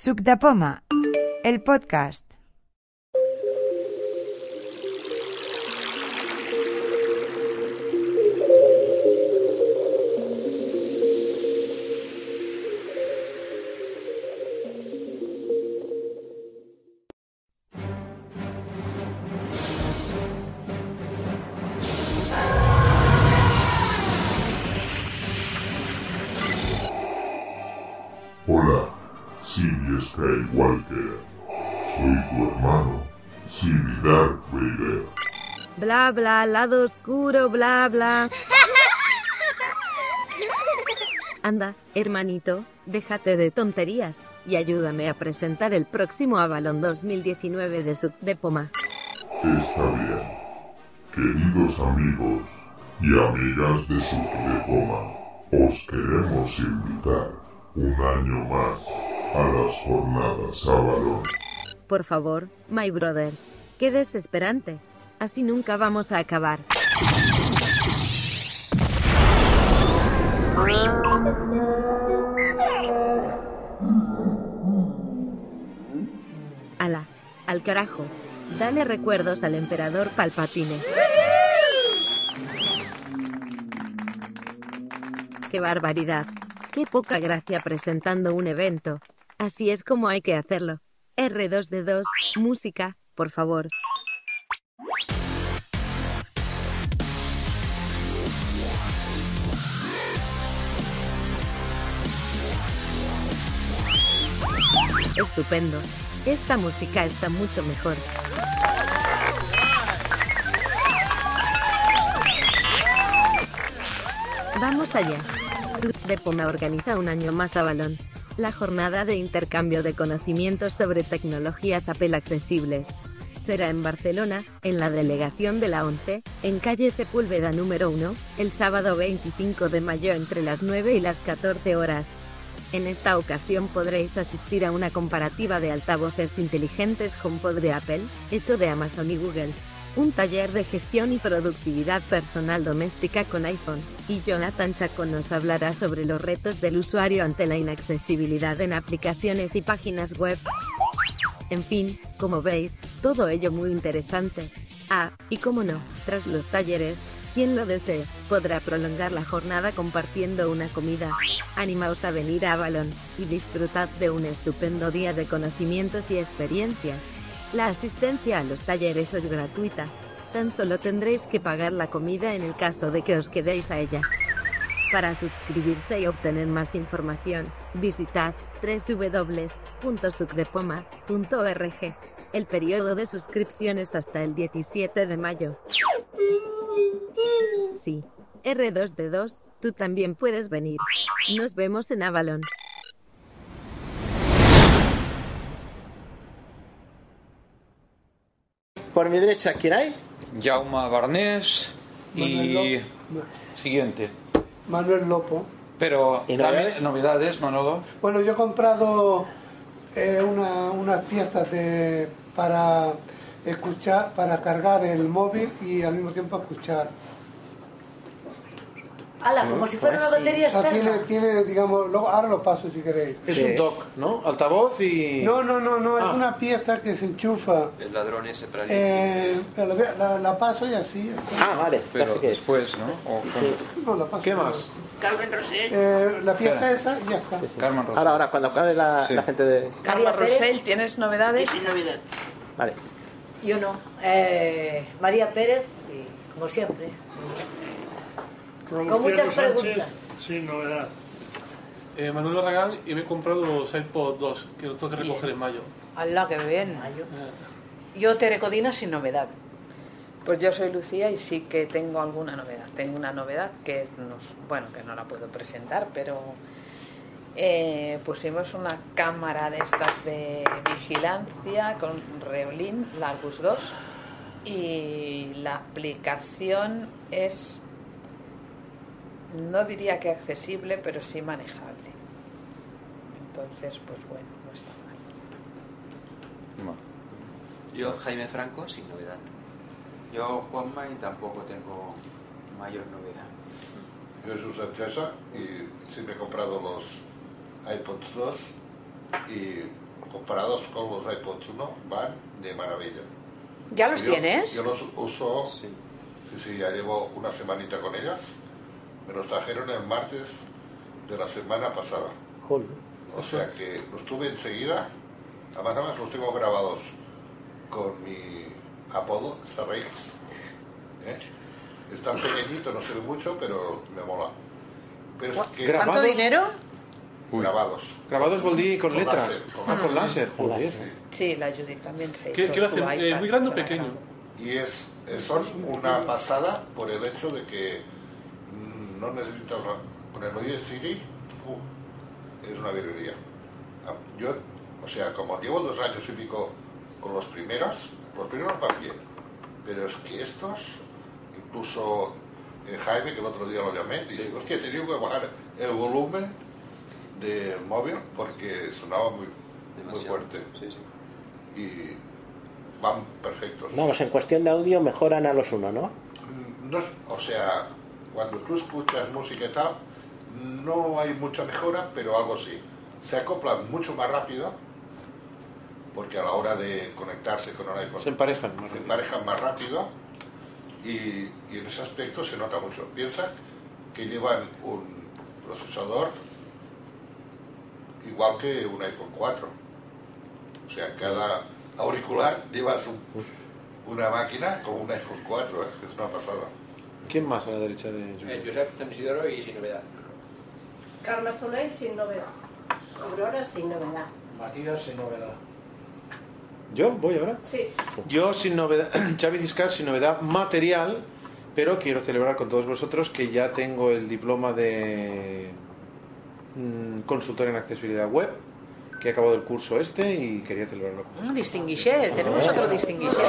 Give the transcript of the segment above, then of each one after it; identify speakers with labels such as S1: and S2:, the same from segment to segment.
S1: Suc de Poma, el podcast.
S2: Hola, Siri Skywalker. Soy tu hermano, Siri Darth Vader.
S3: Bla bla, lado oscuro, bla bla. Anda, hermanito, déjate de tonterías y ayúdame a presentar el próximo Avalon 2019 de Subdepoma.
S2: Está bien. Queridos amigos y amigas de Sucrepoma, os queremos invitar un año más a las jornadas Avalon.
S3: Por favor, my brother, qué desesperante. Así nunca vamos a acabar. Ala, al carajo. Dale recuerdos al emperador Palpatine. ¡Qué barbaridad! ¡Qué poca gracia presentando un evento! Así es como hay que hacerlo. R2D2, música, por favor. Estupendo. Esta música está mucho mejor. Vamos allá. Depoma organiza un año más a Balón. La jornada de intercambio de conocimientos sobre tecnologías Apple accesibles. Será en Barcelona, en la delegación de la ONCE, en calle Sepúlveda número 1, el sábado 25 de mayo entre las 9 y las 14 horas. En esta ocasión podréis asistir a una comparativa de altavoces inteligentes HomePod de Apple, hecho de Amazon y Google, un taller de gestión y productividad personal doméstica con iPhone, y Jonathan Chacón nos hablará sobre los retos del usuario ante la inaccesibilidad en aplicaciones y páginas web. En fin, como veis, todo ello muy interesante. Ah, y como no, tras los talleres, quien lo desee, podrá prolongar la jornada compartiendo una comida. Animaos a venir a Avalon y disfrutad de un estupendo día de conocimientos y experiencias. La asistencia a los talleres es gratuita. Tan solo tendréis que pagar la comida en el caso de que os quedéis a ella. Para suscribirse y obtener más información, visitad www.sucdepoma.org. El periodo de suscripción es hasta el 17 de mayo. Sí, R2D2, tú también puedes venir. Nos vemos en Avalon.
S4: Por mi derecha, ¿quién hay?
S5: Jauma Barnés y
S6: Manuel
S5: siguiente.
S6: Manuel Lopo.
S5: Pero
S4: ¿Y
S5: novedades,
S4: novedades?
S5: novedades Manolo.
S6: Bueno, yo he comprado eh, una- unas piezas de, para escuchar, para cargar el móvil y al mismo tiempo escuchar.
S7: Ala, como si
S8: Pues
S7: fuera una
S9: Pues
S7: batería
S6: O sea, tiene,
S7: externa.
S6: tiene, digamos, luego- ahora lo paso si queréis.
S8: Es un dock, ¿no? Altavoz y...
S6: No, no, no, no,
S8: Ah.
S6: es una pieza que se enchufa.
S10: El ladrón ese para
S6: Eh, pero la, voy a- la- la paso y así. así.
S4: Ah, vale,
S5: Pero
S4: así que es.
S5: después, ¿no? O con
S6: No, la paso.
S8: ¿Qué más?
S7: Carmen Rosell.
S6: Eh, la pieza
S5: Espera.
S6: esa y ya está.
S5: Carmen Rosa.
S4: Ahora, ahora, cuando acabe la,
S5: Sí.
S4: la gente de.
S7: María
S11: Carla
S7: Pérez.
S11: Rosell, ¿tienes novedades?
S7: Sin novedad.
S4: Vale.
S7: Yo no. Eh, María Pérez, y, como siempre. Con muchas preguntas.
S12: Sin novedad.
S8: Eh, Manuel Barragán y me he comprado los iPod 2, que los tengo que recoger en mayo.
S11: Alá, que bien.
S7: Ah, yo.
S11: Yo Tere Codina sin novedad. Pues yo soy Lucía y sí que tengo alguna novedad. Tengo una novedad que es, nos- bueno, que no la puedo presentar, pero eh, pusimos una cámara de estas de vigilancia con Reolin, la Argus 2, y la aplicación es, no diría que accesible, pero sí manejable. Entonces, pues bueno, no está mal.
S10: Yo, Jaime Franco, sin novedad. Yo, Juanma, y tampoco tengo mayor novedad.
S2: Yo soy Sanchesa y sí me he comprado los iPods 2 y
S12: comparados con los iPods 1, van de maravilla.
S9: ¿Ya los
S12: Yo-
S9: tienes?
S12: Yo los uso, sí. sí, ya llevo una semanita con ellas. Me los trajeron el martes de la semana pasada. O sea que los tuve enseguida. Además, nada más los tengo grabados con mi apodo, Sarrex. ¿Eh? Están pequeñitos, no sirve mucho, pero me mola. Pero es que-
S9: ¿Cuánto dinero?
S12: Grabados.
S5: Grabados vol dir con
S12: Con
S5: letra.
S12: láser, con
S5: Ah, con láser. Joder.
S9: Sí, la Judith también se hizo
S5: ¿Qué- qué lo
S9: su
S5: hacen? Eh,
S9: iPad.
S5: muy grande o pequeño?
S12: Y es, eh, son una pasada por el hecho de que mm, no necesitas ra- con el oído de Siri, uh, es una virguería. Ah, Yo, o sea, como llevo dos años y pico con los primeros, los primeros van bien, pero es que estos, incluso eh, Jaime, que el otro día lo llamé, dice, hostia, he tenido que bajar el volumen del móvil porque sonaba muy, muy fuerte. Y van perfectos.
S4: Vamos, en cuestión de audio mejoran a los uno, ¿no?
S12: No es- o sea, cuando tú escuchas música y tal, no hay mucha mejora, pero algo sí. Se acoplan mucho más rápido, porque a la hora de conectarse con un iPhone
S5: Se emparejan
S12: se emparejan más rápido y, y en ese aspecto se nota mucho. Piensa que llevan un procesador igual que un iPhone 4. O sea, cada auricular llevas un- una máquina como un iPhone 4, ¿eh? es una pasada.
S5: ¿Quién más a la derecha de
S10: Eh,
S5: Judith?
S10: Josep San Isidoro y sin novedad.
S7: Carmen Soler sin novedad. Aurora sin novedad.
S13: Matías sin novedad.
S5: ¿Yo? ¿Voy ahora?
S7: Sí.
S5: Yo sin novedad, Xavi Ciscar sin novedad material, pero quiero celebrar con todos vosotros que ya tengo el diploma de mm, consultor en accesibilidad web, que he acabado el curso este y quería celebrarlo con
S9: Un distinguishé, tenemos otro distinguishé.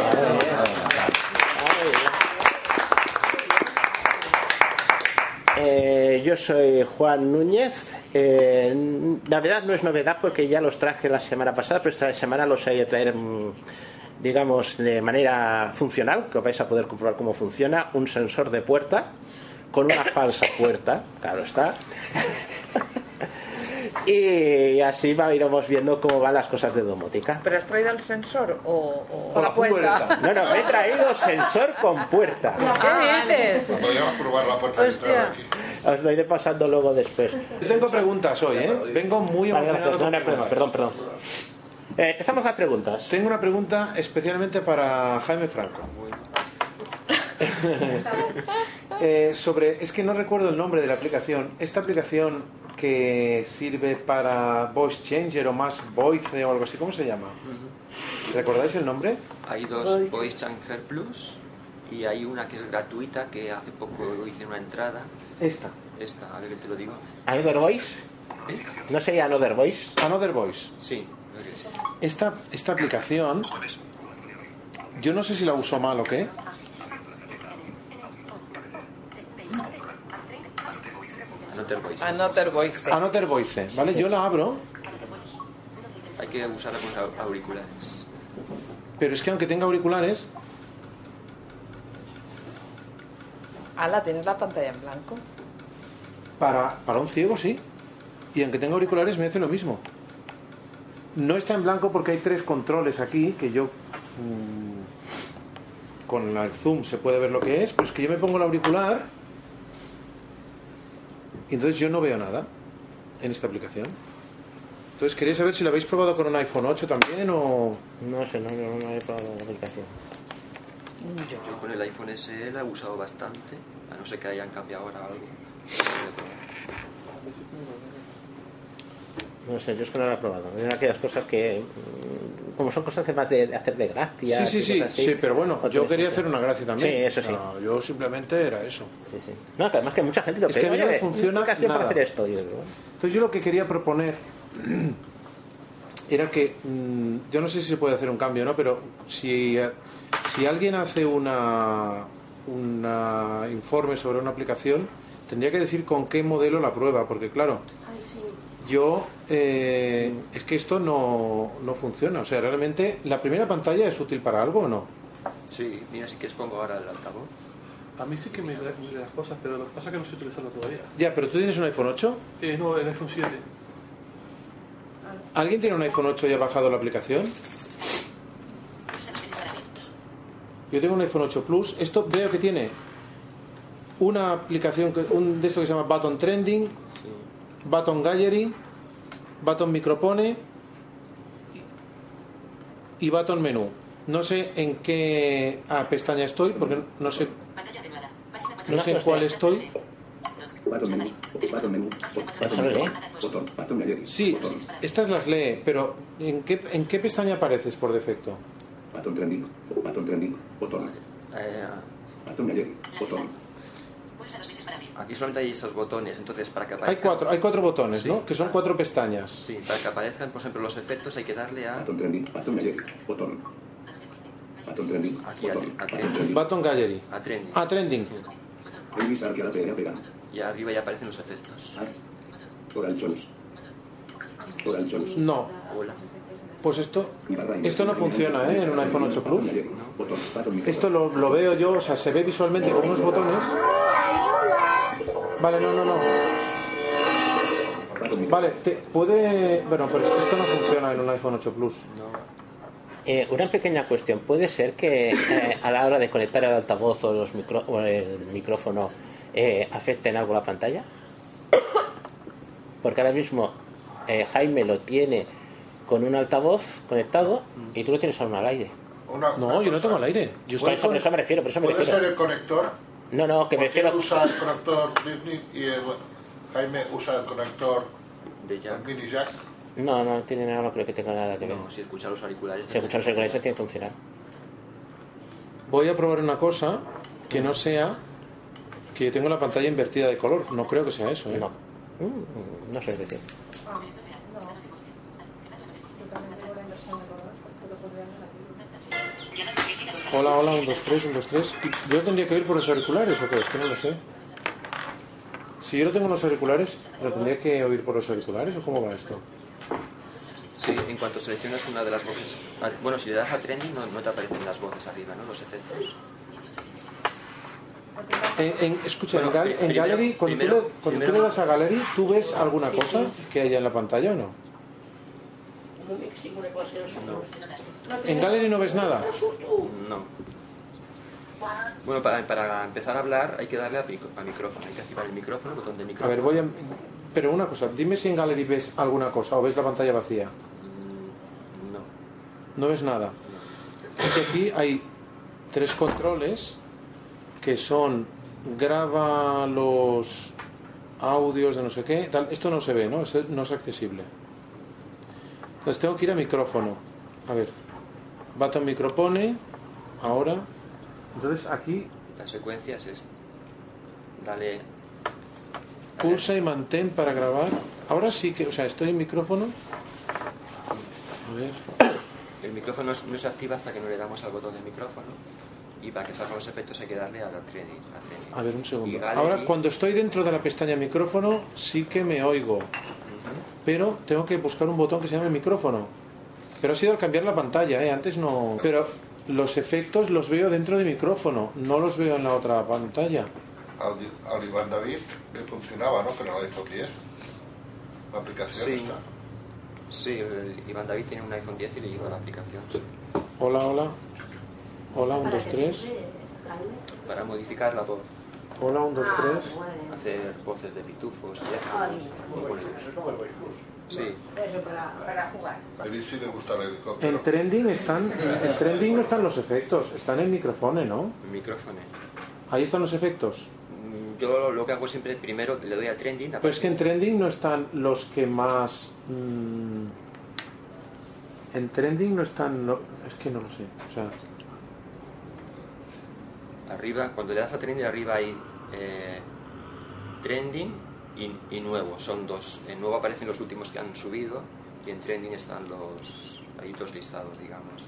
S4: Eh, yo soy Juan Núñez. Eh, novedad no es novedad porque ya los traje la semana pasada, pero esta semana los he ido a traer, mm, digamos, de manera funcional, que os vais a poder comprobar cómo funciona, un sensor de puerta con una falsa puerta, claro está. y así va- iremos viendo cómo van las cosas de domótica.
S11: ¿Pero has traído el sensor o, o-
S4: No, no, me he traído sensor con puerta.
S11: Ah,
S12: Podríamos probar la puerta de entrada aquí.
S4: Os lo iré pasando luego después.
S5: Yo tengo preguntas hoy, ¿eh? Vengo muy
S4: Vale,
S5: emocionado.
S4: gracias. No, no, perdón, perdón, Eh, empezamos las preguntas.
S5: Tengo una pregunta especialmente para Jaime Franco. Eh, sobre, es que no recuerdo el nombre de la aplicación. Esta aplicación que sirve para Voice Changer o más Voice o algo así, ¿cómo se llama? ¿Recordáis el nombre?
S10: Hay dos Voice Changer Plus y hay una que es gratuita que hace poco hice una entrada.
S5: Esta.
S10: Esta, a ver que te lo digo.
S4: ¿Another Voice? ¿No sería Another Voice?
S5: Another Voice.
S10: Sí, creo que sí.
S5: Esta, esta aplicación, yo no sé si la uso mal o qué.
S10: Another Voice.
S11: Another Voice.
S5: Another Voice, ¿vale? Yo la abro,
S10: Hay que usarla con au- auriculares.
S5: pero es que aunque tenga auriculares,
S11: Ala, tienes la pantalla en blanco.
S5: Para, para un ciego, sí. Y aunque tenga auriculares, me hace lo mismo. No está en blanco porque hay tres controles aquí que yo. mm, con el zoom se puede ver lo que es, pero es que yo me pongo el auricular. Y entonces yo no veo nada en esta aplicación. Entonces quería saber si la habéis probado con un iPhone 8 también o.
S4: No sé, no, no, no he probado la aplicación.
S10: Yo. con el iPhone SE la he usado bastante, a no ser que hayan cambiado ahora algo.
S4: No sé, yo es que no la he probado. Es una de aquellas cosas que. mm, Como son cosas de más de, de hacer de gracia.
S5: Sí, sí, sí, sí, pero bueno, yo quería hacer una gracia también.
S4: Sí, eso sí.
S5: No, yo simplemente era eso.
S4: Sí, sí. No, que además que mucha gente lo
S5: Es que
S4: pedía,
S5: a mí no
S4: oye,
S5: me funciona
S4: ¿qué hacía para
S5: nada.
S4: hacer esto? Y yo, bueno,
S5: Entonces yo lo que quería proponer era que mm, yo no sé si se puede hacer un cambio, ¿no? Pero si, eh, si alguien hace una un informe sobre una aplicación, tendría que decir con qué modelo la prueba, porque claro, yo eh, es que esto no, no funciona. O sea, realmente la primera pantalla es útil para algo o no?
S10: Sí, mira, si quieres pongo ahora el altavoz.
S8: A mí sí que me da, me da cosas, pero lo que pasa es que no sé utilizarlo todavía.
S5: Ya, pero tú tienes un iPhone 8.
S8: Eh, no, el iPhone 7.
S7: Ah,
S5: ¿Alguien tiene un iPhone 8 y ha bajado la aplicación? Yo tengo un iPhone 8 Plus. Esto veo que tiene una aplicación, que- un de esto que se llama Button Trending, Button Gallery, Button Micropone y Button Menú. No sé en qué ah, pestaña estoy, porque no sé, no sé en cuál estoy.
S13: Button menú. Button menú. Button
S5: Eso, ¿eh?
S13: Botón. Button gallery.
S5: Sí, estas las lee, pero ¿en qué, en qué pestaña apareces por defecto?
S13: Button trending. Button trending. Botón.
S14: Eh,
S13: Button gallery. Botón.
S14: Aquí solamente hay estos botones, entonces para que
S5: Hay
S14: aparezcan...
S5: cuatro, hay cuatro botones,
S14: Sí.
S5: ¿no? Que son cuatro pestañas.
S14: Sí, para que aparezcan, por ejemplo, los efectos hay que darle a...
S13: Button trending. Button gallery. Botón. Button trending. Botón. Button trending.
S5: Button Gallery.
S14: A trending.
S5: Ah, trending.
S13: Elvis Arqueada Pereira Pega. Ah.
S14: Y arriba ya aparecen los efectos.
S13: Oral Jones. Oral Jones.
S5: No. Pues esto, esto no funciona, ¿eh? En un iPhone 8 Plus.
S13: Botón. Button micro.
S5: Esto lo, lo veo yo, o sea, se ve visualmente con unos botones. Vale, no, no, no. Vale, te puede... Bueno, pero esto no funciona en un iPhone 8 Plus.
S4: Eh, una pequeña cuestión. ¿Puede ser que eh, a la hora de conectar el altavoz o, los micro- o el micrófono eh, afecte en algo la pantalla? Porque ahora mismo eh, Jaime lo tiene con un altavoz conectado y tú lo tienes aún al aire.
S12: Una-
S5: No, yo no tengo el aire. Yo estoy
S4: Por eso, por
S5: con...
S4: eso me refiero, por eso me
S12: ¿Puede ser
S4: refiero.
S12: el conector?
S4: No, no, que me
S12: Porque él
S4: refiero...
S12: usa el conector Lightning y el- Jaime usa el conector mini jack.
S4: No, no tiene nada, no creo que tenga nada que ver.
S14: Si escuchar los auriculares...
S5: este
S4: Si escuchas el tiene que funcionar.
S5: Voy a probar una cosa que no sea que yo tengo la pantalla invertida de color. No creo que sea eso, ¿eh? No.
S4: Mm, No sé decir.
S5: Hola, hola, un, dos, tres, un, dos, tres. ¿Yo tendría que ir por los auriculares o qué? Es que no lo sé. Si yo no tengo los auriculares, ¿lo tendría que oír por los auriculares o cómo va esto?
S14: Sí, en cuanto seleccionas una de las voces... ah, Bueno, si le das a trending no, no te aparecen las voces arriba, ¿no? Los efectos.
S5: En, en- escucha,
S14: Bueno,
S5: en, gal-
S14: pri-
S5: en
S14: primero-
S5: Gallery, cuando,
S14: primero-
S5: tú, le, cuando
S14: primero-
S5: tú le das a Gallery, ¿tú ves alguna
S14: Sí,
S5: cosa
S14: sí.
S5: que haya en la pantalla o no? En Gallery no ves nada.
S14: No. Bueno, para, para empezar a hablar hay que darle a, micro- a micrófono. Hay que activar el micrófono, botón de
S5: A
S14: micrófono.
S5: ver, voy a... Pero una cosa, dime si en Gallery ves alguna cosa o ves la pantalla vacía.
S14: No.
S5: No ves nada. Es que aquí hay tres controles que son graba los audios de no sé qué. Tal. Esto no se ve, ¿no? Esto no es accesible. Entonces tengo que ir a micrófono. A ver. Button micropone. Ahora. Entonces aquí
S14: La secuencia es esta. Dale...
S5: pulsa y mantén para grabar. Ahora sí que, o sea, estoy en micrófono. A ver.
S14: El micrófono es- no se activa hasta que no le damos al botón de micrófono. Y para que salgan los efectos hay que darle a la trending. A trending.
S5: A ver, un
S14: Y
S5: segundo.
S14: Gallery-
S5: Ahora, cuando estoy dentro de la pestaña micrófono, sí que me oigo. Pero tengo que buscar un botón que se llame micrófono. Pero ha sido al cambiar la pantalla, ¿eh? Antes no... Pero los efectos los veo dentro de micrófono, no los veo en la otra pantalla.
S12: Audi- Audiband David le funcionaba, ¿no? Pero no le hizo bien. La aplicación
S14: Sí.
S12: está.
S14: Sí, el- Iván David tiene un iPhone 10 y le lleva la aplicación. sí.
S5: Hola, hola. Hola, un, dos, tres.
S14: Para modificar la voz.
S5: Hola, un, dos, tres.
S14: Hacer voces de pitufos.
S7: Ah,
S14: Y
S12: Eso es como el Waycruz.
S14: sí.
S7: Eso para, para jugar.
S12: A él sí le gusta el helicóptero.
S5: En trending están... En trending no están los efectos, están en micrófono, ¿no?
S14: Micrófono.
S5: Ahí están los efectos.
S14: Mm, Yo lo que hago siempre es primero le doy a trending.
S5: Pero es que en trending no están los que más. mm, en trending no están. no- es que no lo sé. O sea,
S14: Arriba, cuando le das a trending, arriba hay eh, trending y, y nuevo. Son dos. En nuevo aparecen los últimos que han subido y en trending están los. Hay dos listados, digamos.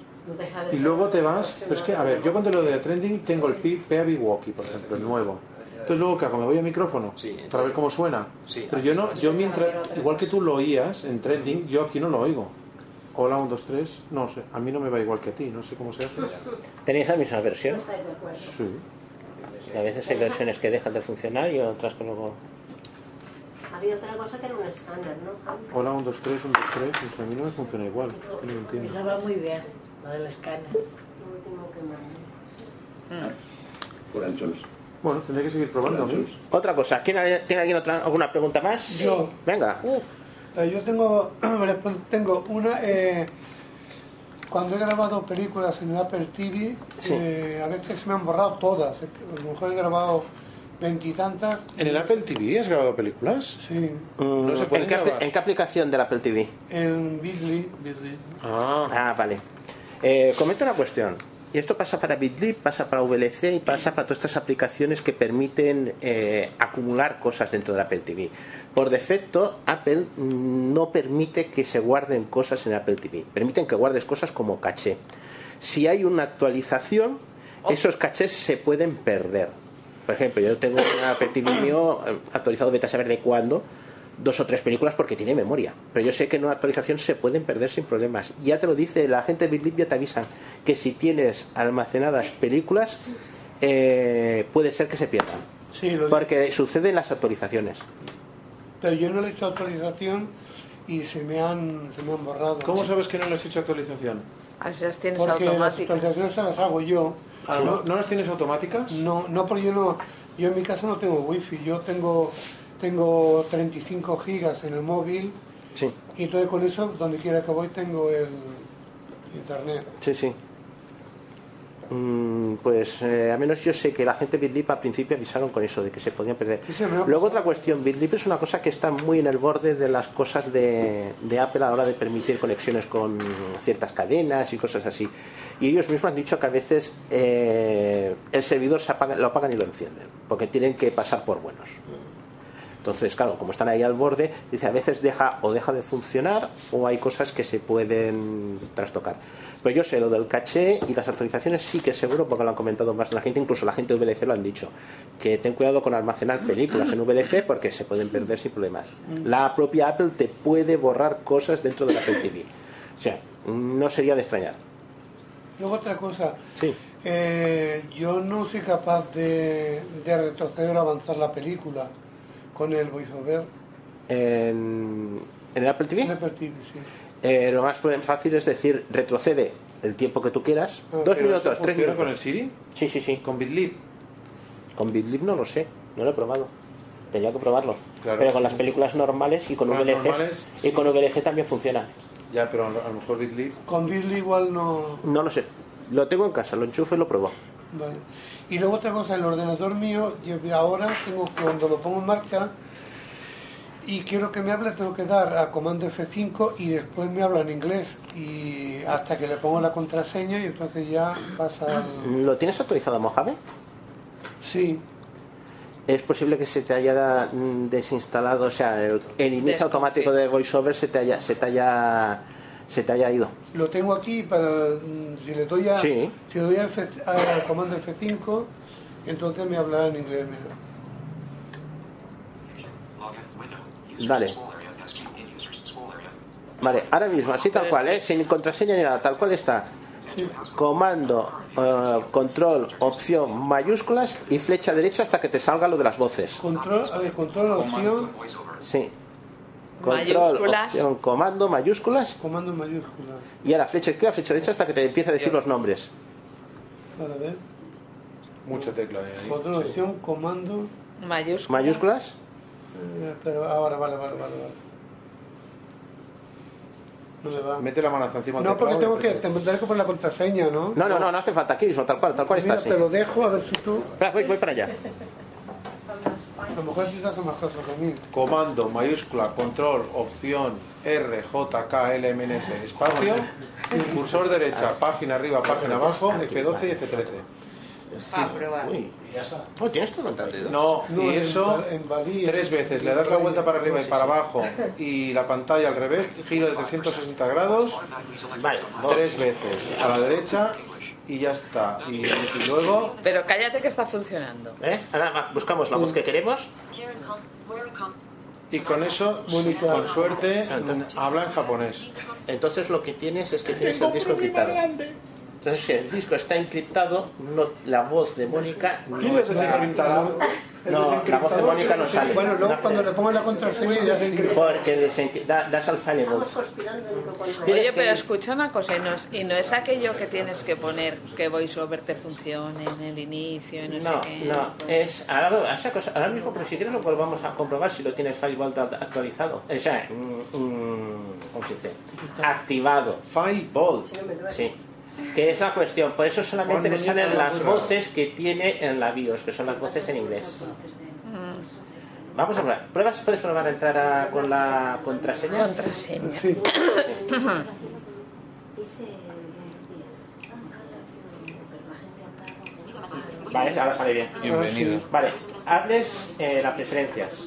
S5: y luego te vas. Pero es que, a ver, yo cuando lo de trending tengo el P- PAB Walkie, por ejemplo, el nuevo. Entonces luego, ¿qué hago? ¿Me voy a micrófono? Para ver cómo suena.
S14: Sí.
S5: Pero yo no. Yo mientras. Igual que tú lo oías en trending, yo aquí no lo oigo. Hola, 1, 2, 3. No sé. A mí no me va igual que a ti. No sé cómo se hace.
S4: ¿Tenéis la misma versión?
S5: Sí.
S4: A veces hay versiones que dejan de funcionar y otras que luego...
S7: A Había otra cosa que era un escáner, ¿no?
S5: Hola, un, dos, tres, un, dos, tres. Pues a mí no me funciona igual. es que no lo entiendo.
S7: Esa va muy bien, la del escáner.
S13: Por anchos.
S5: Bueno, tendré que seguir probando. ¿no?
S4: Otra cosa, ¿quién, ha- ¿tiene alguien otra, alguna pregunta más?
S6: Yo.
S4: Venga.
S6: Eh, yo tengo, tengo una. eh, cuando he grabado películas en el Apple TV,
S5: Sí.
S6: eh, a veces me han borrado todas. A lo mejor he grabado veintitantas.
S5: ¿En el Apple TV has grabado películas?
S6: Sí.
S5: No se puede
S4: ¿En, qué, apli-
S5: grabar.
S4: en qué aplicación del Apple TV?
S6: En Bitly.
S5: Ah,
S4: vale. Eh, comento una cuestión. Y esto pasa para Bitly, pasa para VLC y pasa para todas estas aplicaciones que permiten eh, acumular cosas dentro del Apple TV. Por defecto, Apple mm, no permite que se guarden cosas en Apple TV. Permiten que guardes cosas como caché. Si hay una actualización, esos cachés se pueden perder. Por ejemplo, yo tengo un Apple TV mío eh, actualizado, vete a saber de cuándo, dos o tres películas porque tiene memoria. Pero yo sé que en una actualización se pueden perder sin problemas. Ya te lo dice la gente de BitLib, ya te avisan que si tienes almacenadas películas, eh, puede ser que se pierdan.
S6: Sí, lo
S4: porque suceden las actualizaciones.
S6: Pero yo no le he hecho actualización y se me han, se me han borrado.
S5: ¿Cómo sabes que no le has hecho actualización?
S11: A veces Ah, las tienes
S6: Porque las
S11: automáticas.
S6: actualizaciones se las hago yo.
S5: Ah, ¿no- las tienes automáticas?
S6: No, no, porque yo no. Yo en mi casa no tengo wifi. Yo tengo tengo 35 gigas en el móvil
S4: Sí,
S6: y entonces con eso donde quiera que voy tengo el internet.
S4: sí, sí. Mm, Pues eh, al menos yo sé que la gente de BitLip al principio avisaron con eso, de que se podían perder.
S6: Sí, me ha
S4: Luego otra cuestión, BitLip es una cosa que está muy en el borde de las cosas de, de Apple a la hora de permitir conexiones con ciertas cadenas y cosas así. Y ellos mismos han dicho que a veces eh, el servidor se apaga- lo apagan y lo encienden, porque tienen que pasar por buenos. Entonces, claro, como están ahí al borde, dice a veces deja o deja de funcionar o hay cosas que se pueden trastocar. Pero yo sé lo del caché y las actualizaciones sí que seguro porque lo han comentado más la gente, incluso la gente de VLC lo han dicho, que ten cuidado con almacenar películas en VLC porque se pueden perder sin problemas. La propia Apple te puede borrar cosas dentro de la Apple TV. O sea, no sería de extrañar.
S6: Luego otra cosa,
S4: Sí.
S6: eh, yo no soy capaz de, de retroceder o avanzar la película con el voiceover.
S4: En, en el Apple TV.
S6: En Apple TV, sí.
S4: Eh, lo más fácil es decir, retrocede el tiempo que tú quieras.
S5: Ah,
S4: dos
S5: ¿pero eso
S4: minutos, tres
S5: funciona
S4: minutos.
S5: con el Siri?
S4: Sí, sí, sí.
S5: ¿Con BitLib?
S4: Con BitLib no lo sé, no lo he probado. Tendría que probarlo.
S5: Claro.
S4: Pero con las películas normales y con,
S5: Con las
S4: VLC.
S5: normales,
S4: y con VLC también funciona.
S5: Ya, pero a lo a lo mejor BitLib.
S6: Con Billy igual no.
S4: No lo sé. Lo tengo en casa, lo enchufo y lo pruebo.
S6: Vale. Y luego otra cosa, el ordenador mío, yo ahora tengo que- cuando lo pongo en marcha y quiero que me hable, tengo que dar a comando F5 y después me habla en inglés. Y hasta que le pongo la contraseña y entonces ya pasa al-
S4: ¿Lo tienes actualizado, Mojave?
S6: Sí.
S4: Es posible que se te haya mm, desinstalado, o sea, el, el inicio automático de VoiceOver se te haya, se te haya, se te haya ido.
S6: Lo tengo aquí para. mm, Si le doy a.
S4: Sí.
S6: Si le doy a F, al comando F5, entonces me hablará en inglés. mira.
S4: Vale. Vale, ahora mismo, así tal cual, ¿eh? sin contraseña ni nada, tal cual está. Comando, eh, control, opción, mayúsculas y flecha derecha hasta que te salga lo de las voces.
S6: Control, a ver, control, opción.
S4: Sí. Control,
S6: Mayúsculas.
S4: opción, comando, mayúsculas
S6: Comando mayúscula.
S4: y ahora flecha izquierda, flecha derecha hasta que te empiece a decir los nombres.
S6: Para ver.
S5: Mucha tecla ¿eh? de ahí.
S6: Control, opción, comando.
S11: Mayúsculas.
S4: Mayúsculas.
S6: Eh, pero ahora, vale, vale, vale. vale. No me va.
S5: Mete la mano hasta encima del
S6: No, porque
S5: teclado
S6: tengo
S5: y-
S6: que, tendré que poner la contraseña, ¿no?
S4: No, no, no, no hace falta aquí mismo, tal cual, tal cual está
S6: Mira,
S4: así.
S6: te lo dejo, a ver si tú.
S4: Espera, voy, voy para allá.
S6: A lo mejor si te hace más caso que a mí.
S5: Comando, mayúscula, control, opción, R, J, K, L, M, N, S, espacio, cursor derecha, página arriba, página abajo, F12 y F13.
S11: Ah, prueba.
S4: ya está. ¿Tienes todo el
S5: No, y
S6: en
S5: eso
S6: Val- en Valí,
S5: tres veces, le das la vuelta para arriba y para abajo y la pantalla al revés, giro de 360 grados, tres veces, a la derecha y ya está. Y, y luego...
S11: Pero cállate que está funcionando.
S4: ¿Eh? Ahora buscamos la voz que queremos.
S5: Y con eso, con suerte, habla en japonés.
S4: Entonces lo que tienes es que tienes el disco quitado. Entonces, si el disco está encriptado, no- la voz de Mónica no
S6: ¿Quién es
S4: está-
S6: desencriptado?
S4: No, la voz de Mónica no sale.
S6: Bueno, luego
S4: No
S6: cuando
S4: sale.
S6: le pongo la contraseña ya se encripta.
S4: Porque desenc- da- das al Fireball.
S11: Oye, pero escucha una cosa, y no, es, y no es aquello que tienes que poner que VoiceOver te funcione en el inicio, y no,
S4: No,
S11: sé qué.
S4: no, es ahora, lo- esa cosa- ahora mismo, pero si quieres lo volvamos a comprobar si lo tiene el Fireball ta- actualizado. O sea, mm, mm, ¿cómo se dice? Activado. Fireball. Sí. Que es la cuestión. Por eso solamente
S15: Cuando
S4: le salen
S15: llega la
S4: las
S15: otra.
S4: voces que tiene en la BIOS, que son las voces en inglés.
S11: Mm,
S4: Vamos a probar. ¿Pruebas? ¿Puedes probar a entrar a- con la contraseña?
S11: Contraseña.
S4: Sí. Vale, ahora sale bien.
S10: Bienvenido.
S4: Vale, hables eh, las preferencias.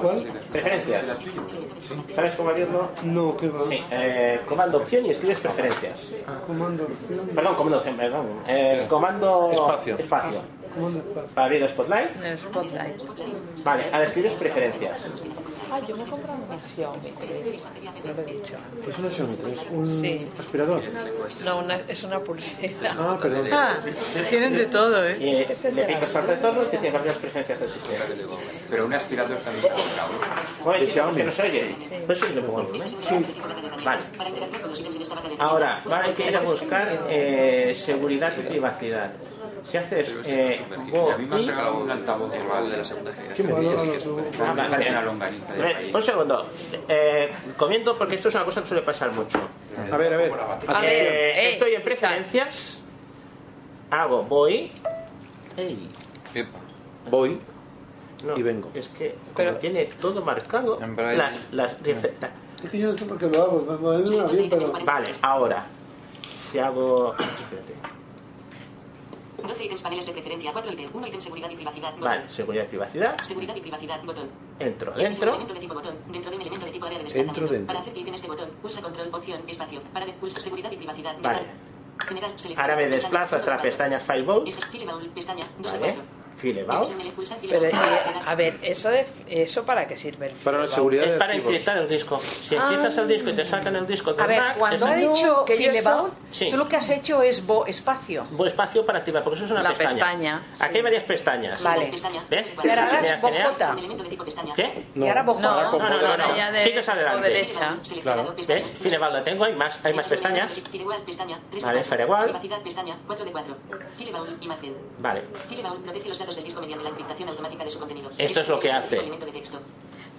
S10: ¿Cuál?
S4: Preferencias. ¿Sabes cómo abrirlo? No, qué va. Sí, eh, comando opción y escribes preferencias.
S6: Ah, Comando.
S4: Perdón, comando opción, perdón. Eh, comando
S5: Espacio.
S4: espacio.
S6: Comando.
S4: Para abrir Spotlight.
S11: En el spotlight.
S4: Vale, ahora escribes preferencias.
S11: Ah, yo me he comprado una Xiaomi 3. No lo he dicho.
S5: Es una Xiaomi 3, un
S11: Sí.
S5: aspirador.
S11: No, una, es una pulsera.
S5: Ah, perdón.
S11: tienen de todo, ¿eh?
S4: Y le picas al retorno y te tiene que abrir las preferencias del sistema.
S10: Pero un aspirador también está ¿eh? comprado.
S4: Bueno, ¿y que no se oye? Pues sí, lo pongo. Vale. Ahora, va, Pues hay que ir a buscar eh, seguridad y privacidad. Si haces eh, go
S10: A mí me has
S4: y-
S10: regalado un altavoz de la segunda generación.
S4: Qué malo,
S10: Así que es un-
S4: Ah, vale, vale.
S10: una longaniza de
S4: A ver,
S10: maíz.
S4: un segundo. Eh, comiendo porque esto es una cosa que suele pasar mucho.
S5: A ver, a ver.
S4: Eh, estoy en preferencias. Hago voy. Ey.
S5: Voy
S4: No,
S5: y vengo.
S4: Es que como tiene todo marcado.
S5: braille.
S4: Las, las refer-
S6: Es que yo no sé por qué lo hago, me me viene bien, pero...
S4: Vale, ahora. Si hago. Espérate.
S16: 12 ítems paneles de preferencia, 4 ítems, 1 ítem seguridad y privacidad. botón.
S4: Vale, seguridad y privacidad.
S16: Seguridad y privacidad, botón.
S4: Entro,
S16: Este es un
S4: dentro.
S16: elemento de tipo botón, dentro de un elemento de tipo área de
S4: Entro,
S16: desplazamiento.
S4: dentro.
S16: Para hacer clic en este botón, pulsa control, opción, espacio. Para de- pulsa seguridad y privacidad.
S4: Vale.
S16: botón. General, selección.
S4: Ahora me desplazo hasta la pestaña Fireball.
S16: Este es Filebaul, pestaña, 2
S4: Vale. Filebao.
S11: Pero, eh, a ver, ¿eso, de, ¿eso para qué sirve el
S4: Para la
S11: seguridad
S4: Es
S11: de
S4: para
S11: archivos.
S4: encriptar el disco. Si
S11: Ah.
S4: encriptas el disco y te sacan el disco del
S9: A ver,
S4: Mac,
S9: cuando
S4: es-
S9: ha dicho
S4: que yo
S9: Filebaud,
S4: Sí.
S9: tú lo que has hecho es bo espacio.
S4: Bo espacio para activar, porque eso es una
S9: La
S4: pestaña.
S9: pestaña,
S4: Aquí hay varias pestañas.
S9: Vale.
S4: ¿Ves?
S9: Y ahora
S4: Mira,
S9: harás
S4: general.
S9: bojota.
S4: ¿Qué?
S9: Y ahora bojota.
S4: No, no, no, no.
S11: ya de-
S4: Sigues adelante.
S11: o derecha.
S4: Claro. ¿Ves? Fireball la tengo, hay más, hay más pestañas.
S16: Filebaul, pestaña, 3
S4: Vale, Fireball.
S16: Privacidad, pestaña, 4 de 4. Filebaul, imagen.
S4: Vale.
S16: Filebaul protege los datos del disco mediante la encriptación automática de su contenido.
S4: Esto es lo que hace.
S16: Elemento de texto.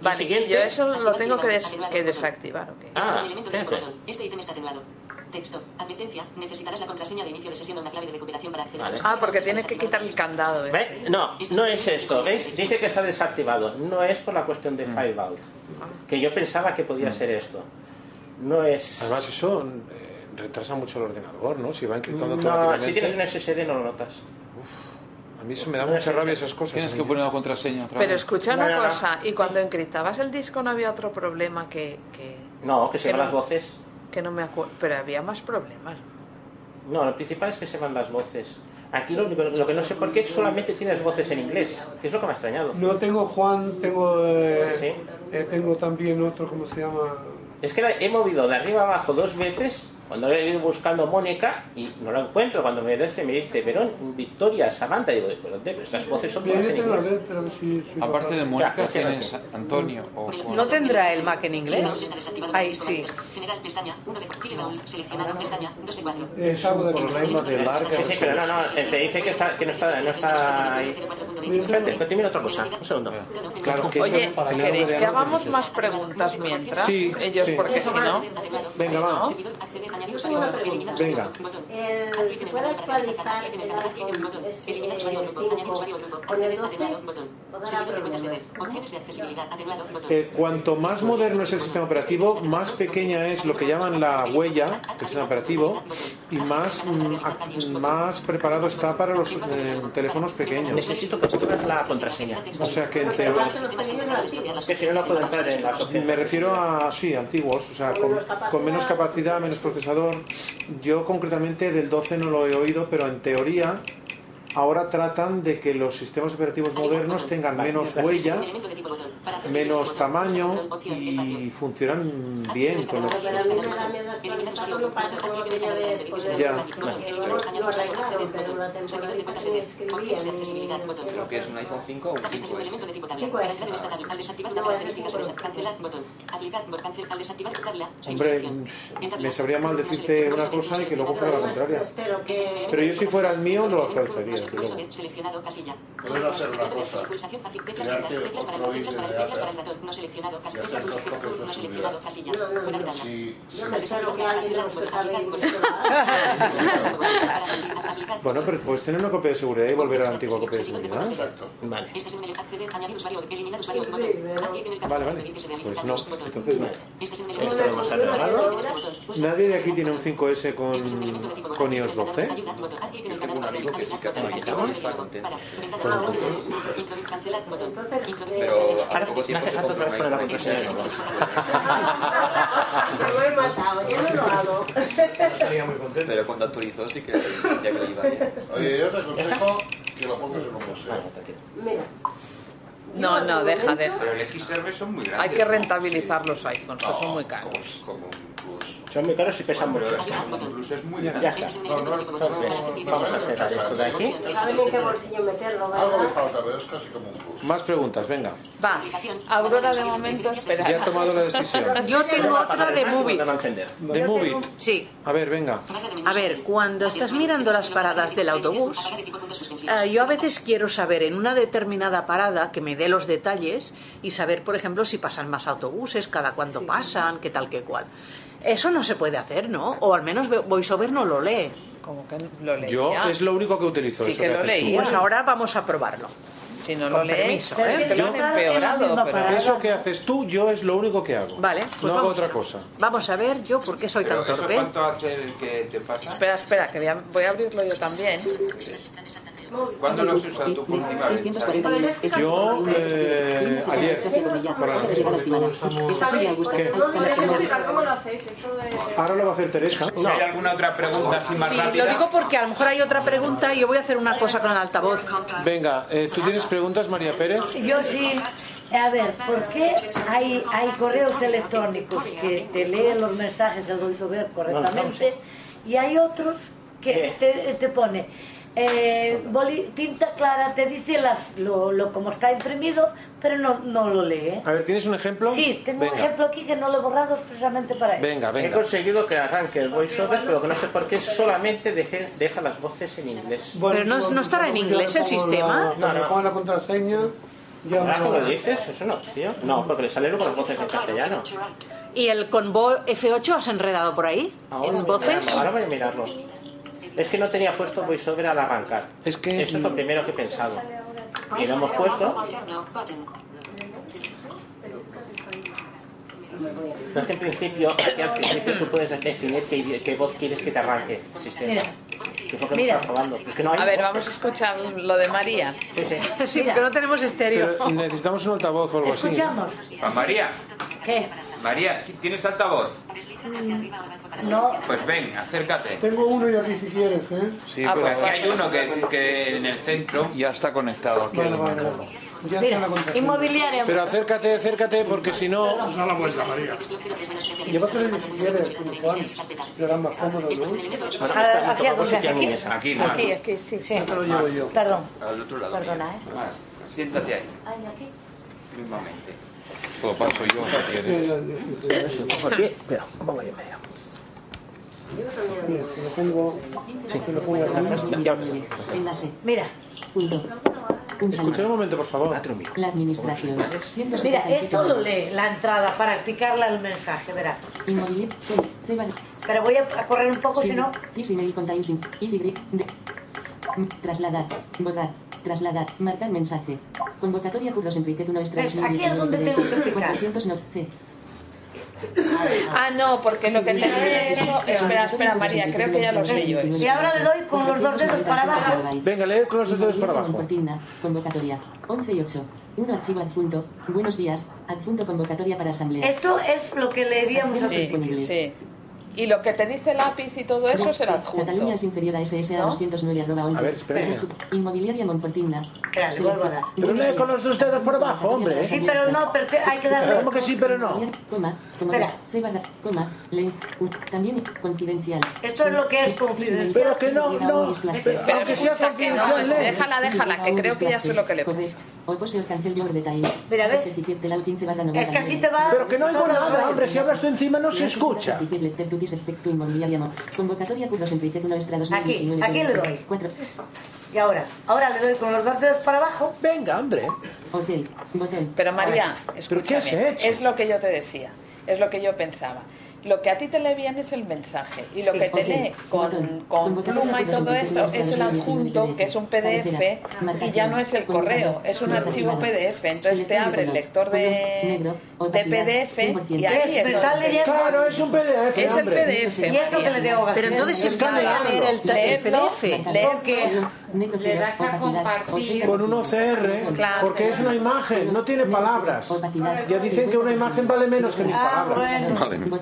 S11: Vale, y yo eso lo tengo que, des- que desactivar, ¿o qué?
S16: Este es
S4: Ah,
S16: un elemento de tipo botón. Este ítem está atenuado. Texto. Advertencia. Necesitarás la contraseña de inicio de sesión o una clave de recuperación para acceder a
S4: Vale.
S16: los-
S11: Ah, porque tienes que quitar el candado. ¿eh?
S4: ¿Ves? No, no es esto. ¿Ves? Dice que está desactivado. No es por la cuestión de Fireball. Que yo pensaba que podía ser esto. No es.
S5: Además, eso eh, retrasa mucho el ordenador, ¿no? Si va encriptando
S4: No,
S5: automáticamente.
S4: Mm. si tienes un SSD no lo notas.
S5: A mí eso me da mucha rabia esas cosas. Tienes que poner la contraseña otra
S11: Pero escucha una cosa, y cuando encriptabas el disco no había otro problema que... que
S4: No, que se
S11: Que
S4: van
S11: no.
S4: las voces.
S11: que no me acuerdo, pero había más problemas.
S4: No, lo principal es que se van las voces. Aquí lo, único- lo que no sé por qué solamente tienes voces en inglés, que es lo que me ha extrañado.
S6: No tengo Juan, tengo... eh,
S4: Sí,
S6: eh, tengo también otro, ¿cómo se llama?
S4: Es que la he movido de arriba abajo dos veces cuando he ido buscando a Mónica y no la encuentro. Cuando me dice, me dice, Verón, Victoria, Samantha, digo, ¿pero dónde? Pero estas voces son
S6: Bien,
S4: todas
S6: yo
S4: en
S6: tengo a
S4: inglés.
S6: ver, pero a ver si... si
S4: Aparte de Mónica,
S6: Claro,
S4: tienes
S6: sí, sí.
S4: Antonio
S11: Mm.
S6: o
S9: ¿No tendrá el Mac en inglés?
S16: Está desactivado
S9: Ahí
S16: Disco
S9: sí.
S16: Manager. General, pestaña, 1 de Filebaul, seleccionado, pestaña, 2 de 4.
S6: Es algo Eh, de problema de larga.
S4: Sí, sí, pero no, no, eh, te dice que, está, que no está, no está ahí. Espérate, que te miro otra cosa, un segundo.
S5: Claro, que eso
S11: Oye,
S5: para que no
S11: ¿queréis
S5: rodeamos
S11: que
S5: de
S11: hagamos más preguntas mientras?
S5: Sí,
S11: Ellos,
S5: sí.
S11: porque si no...
S5: Venga,
S11: ¿no?
S5: vamos. Venga.
S17: Eh, ¿Se puede actualizar el iPhone ese, eh, cinco con el 12?
S16: Seguidor de cuentas de red. Opciones de accesibilidad, atenuado, botón.
S5: Eh, cuanto más moderno es el sistema operativo, más pequeña es lo que llaman la huella del sistema operativo y más, mm, ac- más preparado está para los eh, teléfonos pequeños.
S4: Necesito que pongas la contraseña.
S5: O sea que en teoría...
S4: Que si no, no puedo entrar en las opciones.
S5: Me refiero a, sí, antiguos, o sea, con, con menos capacidad, menos procesador. Yo concretamente del 12 no lo he oído, pero en teoría ahora tratan de que los sistemas operativos modernos tengan menos huella
S16: Elemento de tipo botón.
S5: menos tamaño y funcionan bien con los Ya.
S14: Creo que es un iPhone 5 o un 5S.
S16: Elemento de tipo tabla.
S17: Cinco es.
S16: Cancelar el botón. Al desactivar una de las características expresas. Cancelar botón. Aplicar botón. Cancel. Al desactivar tabla. Sin
S5: Hombre,
S16: selección.
S5: me sabría mal decirte una cosa y que luego fuera la contraria. Pero yo si fuera el mío lo actualizaría. desde luego.
S16: Pulso. Seleccionado. Casilla.
S12: Puedes hacer una cosa.
S16: Pulsación fácil. Teclas
S12: Quedarte
S16: juntas. Teclas para
S12: otro
S16: teclas para
S12: ítem de
S16: teclas
S12: data.
S16: para el ratón. No seleccionado.
S12: Y
S16: Casilla.
S12: hacer
S16: Pulso.
S12: dos toques de
S16: No
S12: seguridad.
S16: seleccionado. Casilla. Fuera de tabla.
S12: Si- si-
S16: Al desactivar cancelar botón. Aplicar botón.
S5: Bueno, pero puedes tener una copia de seguridad y volver a la antigua copia de seguridad. Vale.
S16: Este es un menú. Acceder. Añadir usuario. Eliminar usuario. Botón. Aquí en el
S5: Vale, vale.
S16: Pedir que se realice
S5: Pues no,
S16: cambios. Botón.
S5: entonces no.
S16: Este es un menú.
S5: Esto lo hemos arreglado.
S16: Botón. Pulsa.
S5: Nadie de aquí tiene un 5S con, ¿eh? con iOS 12.
S14: Yo tengo un amigo que sí que ha actualizado y está contento. Pero a poco tiempo se compró un iPhone XS.
S17: lo he matado, yo no lo hago.
S14: Pero cuando actualizó sí que ya que le iba bien.
S12: Oye, yo te aconsejo que lo pongas en un museo.
S17: Mira.
S11: No, no, deja, deja.
S10: Pero el X-Server son muy
S11: Hay
S10: grandes.
S11: que rentabilizar los iPhones, que son muy caros.
S4: Son muy caros y pesan mucho.
S10: Incluso es muy
S4: Ya
S10: grande.
S4: está. Entonces, vamos a cerrar esto de aquí.
S17: Saben en qué bolsillo meterlo, ¿verdad?
S12: Falta, pero es casi como un plus.
S5: Más preguntas, venga.
S11: Va, Aurora de momento espera.
S5: Ya ha tomado la decisión.
S9: Yo tengo otra de Movit.
S5: De Movit.
S9: Sí.
S5: A ver, venga.
S9: A ver, cuando estás mirando las paradas del autobús, eh, yo a veces quiero saber en una determinada parada que me dé los detalles y saber, por ejemplo, si pasan más autobuses, cada cuánto pasan, qué tal, qué cual. Eso no se puede hacer, ¿no? O al menos Vo- VoiceOver no lo lee.
S11: Como que lo leía.
S5: Yo es lo único que utilizo.
S11: Sí
S5: eso
S11: que lo
S5: haces tú.
S11: leía.
S9: Pues ahora vamos a probarlo.
S11: Si no lo
S9: Con
S11: leéis,
S9: permiso,
S11: es
S9: ¿eh?
S11: que lo han
S9: Yo-
S11: empeorado. pero-
S5: Eso que haces tú, yo es lo único que hago.
S9: Vale, pues
S5: no hago
S9: vamos
S5: otra
S9: allá.
S5: cosa.
S9: Vamos a ver yo por qué soy tan
S10: Pero eso
S9: torpe.
S10: cuánto hace el que te pasa?
S11: Espera, espera, que voy a, voy a abrirlo yo también.
S10: ¿Cuándo lo has usado tú por última vez?
S5: Yo, eh, ayer, para las fiestas.
S17: cómo lo hacéis, eso de...
S5: Ahora lo va a hacer Teresa.
S10: Si hay alguna otra pregunta así más
S9: Sí,
S10: rápida.
S9: lo digo porque a lo mejor hay otra pregunta y yo voy a hacer una cosa con el altavoz.
S5: Venga, eh, ¿tú tienes preguntas, María Pérez?
S7: Yo sí. A ver, ¿por qué hay, hay correos electrónicos que te leen los mensajes al resolver correctamente y hay otros que te, te pone eh, boli- tinta clara, te dice las, lo, lo como está imprimido, pero no, no lo lee?
S5: A ver, ¿tienes un ejemplo?
S7: Sí, tengo un
S5: Venga.
S7: ejemplo aquí que no lo he borrado expresamente para él.
S5: Venga,
S4: He
S5: venga.
S4: conseguido que arranque el voiceover, pero que no sé por qué solamente deje- deja las voces en inglés.
S9: Pero no, no estará en inglés el sistema.
S4: No, no.
S6: Con la contraseña, ya
S4: Ahora no lo dices, es una opción. No, porque le salieron con las voces en castellano.
S9: ¿Y el convo F8 has enredado por ahí?
S4: Ahora
S9: ¿En
S4: voy a
S9: voces?
S4: mirarlo, Ahora voy a mirarlo. Es que no tenía puesto voiceover al arrancar.
S5: Es que
S4: Eso es lo primero que he pensado. Y lo hemos puesto. No es que en principio, es que al principio tú puedes definir qué, qué voz quieres que te arranque el sistema. Que es lo que
S11: Mira.
S4: estamos probando. Es que no hay
S11: A ver,
S4: voz.
S11: vamos a escuchar lo de María.
S4: Sí, sí.
S9: Sí, porque no tenemos estéreo.
S15: eh,
S5: Pero necesitamos un altavoz o algo
S15: pues
S5: así.
S10: Ah, María,
S7: ¿Qué?
S10: María, ¿tienes altavoz?
S6: No.
S10: Pues ven, acércate.
S6: Tengo uno y aquí si quieres, ¿eh?
S10: Sí, pero aquí Ah, hay uno que, que en el centro. Ya está conectado aquí.
S6: Vale, vale, vale. Ya está la contraseña.
S7: Inmobiliaria.
S5: Pero acércate, acércate, porque si no... No la vuelta, María.
S6: Llévatelo ni si quieres, como Juan. Será más cómodo, ¿no?
S7: Ah, aquí,
S6: Vamos a
S7: aquí, aquí.
S10: Aquí, no.
S7: Aquí, aquí, sí.
S6: te lo llevo yo.
S7: Perdón.
S10: Al otro lado.
S7: Perdona,
S10: mira. Más, Siéntate ahí,
S7: Ay, aquí.
S10: mismamente.
S15: Lo paso yo. si quieres.
S4: Espera, pongo yo medio.
S6: Mira, si lo pongo, si lo pongo aquí.
S16: Enlace.
S7: Mira.
S16: Punto. Un
S5: Escucha un momento, por favor.
S16: La administración.
S7: Mira, esto lo lee la entrada para picarla el mensaje, verás. Pero voy a a correr un poco, si no.
S16: Email con timesing. Y. D. M- Trasladar. Borrar. Trasladar. Marcar mensaje. Convocatoria Curros Enrique Tuno Estrellas.
S7: ¿Ves? Pues, Aquí es donde tengo que picar.
S16: 400 no. C.
S11: Ah, no, porque lo que tenía eso... Espera, espera, María, creo que ya lo sé yo. eso.
S7: Y ahora le doy con los dos dedos para abajo.
S5: Venga, lee con los dedos para abajo.
S16: Cortina. Convocatoria. 11 y 8. Un archivo adjunto. Buenos días. Adjunto convocatoria para asamblea.
S7: Esto es lo que leeríamos
S16: Adjuntos
S7: así.
S16: disponibles.
S11: Y lo que te dice lápiz y todo eso será adjunto.
S16: Cataluña es inferior a SS a
S11: ¿No?
S16: 209 arroba
S11: A ver, espera.
S16: Inmobiliaria Monfortina.
S7: Espera, le vuelvo a dar.
S5: Pero lee con los dos dedos por abajo, hombre.
S7: Sí, pero no, pero te- hay que darle-
S5: ¿Cómo que sí, pero no?
S16: Coma, coma,
S7: Espera.
S16: C barra, coma, le, u- también confidencial.
S7: Esto es lo que es confidencial. Pero que no, no,
S16: Espera,
S7: pero aunque sea
S11: escucha, que no,
S7: confidencial, lee.
S11: déjala, déjala, que creo que ya sé lo que le pasa.
S16: Hoy poseo cancel yo detalle.
S7: Mira, ¿ves?
S16: Este Es
S7: que así te va- Pero que no oigo
S5: nada, hombre, si hablas tú encima no se
S16: escucha. Convocatoria cursos Enriquez una extra 2019.
S7: aquí le doy.
S16: Cuatro.
S7: Y ahora, ahora le doy con los dos dedos para abajo.
S5: Venga, hombre.
S16: Hotel, hotel.
S11: Pero María,
S5: ¿Pero qué has
S11: escúchame,
S5: hecho?
S11: es lo que yo te decía, es lo que yo pensaba. Lo que a ti te lee bien es el mensaje y lo que te
S16: Ok,
S11: lee
S16: botón.
S11: con, con
S16: Convocatoria
S11: pluma y
S16: de
S11: todo eso
S16: consultorios
S11: es el
S16: para los
S11: adjunto, que es un
S16: Cabecera,
S11: PDF y ya
S16: marcación,
S11: no es el correo, es un
S16: color,
S11: archivo
S16: color,
S11: PDF. Entonces te abre el lector de, de PDF y ahí es donde-
S5: Claro, es un PDF.
S11: Es el
S5: hombre.
S11: PDF, Y eso María. que le debo gastar.
S9: Pero entonces
S11: Es
S9: se puede
S11: cada
S9: leer el, ta- el
S11: Leerlo,
S9: PDF.
S11: leerlo. Porque
S16: le das a compartir.
S5: Con un OCR,
S11: Claro.
S5: porque es una imagen, no tiene palabras. Ya dicen que una imagen vale menos que mil palabras.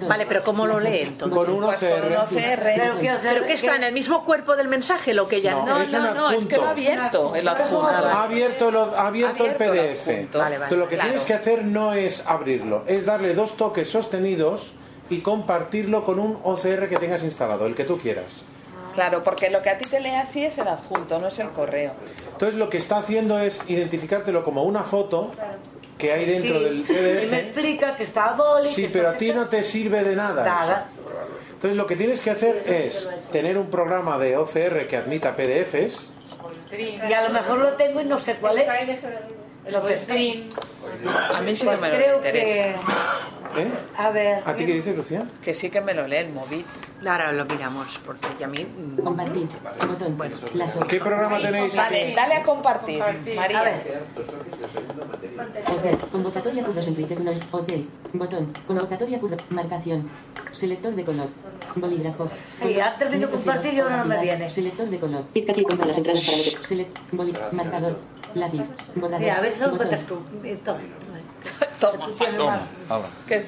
S9: Vale, pero ¿cómo lo lee entonces?
S5: Con un Pues con OCR. un OCR.
S9: Pero, que- pero que está en el mismo cuerpo del mensaje lo que ya
S5: No, es un adjunto. Ha abierto, el, ha
S9: Abierto
S5: abierto el
S9: el
S5: PDF.
S9: adjunto. Vale, vale.
S5: Entonces, lo que
S9: Claro.
S5: tienes que hacer no es abrirlo, es darle dos toques sostenidos y compartirlo con un OCR que tengas instalado, el que tú quieras.
S11: Claro, porque lo que a ti te lee así es el adjunto, no es el correo.
S5: Entonces lo que está haciendo es identificártelo como una foto que hay dentro
S7: Sí.
S5: del
S7: Y me
S5: PDF.
S7: explica que está boli.
S5: Sí,
S7: que
S5: pero a
S7: está-
S5: ti no te sirve de nada.
S7: Nada.
S5: eso. Entonces lo que tienes que hacer es tener un programa de OCR que admita PDFs.
S7: Y a lo mejor lo tengo y no sé cuál es. Lo que está.
S11: A mí sí que
S7: Pues
S11: me lo
S7: creo
S11: interesa.
S5: ¿Eh?
S7: A ver.
S5: ¿A ti qué dices, Lucía?
S11: Que sí que me lo lee el Movit.
S9: Ahora lo miramos, porque ya a mí...
S16: Compartir.
S9: Bueno,
S5: ¿Qué programa tenéis?
S11: Vale, dale a compartir, María.
S16: A ver. Hotel, convocatoria curros Enriquez una Hotel, botón, convocatoria curros, marcación, selector de color, bolígrafo.
S7: Y antes vino compartir y ahora no me viene.
S16: Selector de color. Clic aquí y compra las entradas para hotel. Select, boli, marcador, lápiz, borrador.
S7: Mira, a ver si lo
S16: botón.
S7: encuentras tú. Entonces,
S11: Toma,
S7: toma.
S5: Pero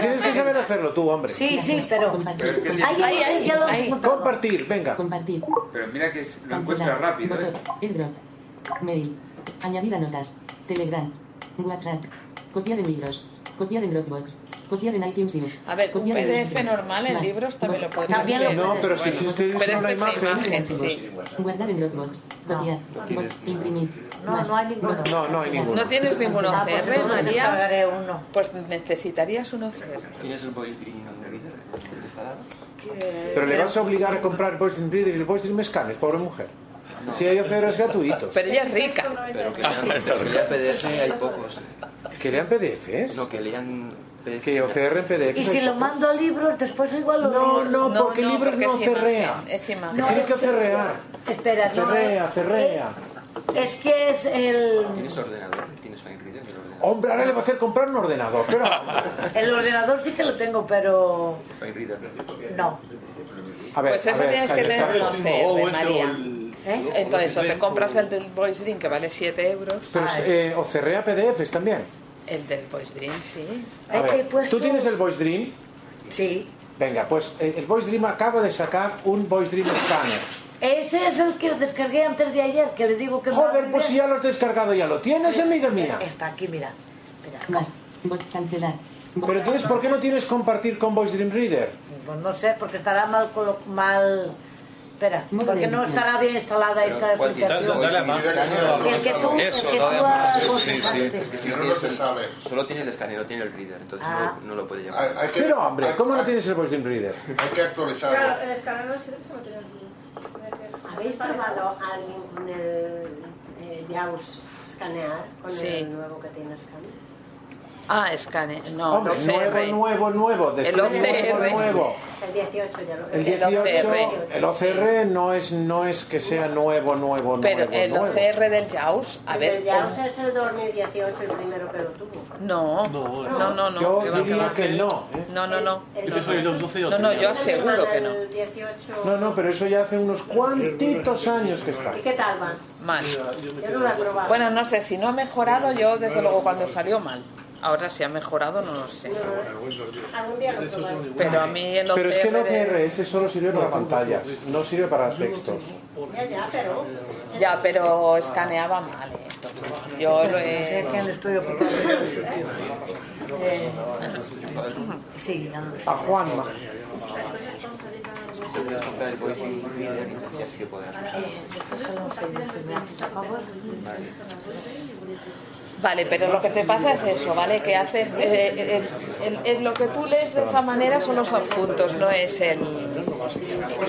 S5: tienes que saber hacerlo tú, hombre.
S7: Sí, sí, pero.
S14: Pero es que tiene-
S7: Ahí, ahí, ahí, ya lo has encontrado.
S5: Compartir, venga.
S16: Compartir.
S14: Pero mira que es- lo encuentra
S16: Cancelar,
S14: rápido, ¿eh?
S16: botón, airdrop, mail, añadir a notas, Telegram, WhatsApp, copiar en libros, copiar en Dropbox, copiar en iTunes U.
S11: A ver, un
S16: copiar en
S11: PDF
S16: Dropbox,
S11: normal en
S16: más,
S11: libros también lo
S16: botón,
S11: podrías También lo leer.
S5: No, pero si ustedes
S11: Pero
S5: una
S11: es que es
S5: imagen.
S11: imagen,
S9: pues-
S11: sí.
S16: Guardar en Dropbox, copiar, bot, imprimir.
S7: No, no hay ninguno.
S5: No, no hay ninguno.
S11: ¿No tienes ningún
S7: Ah, pues
S11: OCR,
S7: entonces
S11: María?
S7: descargaré uno.
S11: Pues necesitarías un OCR.
S14: ¿Tienes el body screen en el instalado?
S5: Pero le vas a obligar a comprar Voice in Reader y el Voice in Scanner, pobre mujer. Si hay OCRs gratuitos.
S11: Pero ella es rica.
S14: Pero que lean, que lean PDF hay pocos. eh.
S5: ¿Que lean PDFs?
S14: No, que lean PDFs.
S5: Que OCR en PDF.
S7: Y si lo mando a libros, después igual lo
S5: No,
S7: leo.
S5: no, No, porque no, libros porque no es imagen, cerrea.
S11: Es imagen.
S5: Tienes que cerrear.
S7: Espera, no. eh,
S5: Cerrea, cerrea.
S7: Es que es el.
S14: ¿Tienes ordenador? ¿Tienes Fine Reader en el ordenador?
S5: Hombre, ahora le va a hacer comprar un ordenador. Pero...
S7: El ordenador sí que lo tengo, pero.
S14: Fine Reader.
S7: No.
S5: A ver,
S11: Pues eso
S5: a ver,
S11: tienes que
S5: calla,
S11: tener
S5: calla.
S11: un OCR, María. Entonces, o te compras el del Voice Dream que vale 7 euros.
S5: Pero eh, OCRea PDFs también.
S11: El del Voice Dream, sí.
S5: A ver,
S11: eh, pues
S5: ¿Tú tienes el Voice Dream?
S7: Sí.
S5: Venga, pues eh, el Voice Dream acaba de sacar un Voice Dream Scanner.
S7: Ese es el que descargué antes de ayer, que le digo que me va a
S5: Joder, pues
S7: vender.
S5: si ya lo has descargado, ya lo tienes, amiga mía.
S7: Está aquí, mira.
S16: Más, bot, cancelar.
S5: Pero entonces, ¿por qué no tienes compartir con Voice Dream Reader?
S7: Pues no sé, porque estará mal. colo- mal... Espera, porque
S5: bien.
S7: no estará bien instalada esta aplicación. El que tú, el que tú has contestado.
S14: Es que si no,
S12: no
S14: tienes
S12: se
S14: el-
S12: sabe.
S14: Solo tiene el escáner, no tiene el reader, entonces
S12: Ah.
S14: no, no lo puede llamar.
S12: Hay, hay que,
S5: Pero, hombre, ¿cómo no tienes el Voice Dream Reader?
S12: hay que actualizarlo.
S18: el escáner no sirve, se lo tiene
S19: ¿Habéis probado alguien con el eh, Jaws escanear? Con
S11: Sí.
S19: el nuevo que tiene escanear.
S11: Ah, escane. No,
S5: Hombre,
S11: el OCR.
S5: nuevo, nuevo, nuevo. de
S11: El
S5: nuevo,
S11: OCR.
S5: Nuevo.
S19: El 18 ya lo
S5: El
S11: El
S5: 18,
S11: OCR.
S5: el OCR no es, no es que sea nuevo, nuevo,
S11: Pero
S5: nuevo.
S11: el
S5: nuevo.
S11: OCR del Jaws, a ver.
S19: El Jaws es el 2018 el primero que lo tuvo.
S11: No, no, no, no.
S5: Yo
S11: que va,
S5: diría
S11: va.
S5: que no, ¿eh?
S11: No, no, no.
S19: El-
S5: Yo soy los 12 y
S11: No, no,
S5: otro.
S11: yo aseguro que no.
S19: El 18.
S5: No, no, pero eso ya hace unos cuantitos años que está.
S19: ¿Y qué tal van?
S11: Mal.
S19: Yo no lo he probado.
S11: Bueno, no sé, si no ha mejorado, yo desde luego cuando salió mal. Ahora si ha mejorado, no lo sé.
S19: Algún día lo probaré.
S11: Pero a mí el
S5: Pero es que el
S11: OCR de-
S5: OCRS solo sirve para pantallas, no sirve para textos.
S19: Ya, ya, pero.
S11: Ya, pero escaneaba mal. ¿eh? Yo lo he...
S19: Eh,
S7: Sí, ya no.
S5: A Juanma.
S10: Podrás comprar el código en Twitter y entonces sí lo podrás usar.
S11: Vale, pero lo que te pasa es eso, ¿vale? Que haces. eh, eh, el- el- lo que tú lees de esa manera son los adjuntos, no es el.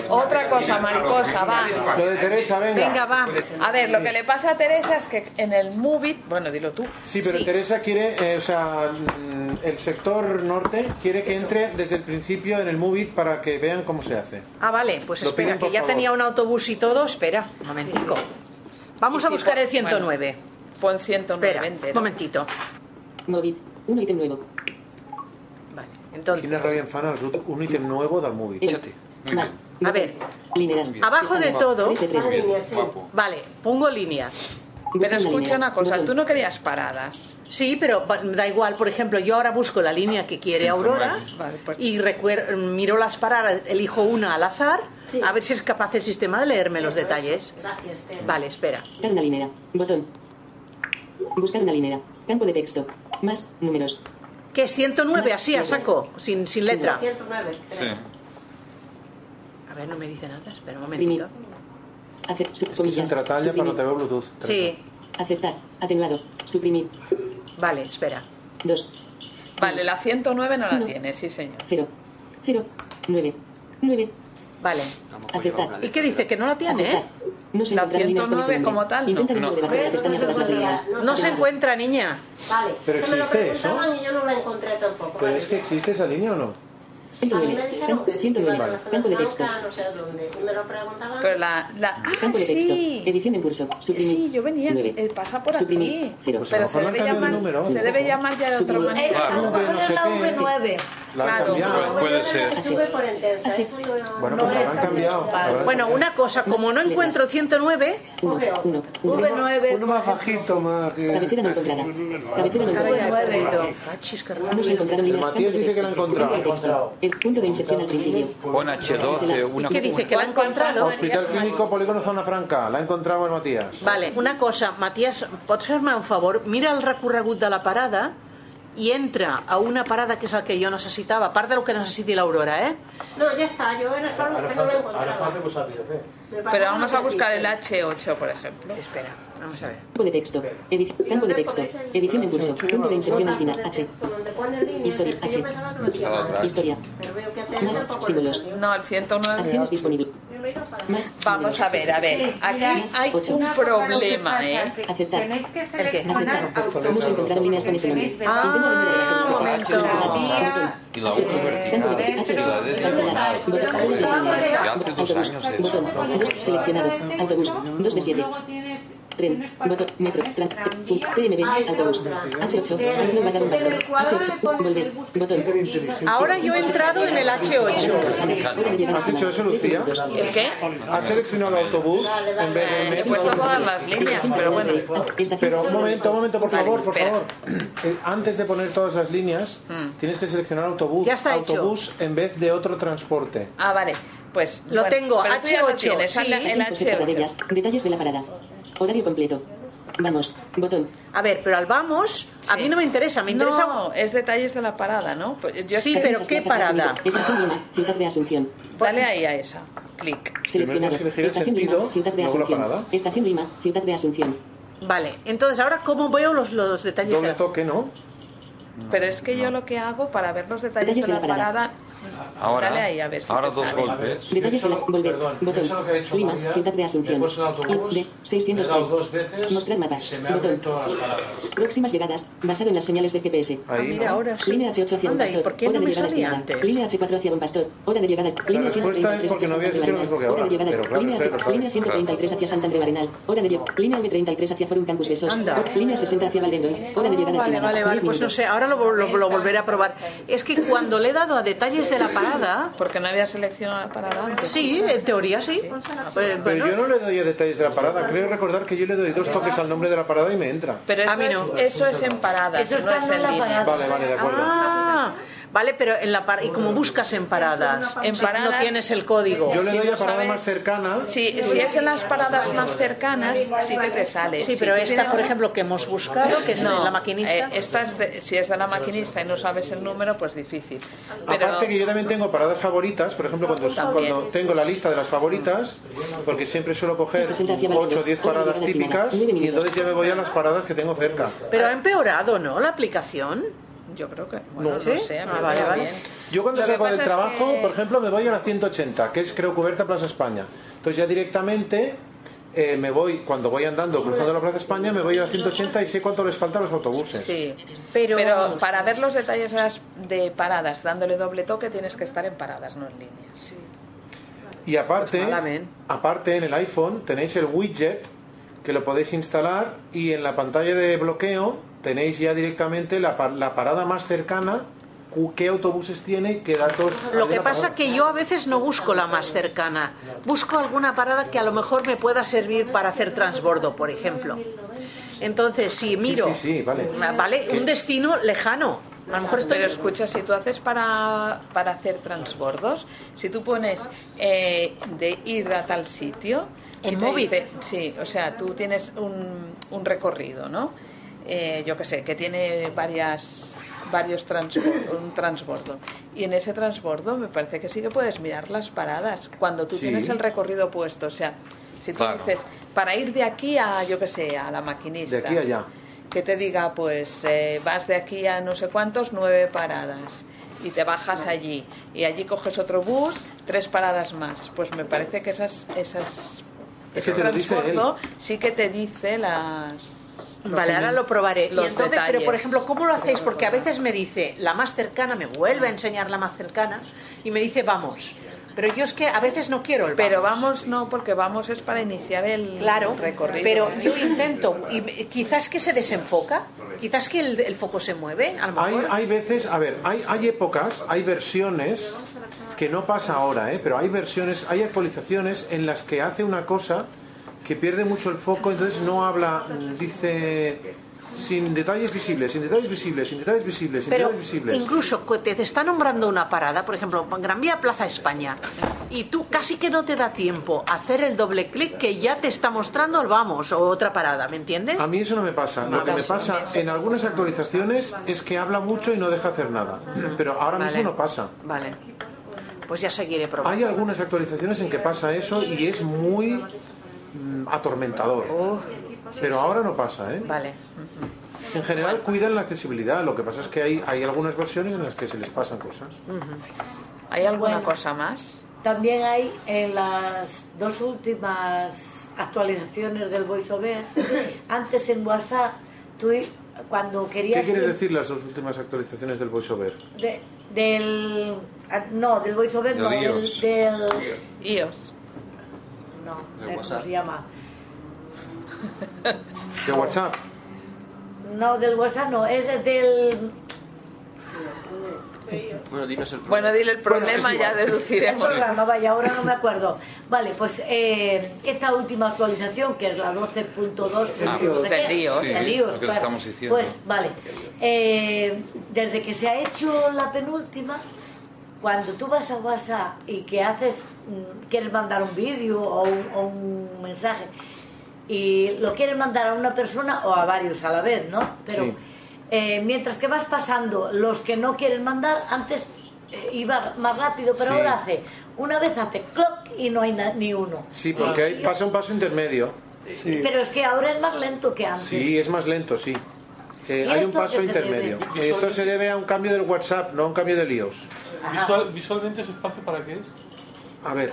S11: Otra cosa, mariposa, va.
S5: Lo de Teresa, venga.
S11: Venga, va. A ver, lo que le pasa a Teresa es que en el movie. Bueno, dilo tú.
S5: Sí, pero Teresa quiere, eh, o sea, mm, el sector norte quiere que entre desde el principio en el movie para que vean cómo se hace.
S9: Ah, vale, pues
S5: Lo
S9: espera,
S5: piden, por
S9: que ya
S5: favor.
S9: tenía un autobús y todo. Espera, un momentico. Vamos a buscar el 109.
S11: Fue en 109.
S9: Espera, un momentito.
S16: Movit. Un ítem nuevo.
S9: Entonces.
S5: Quina ràbia em fan els ú- un ítem nuevo del movie.
S9: Más. A ver,
S16: Líneas.
S9: abajo de todo.
S5: Guapo.
S9: Vale, pongo líneas.
S11: Pero
S19: ¿eh?
S11: escucha una cosa, tú no querías paradas.
S9: Sí, pero va- da igual. Por ejemplo, yo ahora busco la línea que quiere Aurora
S11: pues,
S9: y recuer- miro las paradas, elijo una al azar, a ver si es capaz el sistema de leerme los detalles.
S19: Gracias, Tere.
S9: Vale, espera.
S16: Buscar una linera. Botón. Buscar una linera. Campo de texto. Más números.
S9: ¿Qué es 109 así a saco? Sin, sin letra.
S19: 109.
S9: A ver, no me dice nada. Espera un momentito.
S16: Primero. Hacer
S5: És
S16: subcomillas.
S5: entre talla per no
S16: Suprimir.
S5: te veu Bluetooth.
S9: Sí.
S16: Aceptar. Atenuado. Suprimir.
S9: Vale, espera.
S16: Dos.
S11: Vale, la 109 no la
S16: No.
S11: tienes, sí, señor.
S16: Cero. Cero. Nueve. Nueve.
S9: Vale.
S16: Aceptar.
S9: ¿Y qué dice? Que no la tiene, ¿eh?
S16: No se
S9: La
S16: encuentra líneas con
S9: 109
S16: ese nombre.
S9: como tal, no.
S16: Intenta
S9: No.
S16: debajo de la
S9: ¿Ves?
S16: pestaña
S9: No
S16: de
S9: se
S16: las
S9: encuentra.
S16: líneas.
S9: No se encuentra, niña.
S19: Vale,
S5: Pero
S19: se me lo
S5: existe
S19: preguntaban y yo no la encontré tampoco.
S5: Pero es que existe esa línea o no?
S19: A mí me dijeron que sí, que iba a la
S5: Vale.
S19: zona
S16: Campo de texto.
S19: franca, no sé a dónde. Y me lo preguntaban.
S11: Pero la. la- ¡Ah,
S16: Campo de texto.
S11: sí!
S16: Edición en curso. Suprimir.
S11: Sí, yo venía,
S16: Nueve.
S11: eh, pasa por
S16: Suprimir.
S11: aquí.
S16: Cero.
S11: Pero se debe, llamar, se debe llamar ya de otra
S16: Suprimir.
S19: Eh,
S11: manera.
S16: Claro.
S11: Claro,
S16: Nube, no sé qué.
S5: La han cambiado.
S15: Puede ser.
S19: Sube por intensa.
S9: Ah,
S19: Eso yo no-
S5: Bueno, pues la han cambiado.
S9: Bueno, una cosa, como no encuentro 109,
S6: V9. Uno más bajito, más. que-
S16: Cabecera no encontrada. Cabecera no encontrada. No se encontraron líneas.
S5: Matías dice que la ha encontrado.
S16: El punto de inserción al principio.
S15: Pon H12, una...
S9: que la ha encontrado.
S5: Hospital Clínico Polígono Zona Franca. L'ha encontrat el Matías.
S9: Vale, una cosa, Matías, pots fer-me un favor? Mira el recorregut de la parada i entra a una parada que és el que jo necessitava, a part del que necessiti l'Aurora, eh?
S19: No, ya está. Yo era solo que no la encontraba. Me pasó
S11: Pero vamos
S19: una
S11: a buscar el
S19: cosita.
S11: H8, por ejemplo.
S9: Espera, vamos a ver.
S16: Campo de texto. Edición, campo de texto. Edición en curso. Punto de inserción al final. H.
S19: Donde pone líneas,
S16: Historia.
S19: es que yo
S16: H.
S19: pensaba que lo hacía mal.
S16: Historia.
S19: Pero veo que te
S16: Más
S19: tampoco lo
S16: símbolos.
S19: salió.
S11: No, el 109.
S16: Acciones disponibles.
S11: Vamos a ver, a ver. Aquí hay un problema, ¿eh?
S16: Aceptar.
S20: Tenéis que
S16: ¿El qué?
S20: seleccionar
S16: Aceptar. No se encontraron líneas con ese nombre.
S9: Ah, un momento.
S15: Y la 8 vertical. Y la D hace dos años de eso.
S16: Botón. Bus seleccionado. Autobús. 2 de 7. Tren. Botón. Metro. Tran. Pum. TMB. Autobús. H8. Ángel Bagarón Pascual. H8. Volver. Botón.
S9: Ahora yo he entrado en el H8.
S5: ¿Has hecho eso, Lucía?
S11: ¿El qué?
S5: ¿Has seleccionado autobús en vez de
S11: Eh, he
S5: metro?
S11: puesto todas las líneas, pero bueno.
S5: Pero un momento, un momento, por
S11: Vale,
S5: favor, por
S11: espera.
S5: favor. Eh, Antes de poner todas las líneas, tienes que seleccionar autobús.
S11: Mm. Ya está
S5: autobús en vez de otro transporte.
S11: Ah, vale. Pues
S9: Lo tengo,
S11: pero tú ya lo
S9: H8,
S11: tienes,
S9: sí.
S11: anda, el
S16: Cinco, siete
S11: H8.
S16: cuadrillas. Detalles de la parada. Horario completo. Vamos. Botón.
S9: A ver, pero al vamos, a mí no me interesa, me interesa...
S11: No, es detalles de la parada, ¿no? Pues yo es
S9: Sí,
S11: que-
S9: pero ¿qué parada?
S16: Estación Lima. Ciudad de Asunción.
S11: Dale ahí a esa. Clic.
S16: Seleccionado. Estación Lima. Ciudad de
S5: luego la
S16: Asunción.
S5: parada.
S16: Estación Lima. Ciudad de Asunción.
S9: Vale, entonces ahora cómo veo los, los detalles
S5: Doble
S9: de-
S5: toque, ¿no?
S11: Pero es que yo lo que hago para ver los detalles
S16: Detalles
S11: de la parada.
S15: Ahora,
S11: Dale ahí a ver si
S15: ahora
S11: te
S15: dos
S11: sale.
S15: golpes.
S16: Detalles de la... Volver. Botón. Lima. Ciudad de Asunción. De 603. Mostrar mapa. Botón. Próximas llegadas. Basado en las señales de GPS.
S9: Ah, mira, ¿no? ahora sí.
S16: Línea H8 hacia Don
S9: Anda, ¿y
S16: Pastor.
S9: por qué
S16: hora
S9: no
S16: de
S9: me
S16: llegada
S9: salía
S16: esquina.
S9: antes?
S16: Línea H4 hacia Don Pastor. Hora de llegada. Línea
S5: respuesta es
S16: 133
S5: porque no habías
S16: hacia
S5: dicho lo
S16: Santander
S5: mismo que
S16: Barenal.
S5: ahora,
S16: Hora de llegada.
S5: pero claro,
S16: Línea
S5: eso lo sabes.
S16: línea 133 hacia Santander Barenal. Hora de llegada. Línea M33 hacia Forum Campus Besós.
S9: Anda.
S16: Línea 60 hacia Valdendón. Hora de
S9: Vale,
S16: llegada esquina.
S9: vale, vale, pues
S16: Diez
S9: no
S16: minutos.
S9: sé, ahora lo, lo- lo volveré a probar. Es que cuando le he dado a detalles hice la parada.
S11: Porque no había seleccionado la parada antes.
S9: Sí, en teoría sí. Eh,
S5: Pero
S9: bueno,
S5: yo no le doy a detalles de la parada. Creo recordar que yo le doy dos toques al nombre de la parada y me entra.
S11: Pero eso, es, eso es en paradas,
S9: Eso
S11: no
S9: está
S11: es
S9: en
S11: en
S9: la parada.
S11: línea.
S5: Vale, vale, de acuerdo.
S9: Ah, vale, pero en la par- y como buscas en paradas,
S11: En
S9: si
S11: paradas-
S9: no tienes el código.
S5: Yo le doy a parada más cercana.
S11: Si, si es en las paradas más cercanas, sí que te sale.
S9: Sí,
S11: Si
S9: pero
S11: tú
S9: esta,
S11: tienes-
S9: por ejemplo, que hemos buscado, que es de
S11: No,
S9: la maquinista.
S11: eh, esta es de- si es de la maquinista y no sabes el número, pues difícil. Pero
S5: Aparte que yo también tengo paradas favoritas, por ejemplo, cuando,
S11: También.
S5: cuando tengo la lista de las favoritas, porque siempre suelo coger 8 o 10 paradas típicas y entonces ya me voy a las paradas que tengo cerca.
S9: Pero ha empeorado, ¿no? La aplicación.
S11: Yo creo que.
S5: bueno, no sé, a mí
S9: Ah,
S5: me
S9: vale,
S5: va
S9: vale.
S5: bien. Yo cuando
S9: Lo que
S5: salgo del
S9: pasa es
S5: trabajo,
S9: que-
S5: por ejemplo, me voy a la 180, que es creo cubierta Plaza España. Entonces ya directamente eh, me voy, cuando voy andando cruzando la Plaza España, me voy a la 180 y sé cuánto les falta a los autobuses.
S11: Sí, pero, para ver los detalles de, las- de paradas, dándole doble toque, tienes que estar en paradas, no en línea.
S5: Y
S9: Pues
S5: aparte, aparte en el iPhone tenéis el widget que lo podéis instalar y en la pantalla de bloqueo tenéis ya directamente la, pa- la parada más cercana, cu- qué autobuses tiene y qué datos.
S9: Lo
S5: hay de
S9: que
S5: la
S9: pasa
S5: parada.
S9: que yo a veces no busco la más cercana. Busco alguna parada que a lo mejor me pueda servir para hacer transbordo, por ejemplo. Entonces, si miro,
S5: Sí, sí, vale.
S9: ¿vale?
S5: Que-
S9: Un destino lejano. A lo mejor estoy...
S11: Pero escucha, si tú haces para, para hacer transbordos, si tú pones eh, de ir a tal sitio... y
S9: En
S11: te
S9: Movic.
S11: dice- sí, o sea, tú tienes un, un recorrido, ¿no? Eh, yo qué sé, que tiene varias varios transbor- un transbordo. Y en ese transbordo me parece que sí que puedes mirar las paradas cuando tú
S20: Sí.
S11: tienes el recorrido puesto. O sea, si tú
S20: Claro.
S11: dices, para ir de aquí a, yo qué sé, a la maquinista
S5: de aquí a allá.
S11: que te diga, pues eh, vas de aquí a no sé cuántos, nueve paradas y te bajas allí y allí coges otro bus, tres paradas más. Pues me parece que esas, esas
S9: Ese
S11: ese
S9: te lo dice
S11: transbordo sí que te dice las...
S9: Vale, ahora lo probaré. Y
S11: Los
S9: entonces, pero
S11: detalles.
S9: por ejemplo, ¿cómo lo hacéis? Porque a veces me dice la más cercana, me vuelve a enseñar la más cercana y me dice vamos. Pero yo es que a veces no quiero el
S11: Pero vamos no, porque vamos es para iniciar el
S9: Claro,
S11: recorrido. ¿eh?
S9: pero yo intento y me- quizás que se desenfoca, quizás que el, el foco se mueve, a lo
S5: Hay,
S9: mejor.
S5: hay veces, a ver, hay, hay épocas, hay versiones que no pasa ahora, ¿eh? pero hay versiones, hay actualizaciones en las que hace una cosa que pierde mucho el foco, entonces no habla, mm, dice sin detalles visibles, sin detalles visibles, sin detalles visibles, sin
S9: Pero
S5: detalles visibles.
S9: incluso que te te está nombrando una parada, por ejemplo, Gran Vía Plaza España, y tú casi que no te da tiempo a hacer el doble clic que ya te está mostrando el vamos o otra parada, ¿me entiendes?
S5: A mí eso no me pasa. Lo que me pasa en algunas actualizaciones es que habla mucho y no deja hacer nada. Pero ahora
S9: Vale.
S5: mismo no pasa.
S9: Vale. Pues ya seguiré probando.
S5: Hay algunas actualizaciones en que pasa eso y es muy mm, atormentador.
S7: Oh.
S5: Pero ahora no pasa, ¿eh?
S9: Vale.
S5: En general cuidan la accesibilidad. Lo que pasa es que hay, hay algunas versiones en las que se les pasan cosas.
S11: ¿Hay alguna
S7: Bueno.
S11: cosa más?
S7: También hay en las dos últimas actualizaciones del VoiceOver, antes en WhatsApp, tú i- cuando
S5: ¿Qué
S7: querías...
S5: quieres
S7: ir
S5: decir las dos últimas actualizaciones del VoiceOver?
S7: de- del... ah, No, del VoiceOver,
S5: De
S7: no, del...
S5: iOS.
S7: del
S11: IOS.
S7: No,
S5: Del
S7: de- ¿cómo
S5: WhatsApp.
S7: se llama?
S5: De WhatsApp.
S7: No, del WhatsApp no, es de- del...
S14: Bueno, dinos el
S11: Bueno, dile el problema, ya deduciremos.
S7: El programa, vaya, ahora no me acuerdo. Vale, pues eh, esta última actualización, que es la 12.2,
S15: Ah,
S7: no sé
S15: del
S7: qué,
S15: iOS.
S7: del
S15: Sí,
S7: iOS,
S15: lo que
S7: claro.
S15: estamos diciendo.
S7: Pues vale, eh, desde que se ha hecho la penúltima, cuando tú vas a WhatsApp y que haces, mm, quieres mandar un vídeo o un, o un mensaje, y lo quieres mandar a una persona o a varios a la vez, ¿no? Pero
S20: Sí.
S7: eh, mientras que vas pasando los que no quieren mandar, antes eh, iba más rápido, pero
S5: Sí.
S7: ahora hace, una vez hace clock y no hay na- ni uno.
S5: Sí, porque hay- pasa un paso intermedio.
S7: Pero es que ahora es más lento que antes.
S5: Sí, es más lento, sí. Eh,
S7: ¿Y
S5: hay
S7: esto
S5: un
S7: a
S5: paso
S7: qué se
S5: intermedio.
S7: debe?
S5: Esto se debe a un cambio del WhatsApp, no a un cambio del iOS.
S11: Visual-
S5: ¿Visualmente ese espacio para qué es? A ver,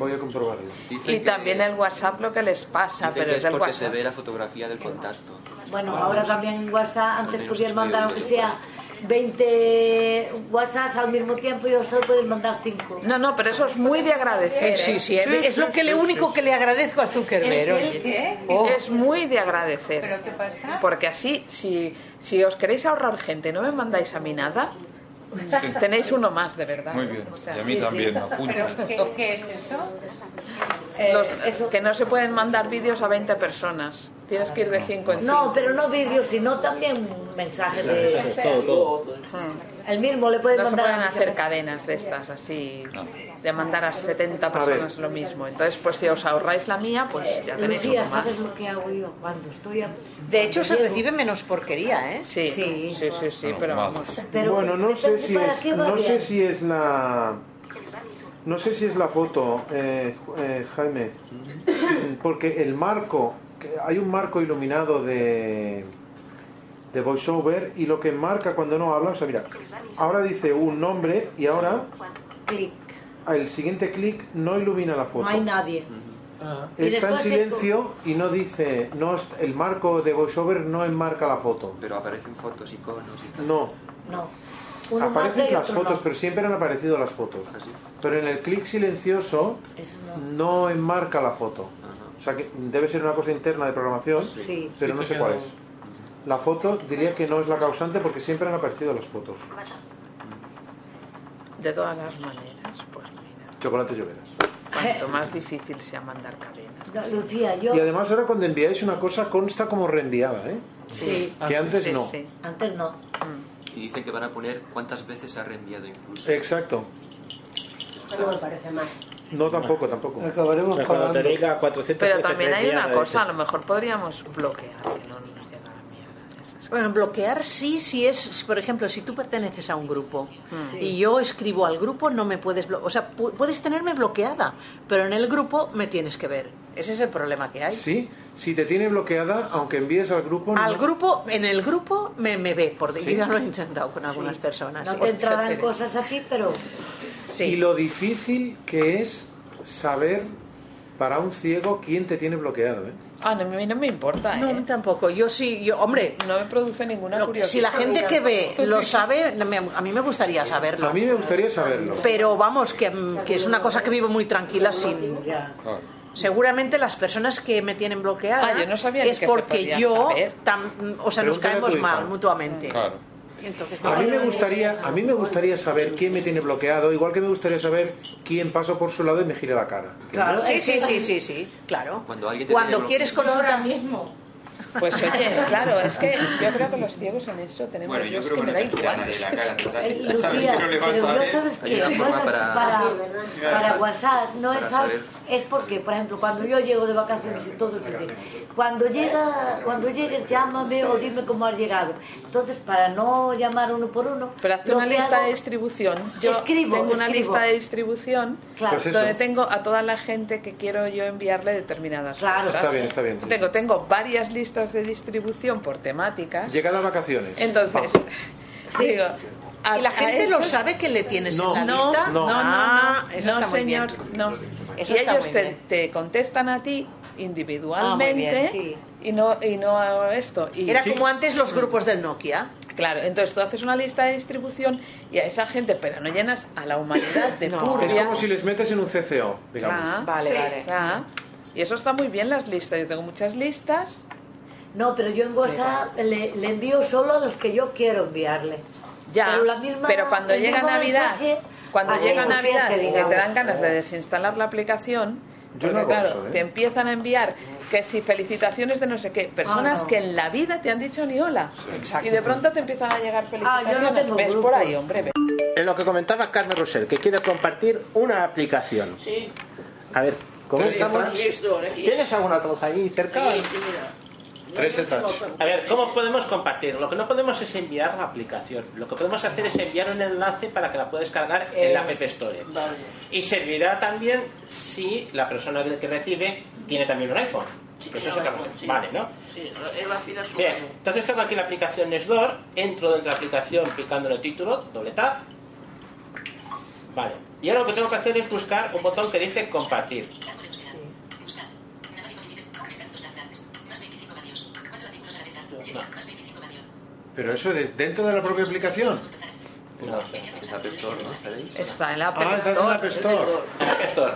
S5: voy a comprobarlo.
S11: Y también el WhatsApp lo que les pasa,
S14: Dicen
S11: pero
S14: que
S11: es del
S14: porque
S11: WhatsApp.
S14: se ve la fotografía del contacto.
S7: Bueno, ahora también en WhatsApp, antes
S14: Menos
S7: podías
S14: estudio,
S7: mandar aunque
S14: menos
S7: sea 20 WhatsApps al mismo tiempo y ahora solo puedes mandar 5.
S11: No, no, pero eso es muy de agradecer.
S9: Eh, sí,
S11: ¿eh?
S9: sí, es- es lo que le único que le agradezco a Zuckerberg.
S11: ¿El- el
S9: oye.
S11: qué?
S9: Oh.
S11: Es muy de agradecer. Porque así, si, si os queréis ahorrar gente, no me mandáis a mí nada, Tenéis uno más, de verdad.
S15: Muy bien.
S11: O sea,
S15: Y a mí también, apunto.
S11: Pero, ¿qué-
S20: ¿Qué es eso?
S11: Los- Eh, Que no se pueden mandar vídeos a 20 personas. Tienes que ir de 5 en 5.
S7: No, pero no vídeos, sino también mensajes
S11: Mensajes,
S7: de...
S11: todo, todo.
S7: El mismo le pueden
S11: no se
S7: mandar...
S11: pueden hacer cadenas de estas así, de mandar a 70 personas lo mismo. Entonces, pues si os ahorráis la mía, pues ya tenéis uno
S7: Lucía,
S11: más.
S7: ¿sabes lo que hago yo cuando estoy... a-
S9: De hecho, se recibe menos porquería, ¿eh?
S11: Sí, sí, sí, sí, pero vamos.
S5: bueno, no sé si
S9: ¿para
S5: es,
S9: qué va
S5: no
S9: bien?
S5: sé si es la, no sé si es la foto, eh, Ju- eh, Jaime, porque el marco, que hay un marco iluminado de de voiceover y lo que marca cuando no habla, o sea, mira, ahora dice un nombre y ahora
S7: Clic.
S5: el siguiente clic no ilumina la foto.
S7: No hay nadie. Y
S5: Está en
S7: después que-
S5: silencio y no dice, no es- el marco de voiceover no enmarca la foto.
S14: Pero aparecen fotos, iconos y tal.
S5: No,
S7: No. Uno marca
S5: aparecen
S7: y
S5: las
S7: otro
S5: fotos,
S7: no.
S5: pero siempre han aparecido las fotos.
S7: ¿Ah,
S5: Pero en el clic silencioso
S7: Eso
S5: no enmarca la foto. O sea que debe ser una cosa interna de programación,
S7: Sí.
S5: pero
S7: Sí,
S5: no
S7: que
S5: sé
S7: queda
S5: cuál es. La foto diría que no es la causante porque siempre han aparecido las fotos.
S11: De todas las maneras, pues
S5: Chocolate lloveras.
S11: cuanto más difícil sea mandar cadenas.
S7: Eh. No, Lucía, yo...
S5: Y además ahora cuando enviáis una cosa consta como reenviada, ¿eh?
S7: Ah, Sí.
S5: Que antes no.
S7: Antes no.
S11: Mm.
S14: Y dicen que van a poner cuántas veces se ha reenviado incluso.
S5: Exacto.
S19: Bueno, me parece mal.
S5: No tampoco, tampoco.
S4: Acabaremos O sea, cuando pagando. te diga 400
S11: Pero también hay una cosa, a lo mejor podríamos bloquear. que no nos llega la mierda esa.
S9: Bueno, bloquear sí, si es, por ejemplo, si tú perteneces a un grupo
S11: Mm.
S9: y yo escribo al grupo, no me puedes bloquear. O sea, pu- puedes tenerme bloqueada, pero en el grupo me tienes que ver. Ese es el problema que hay.
S5: Sí, si te tiene bloqueada, aunque envíes al grupo...
S9: Al
S5: no-
S9: grupo, en el grupo me, me ve, por
S5: Sí.
S9: yo ya lo he intentado con algunas personas.
S7: No te entrarán cosas aquí, pero... eh,
S5: Y lo difícil que es saber para un ciego quién te tiene bloqueado, ¿eh?
S11: Ah, no, a mí no me importa. ¿eh?
S9: No, a mí tampoco. Yo sí, yo, hombre.
S11: No me produce ninguna
S9: Lo que-
S11: curiosidad.
S9: si la gente que ve lo sabe, me- a mí me gustaría saberlo.
S5: A mí me gustaría saberlo.
S9: Pero vamos, que, que es una cosa que vivo muy tranquila sin... Seguramente las personas que me tienen bloqueada
S11: Ah, yo no sabía ni
S9: es
S11: que se
S9: porque
S11: podía
S9: yo,
S11: saber.
S9: tam- o sea, nos
S5: Pregúntale a tu
S9: caemos
S5: hija.
S9: mal mutuamente.
S5: Claro.
S9: Y Entonces,
S5: A mí me gustaría, a mí me gustaría saber quién me tiene bloqueado, igual que me gustaría saber quién pasó por su lado y me gira la cara.
S9: Claro, sí, sí, sí, sí, sí, claro.
S14: Cuando alguien te
S9: Cuando
S14: tiene
S9: quieres
S14: bloqueado-
S9: consulta
S11: mismo. Pues oye, claro, es que yo creo que los ciegos en eso tenemos.
S14: Bueno, yo
S11: es
S14: creo que
S11: que me
S14: no
S11: da
S14: te tira
S11: igual.
S14: nadie la cara. te da-
S7: Eh,
S14: ya sabes
S7: Lucía,
S14: que no le vas
S7: pero
S14: a
S7: yo
S14: ver.
S7: sabes
S14: Hay
S7: que
S14: una forma
S7: para,
S14: para-
S7: para,
S14: para-
S7: WhatsApp no
S14: para
S7: es
S14: saber.
S7: es porque por ejemplo cuando yo llego de vacaciones y todos dicen cuando llega cuando llegues llámame o dime cómo has llegado entonces para no llamar uno por uno
S11: Pero hazte
S7: lo
S11: una
S7: que
S11: lista
S7: hago-
S11: de distribución. Yo
S7: Escribo,
S11: tengo una
S7: escribo.
S11: lista de distribución
S7: Claro. Pues eso.
S11: donde tengo a toda la gente que quiero yo enviarle determinadas cosas.
S5: Está bien, está bien, sí.
S11: Tengo, tengo varias listas de distribución por temáticas.
S5: Llegada a vacaciones.
S11: Entonces, digo. a-
S9: y la
S11: a
S9: gente lo
S11: estos-
S9: sabe que le tienes
S11: No,
S9: en la
S11: no,
S9: lista.
S11: no, no, no,
S9: Ah,
S11: no,
S9: eso
S11: no,
S9: está muy
S11: señor,
S9: bien.
S11: no.
S9: Eso
S11: y
S9: está
S11: ellos
S9: muy
S11: te,
S9: bien.
S11: te contestan a ti individualmente
S9: Ah, muy bien,
S11: y no y no a esto. Y
S9: Era como antes los grupos del Nokia.
S11: Claro, entonces tú haces una lista de distribución y a esa gente, pero no llenas a la humanidad de
S5: Es
S11: purrias.
S5: como si les metes en un CCO, digamos.
S11: Ah, sí, ah. Y eso está muy bien las listas. Yo tengo muchas listas.
S7: no pero yo en WhatsApp le, le envío solo a los que yo quiero enviarle
S11: Ya,
S7: pero, la misma-
S11: pero cuando
S7: el
S11: llega
S7: mismo
S11: Navidad,
S7: mensaje
S11: Cuando
S7: a
S11: llega
S7: seis o
S11: Navidad
S7: siete,
S11: y que
S7: digamos.
S11: te dan ganas de desinstalar la aplicación,
S5: Yo no
S11: porque
S5: hago
S11: claro,
S5: eso, ¿eh?
S11: te empiezan a enviar que si felicitaciones de no sé qué, personas
S7: Ah, no.
S11: que en la vida te han dicho ni hola. Y de pronto te empiezan a llegar felicitaciones.
S7: Ah, tengo
S11: ves por
S7: grupos.
S11: ahí, hombre, ves.
S4: En lo que comentaba Carmen Rosell, que quiere compartir una aplicación.
S20: Sí.
S4: A ver, ¿cómo estamos? ¿Tienes alguna otra ahí cerca? A ver, ¿cómo podemos compartir? Lo que no podemos es enviar la aplicación. Lo que podemos hacer es enviar un enlace para que la puedas cargar en la App Store. Y servirá también si la persona que recibe tiene también un iPhone. Que eso es otra cosa. Vale, ¿no?
S20: Sí, es vacilar su
S4: Bien, entonces tengo aquí la aplicación Snor, entro dentro de la aplicación picando en el título, doble tap. Vale, y ahora lo que tengo que hacer es buscar un botón que dice compartir.
S5: Pero eso es dentro de la propia aplicación.
S11: Está en la App
S5: Ah, está en la App
S11: Store.
S5: Store.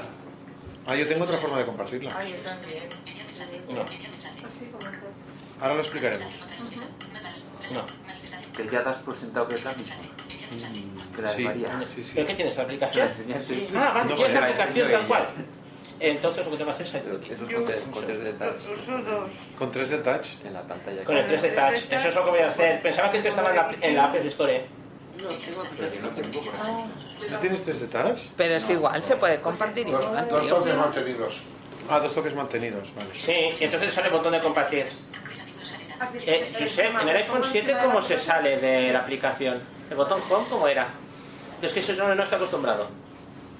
S5: Ah, yo tengo otra forma de compartirla. No. Ahora lo explicaremos.
S10: Que ya das por sentado que es la misma. Que las varía.
S4: ¿Pero qué tienes? ¿La aplicación?
S10: Sí.
S4: Ah, vale,
S10: No,
S4: tienes
S10: pues,
S4: la aplicación
S10: ella.
S4: tal cual. Entonces lo que te va a hacer es...
S10: Esos con tres- con tres de touch.
S20: Uso dos.
S5: Con 3 de touch.
S10: En la pantalla.
S4: Con el 3 de touch. Eso es lo que voy a hacer. Pensaba que esto estaba en la, en la App Store. ¿eh?
S5: ¿No tienes 3 de touch?
S11: Pero es igual, se puede compartir igual, tío.
S5: mantenidos. Ah, dos toques mantenidos, vale.
S4: Sí, y entonces sale el botón de compartir. Eh, Josep, en el iPhone 7 cómo se sale de la aplicación. ¿El botón Home cómo era? Es que eso no, no está acostumbrado.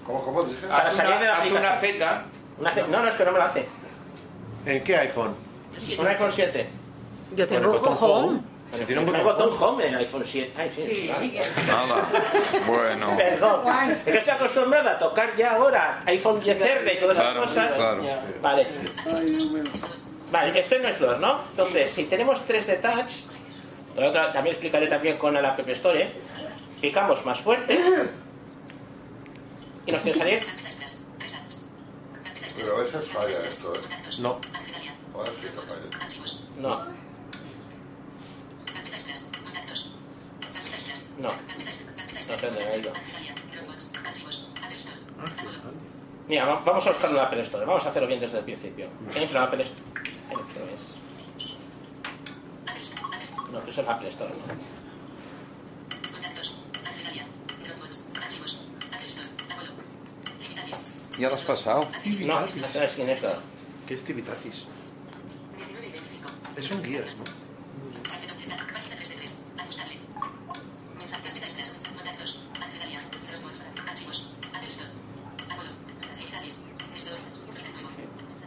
S12: ¿Cómo, cómo dije?
S4: Para salir de la
S12: Haz una- haz
S4: aplicación.
S12: una
S4: Una Z. No, no, es que no me lo hace.
S5: ¿En qué iPhone?
S4: Un iPhone 7.
S9: Yo
S5: tengo Con el botón Home. Home. Si tiene un
S4: Hay
S5: botón
S4: botón Home en el iPhone 7. Ay, sí,
S20: Sí,
S4: claro.
S20: sí,
S15: Nada. Bueno.
S4: Perdón, es que estoy acostumbrada a tocar ya ahora iPhone 10R y todas esas
S15: Claro,
S4: cosas.
S15: claro.
S4: Vale. Vale, este no es dos, ¿no? Entonces, si tenemos tres de touch, la otra también explicaré también con el App Store, ¿eh? picamos más fuerte y nos tiene que salir.
S12: Pero a veces falla esto, ¿eh?
S5: No.
S12: Ahora sí que falla.
S4: No. No. No sé dónde ha ido. Mira, va- vamos a buscar un Apple Store. Vamos a hacerlo bien desde el principio. Entro en Apple Store. Ahí lo ves. No, eso es Apple Store. ¿no?
S15: Ya lo has pasado.
S4: No, no sabes quién es. claro.
S5: ¿Qué es Tivitatis? Es un guías, ¿no?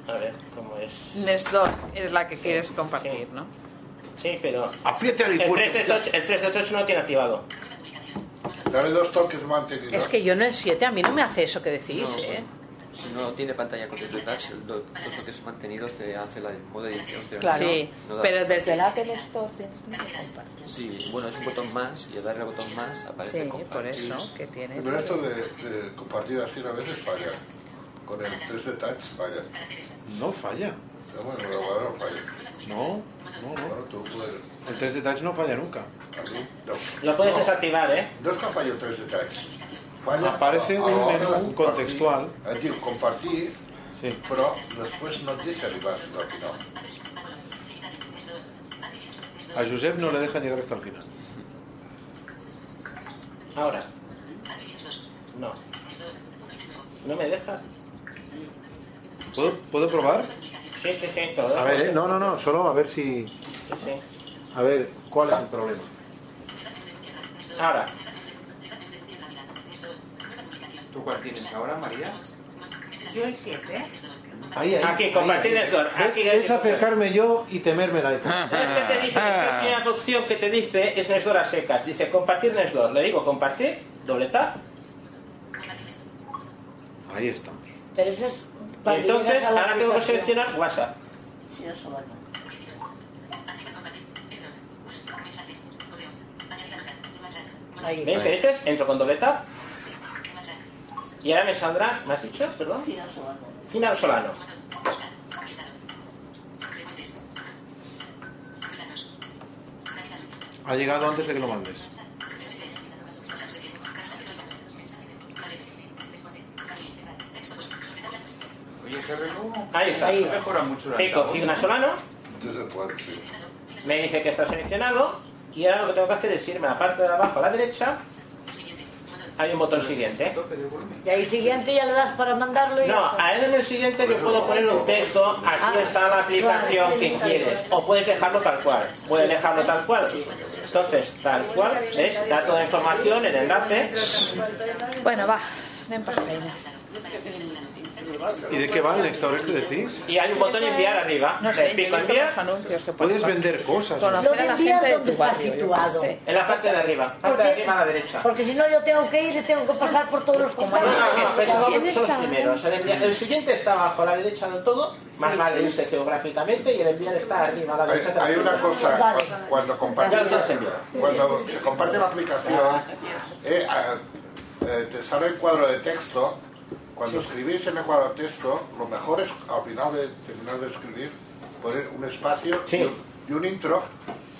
S4: A ver, ¿cómo es?
S11: Nestor es la que quieres compartir, ¿no?
S4: Sí, pero...
S5: Apriete
S4: El 3 de touch, el 3 de touch no lo tiene activado.
S12: Dale dos toques mantenidos.
S9: Es que yo en el 7 a mí no me hace eso que decís,
S14: No.
S9: ¿eh?
S14: Si no tiene pantalla con tres de touch, los los toques mantenidos te hace la modo de edición. pero
S11: Claro.
S14: no-
S11: Sí,
S14: no da-
S11: pero desde el Apple Store tienes que compartir.
S14: Sí, bueno, es un botón más y al darle al botón más aparece
S11: Sí,
S14: compartir.
S11: por eso que tienes.
S12: Pero
S4: Este
S12: esto de, de compartir así a veces falla. Con el 3 de touch falla.
S5: No falla.
S12: Pero bueno, pero bueno, falla.
S5: No, no,
S12: Bueno, tú puedes.
S5: El 3 de touch no falla nunca.
S12: A mí, no.
S4: Lo puedes desactivar, ¿eh?
S12: No es que ha fallado el 3 de touch. Falla
S5: Aparece
S12: a- a
S5: un
S12: la hora
S5: menú
S12: de compartir.
S5: contextual.
S12: Es decir, compartir, pero después no te arribar sino al final.
S5: A Josep no le dejan llegar hasta el final.
S4: Ahora. No. ¿No me dejas?
S5: ¿Puedo, puedo probar?
S4: Sí, sí, sí. te lo dejo.
S5: A ver, ¿eh? no, no, no, solo a ver si.
S4: Sí, sí.
S5: A ver, ¿cuál es el problema?
S4: Ahora.
S10: ¿Tú cuál tienes ahora, María?
S20: Yo el 7.
S4: Aquí, compartir el store.
S5: ¿Ves?
S4: Aquí
S5: Es acercarme yo y temerme la
S4: ¿Qué te dice? La
S5: Ah.
S4: primera opción que te dice es Nesdor a secas. Dice compartir Nesdor. Le digo compartir, doble tap.
S5: Ahí está.
S7: Pero eso es cuando
S4: Entonces,
S7: llegas a la
S4: ahora tengo que
S7: aplicación.
S4: seleccionar WhatsApp.
S7: Sí, eso vale. Ahí.
S4: ¿Veis qué dices? Entro con doble tap. Y ahora me saldrá, ¿me has dicho? Perdón. Final Solano.
S5: Ha llegado antes de que lo mandes.
S10: Oye, GRU.
S4: Ahí está.
S10: Ahí mejora mucho el
S4: Pico,
S10: altavoz.
S4: Figna Solano.
S12: Entonces, pues, sí.
S4: Me dice que está seleccionado y ahora lo que tengo que hacer es irme a la parte de abajo a la derecha. Hay un botón siguiente.
S7: Y ahí siguiente ya le das para mandarlo y ya
S4: No,
S7: está.
S4: a él en el siguiente yo puedo poner un texto, aquí está la aplicación que quieres, o puedes dejarlo tal cual, puedes dejarlo tal cual. Entonces, tal cual, ¿ves? Da toda la información, el enlace.
S11: Bueno, va, ven para allá.
S5: ¿Y de qué va el Nextdoor este decís?
S4: Y hay un botón enviar arriba.
S11: No
S4: Le
S11: sé, yo he
S4: pico
S11: visto
S4: enviar.
S11: los anuncios que
S5: Puedes
S11: ponen.
S5: vender cosas. ¿no?
S11: Conocer a la gente de
S7: ¿Dónde
S11: tu
S7: está
S11: barrio. yo qué
S7: situado?
S11: sé.
S4: En la parte de arriba, parte de arriba a la derecha.
S7: Porque si no yo tengo que ir y tengo que pasar por todos los compañeros.
S4: No, no, pero son- son los primeros. El, envía- el siguiente está abajo a la derecha del todo, más vale irse geográficamente, y el enviar está arriba a la
S12: Hay,
S4: derecha. de la
S12: hay una
S4: primera.
S12: cosa, cua- cuando, compartes,
S4: Ya se envía.
S12: cuando se comparte la aplicación, eh, ah, eh, te sale el cuadro de texto. Cuando escribís en el cuadro de texto, lo mejor es, al final de terminar de escribir, poner un espacio y, un, y un intro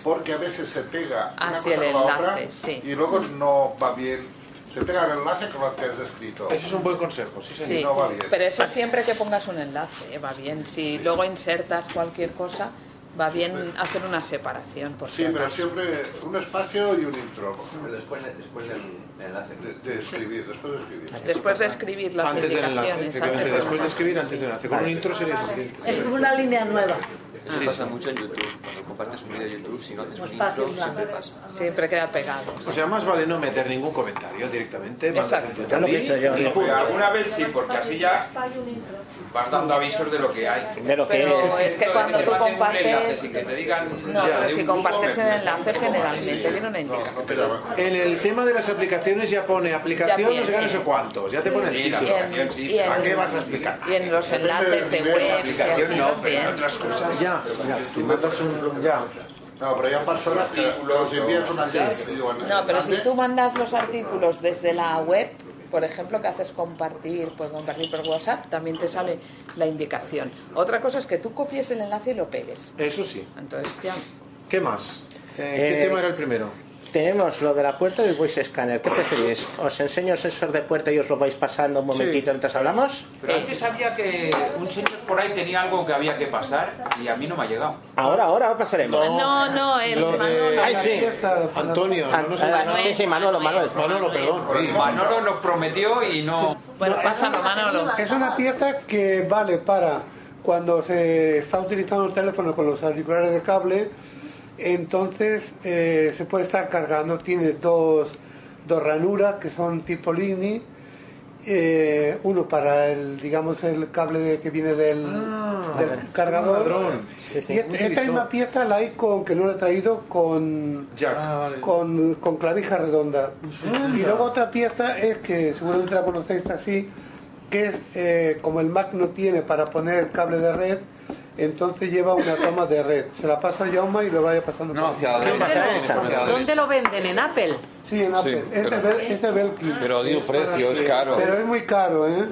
S12: porque a veces se pega una
S11: Así
S12: cosa
S11: el
S12: con la
S11: enlace,
S12: otra
S11: sí.
S12: y luego no va bien. Se pega el enlace con lo que has escrito.
S5: Eso es un buen consejo, sí,
S11: Sí,
S12: Y no va bien.
S11: pero eso siempre que pongas un enlace, eh, va bien. Si luego insertas cualquier cosa, va bien hacer una separación. Por
S12: Sí,
S11: si
S12: pero
S11: acaso.
S12: siempre un espacio y un intro.
S10: Después, después del enlace.
S12: De, de escribir, después de escribir.
S11: Después de escribir las
S5: Antes del enlace,
S11: indicaciones,
S5: efectivamente,
S11: antes del
S5: después de escribir, antes del enlace. Con un
S11: Vale.
S5: intro sería suficiente.
S7: Es como una línea nueva.
S14: Eso
S4: Ah.
S14: pasa mucho en YouTube. Cuando compartes un video de YouTube, si no haces
S7: Pues
S14: un
S7: fácil,
S14: intro,
S7: claro.
S14: siempre pasa.
S11: Siempre queda pegado.
S5: O sea, más vale no meter ningún comentario directamente. mandas
S11: Exacto.
S5: un
S4: Ya lo
S5: tuit
S4: pienso yo,
S5: y
S4: ¿no?
S5: punto.
S10: Alguna vez sí, porque así ya vas dando avisos de lo que hay.
S4: De lo que
S11: Pero
S4: es.
S11: es que cuando tú
S10: Manden un enlace
S11: compartes...
S10: sin que te digan.
S11: No,
S10: ya,
S11: pero
S10: de
S11: si
S10: un
S11: compartes
S10: uso,
S11: el
S10: me-
S11: enlace generalmente viene una indicación.
S5: En el tema de las aplicaciones ya pone aplicación,
S11: Ya
S5: no sé qué, no
S11: viene.
S5: sé cuántos. Ya te pone el
S11: Y en-
S5: título.
S11: y en-
S5: ¿A qué vas a explicar?
S11: Y en los enlaces de web y así
S5: no, pero en
S11: también.
S5: otras cosas ya. ya, Si mandas un. Ya.
S12: No, pero ya personas que los envías una jazz y digo,
S11: No, pero si tú mandas los artículos desde la web, por ejemplo, que haces compartir, pues compartir por WhatsApp, también te sale la indicación. Otra cosa es que tú copies el enlace y lo pegues.
S5: Eso sí.
S11: Entonces ya.
S5: ¿Qué más? Eh, ¿Qué
S4: Eh,
S5: tema era el primero?
S4: Tenemos lo de la puerta y el voice scanner. ¿Qué preferís? ¿Os enseño el sensor de puerta y os lo vais pasando un momentito mientras hablamos?
S10: Pero antes sabía que un señor por ahí tenía algo que había que pasar y a mí no me ha llegado.
S4: Ahora, ahora pasaremos.
S11: No, no, el
S4: Lo de-
S11: Manolo.
S4: Eh, Ay, sí.
S5: Antonio,
S4: Ah,
S5: no, no
S4: ah,
S5: sé.
S4: sí, sí, Manolo, Manuel.
S5: Manolo, perdón.
S10: Manolo nos prometió y no.
S11: Bueno, pasa, Manolo.
S6: Es una pieza que vale para cuando se está utilizando el teléfono con los auriculares de cable, entonces eh, se puede estar cargando, tiene dos, dos ranuras que son tipo Ligni, eh, uno para el, digamos, el cable de- que viene del, del cargador. Y
S4: Muy
S6: este- esta
S4: listo.
S6: misma pieza la hay con, que no la he traído, con, con, con clavija redonda. Y luego otra pieza es que seguramente la conocéis así, que es eh, como el Mac no tiene para poner el cable de red, entonces lleva una toma de red. Se la paso a Jaume y lo vaya pasando. No,
S12: hacia la
S6: ¿Qué
S12: derecha,
S6: pasa?
S12: no, hacia la derecha.
S6: ¿Dónde?
S9: ¿Dónde lo venden? ¿En Apple?
S6: Sí, en Apple.
S12: Sí,
S6: Este
S12: pero-
S6: Bel- este Belkin.
S15: Pero di un precio, es caro.
S6: Pero es muy caro, ¿eh?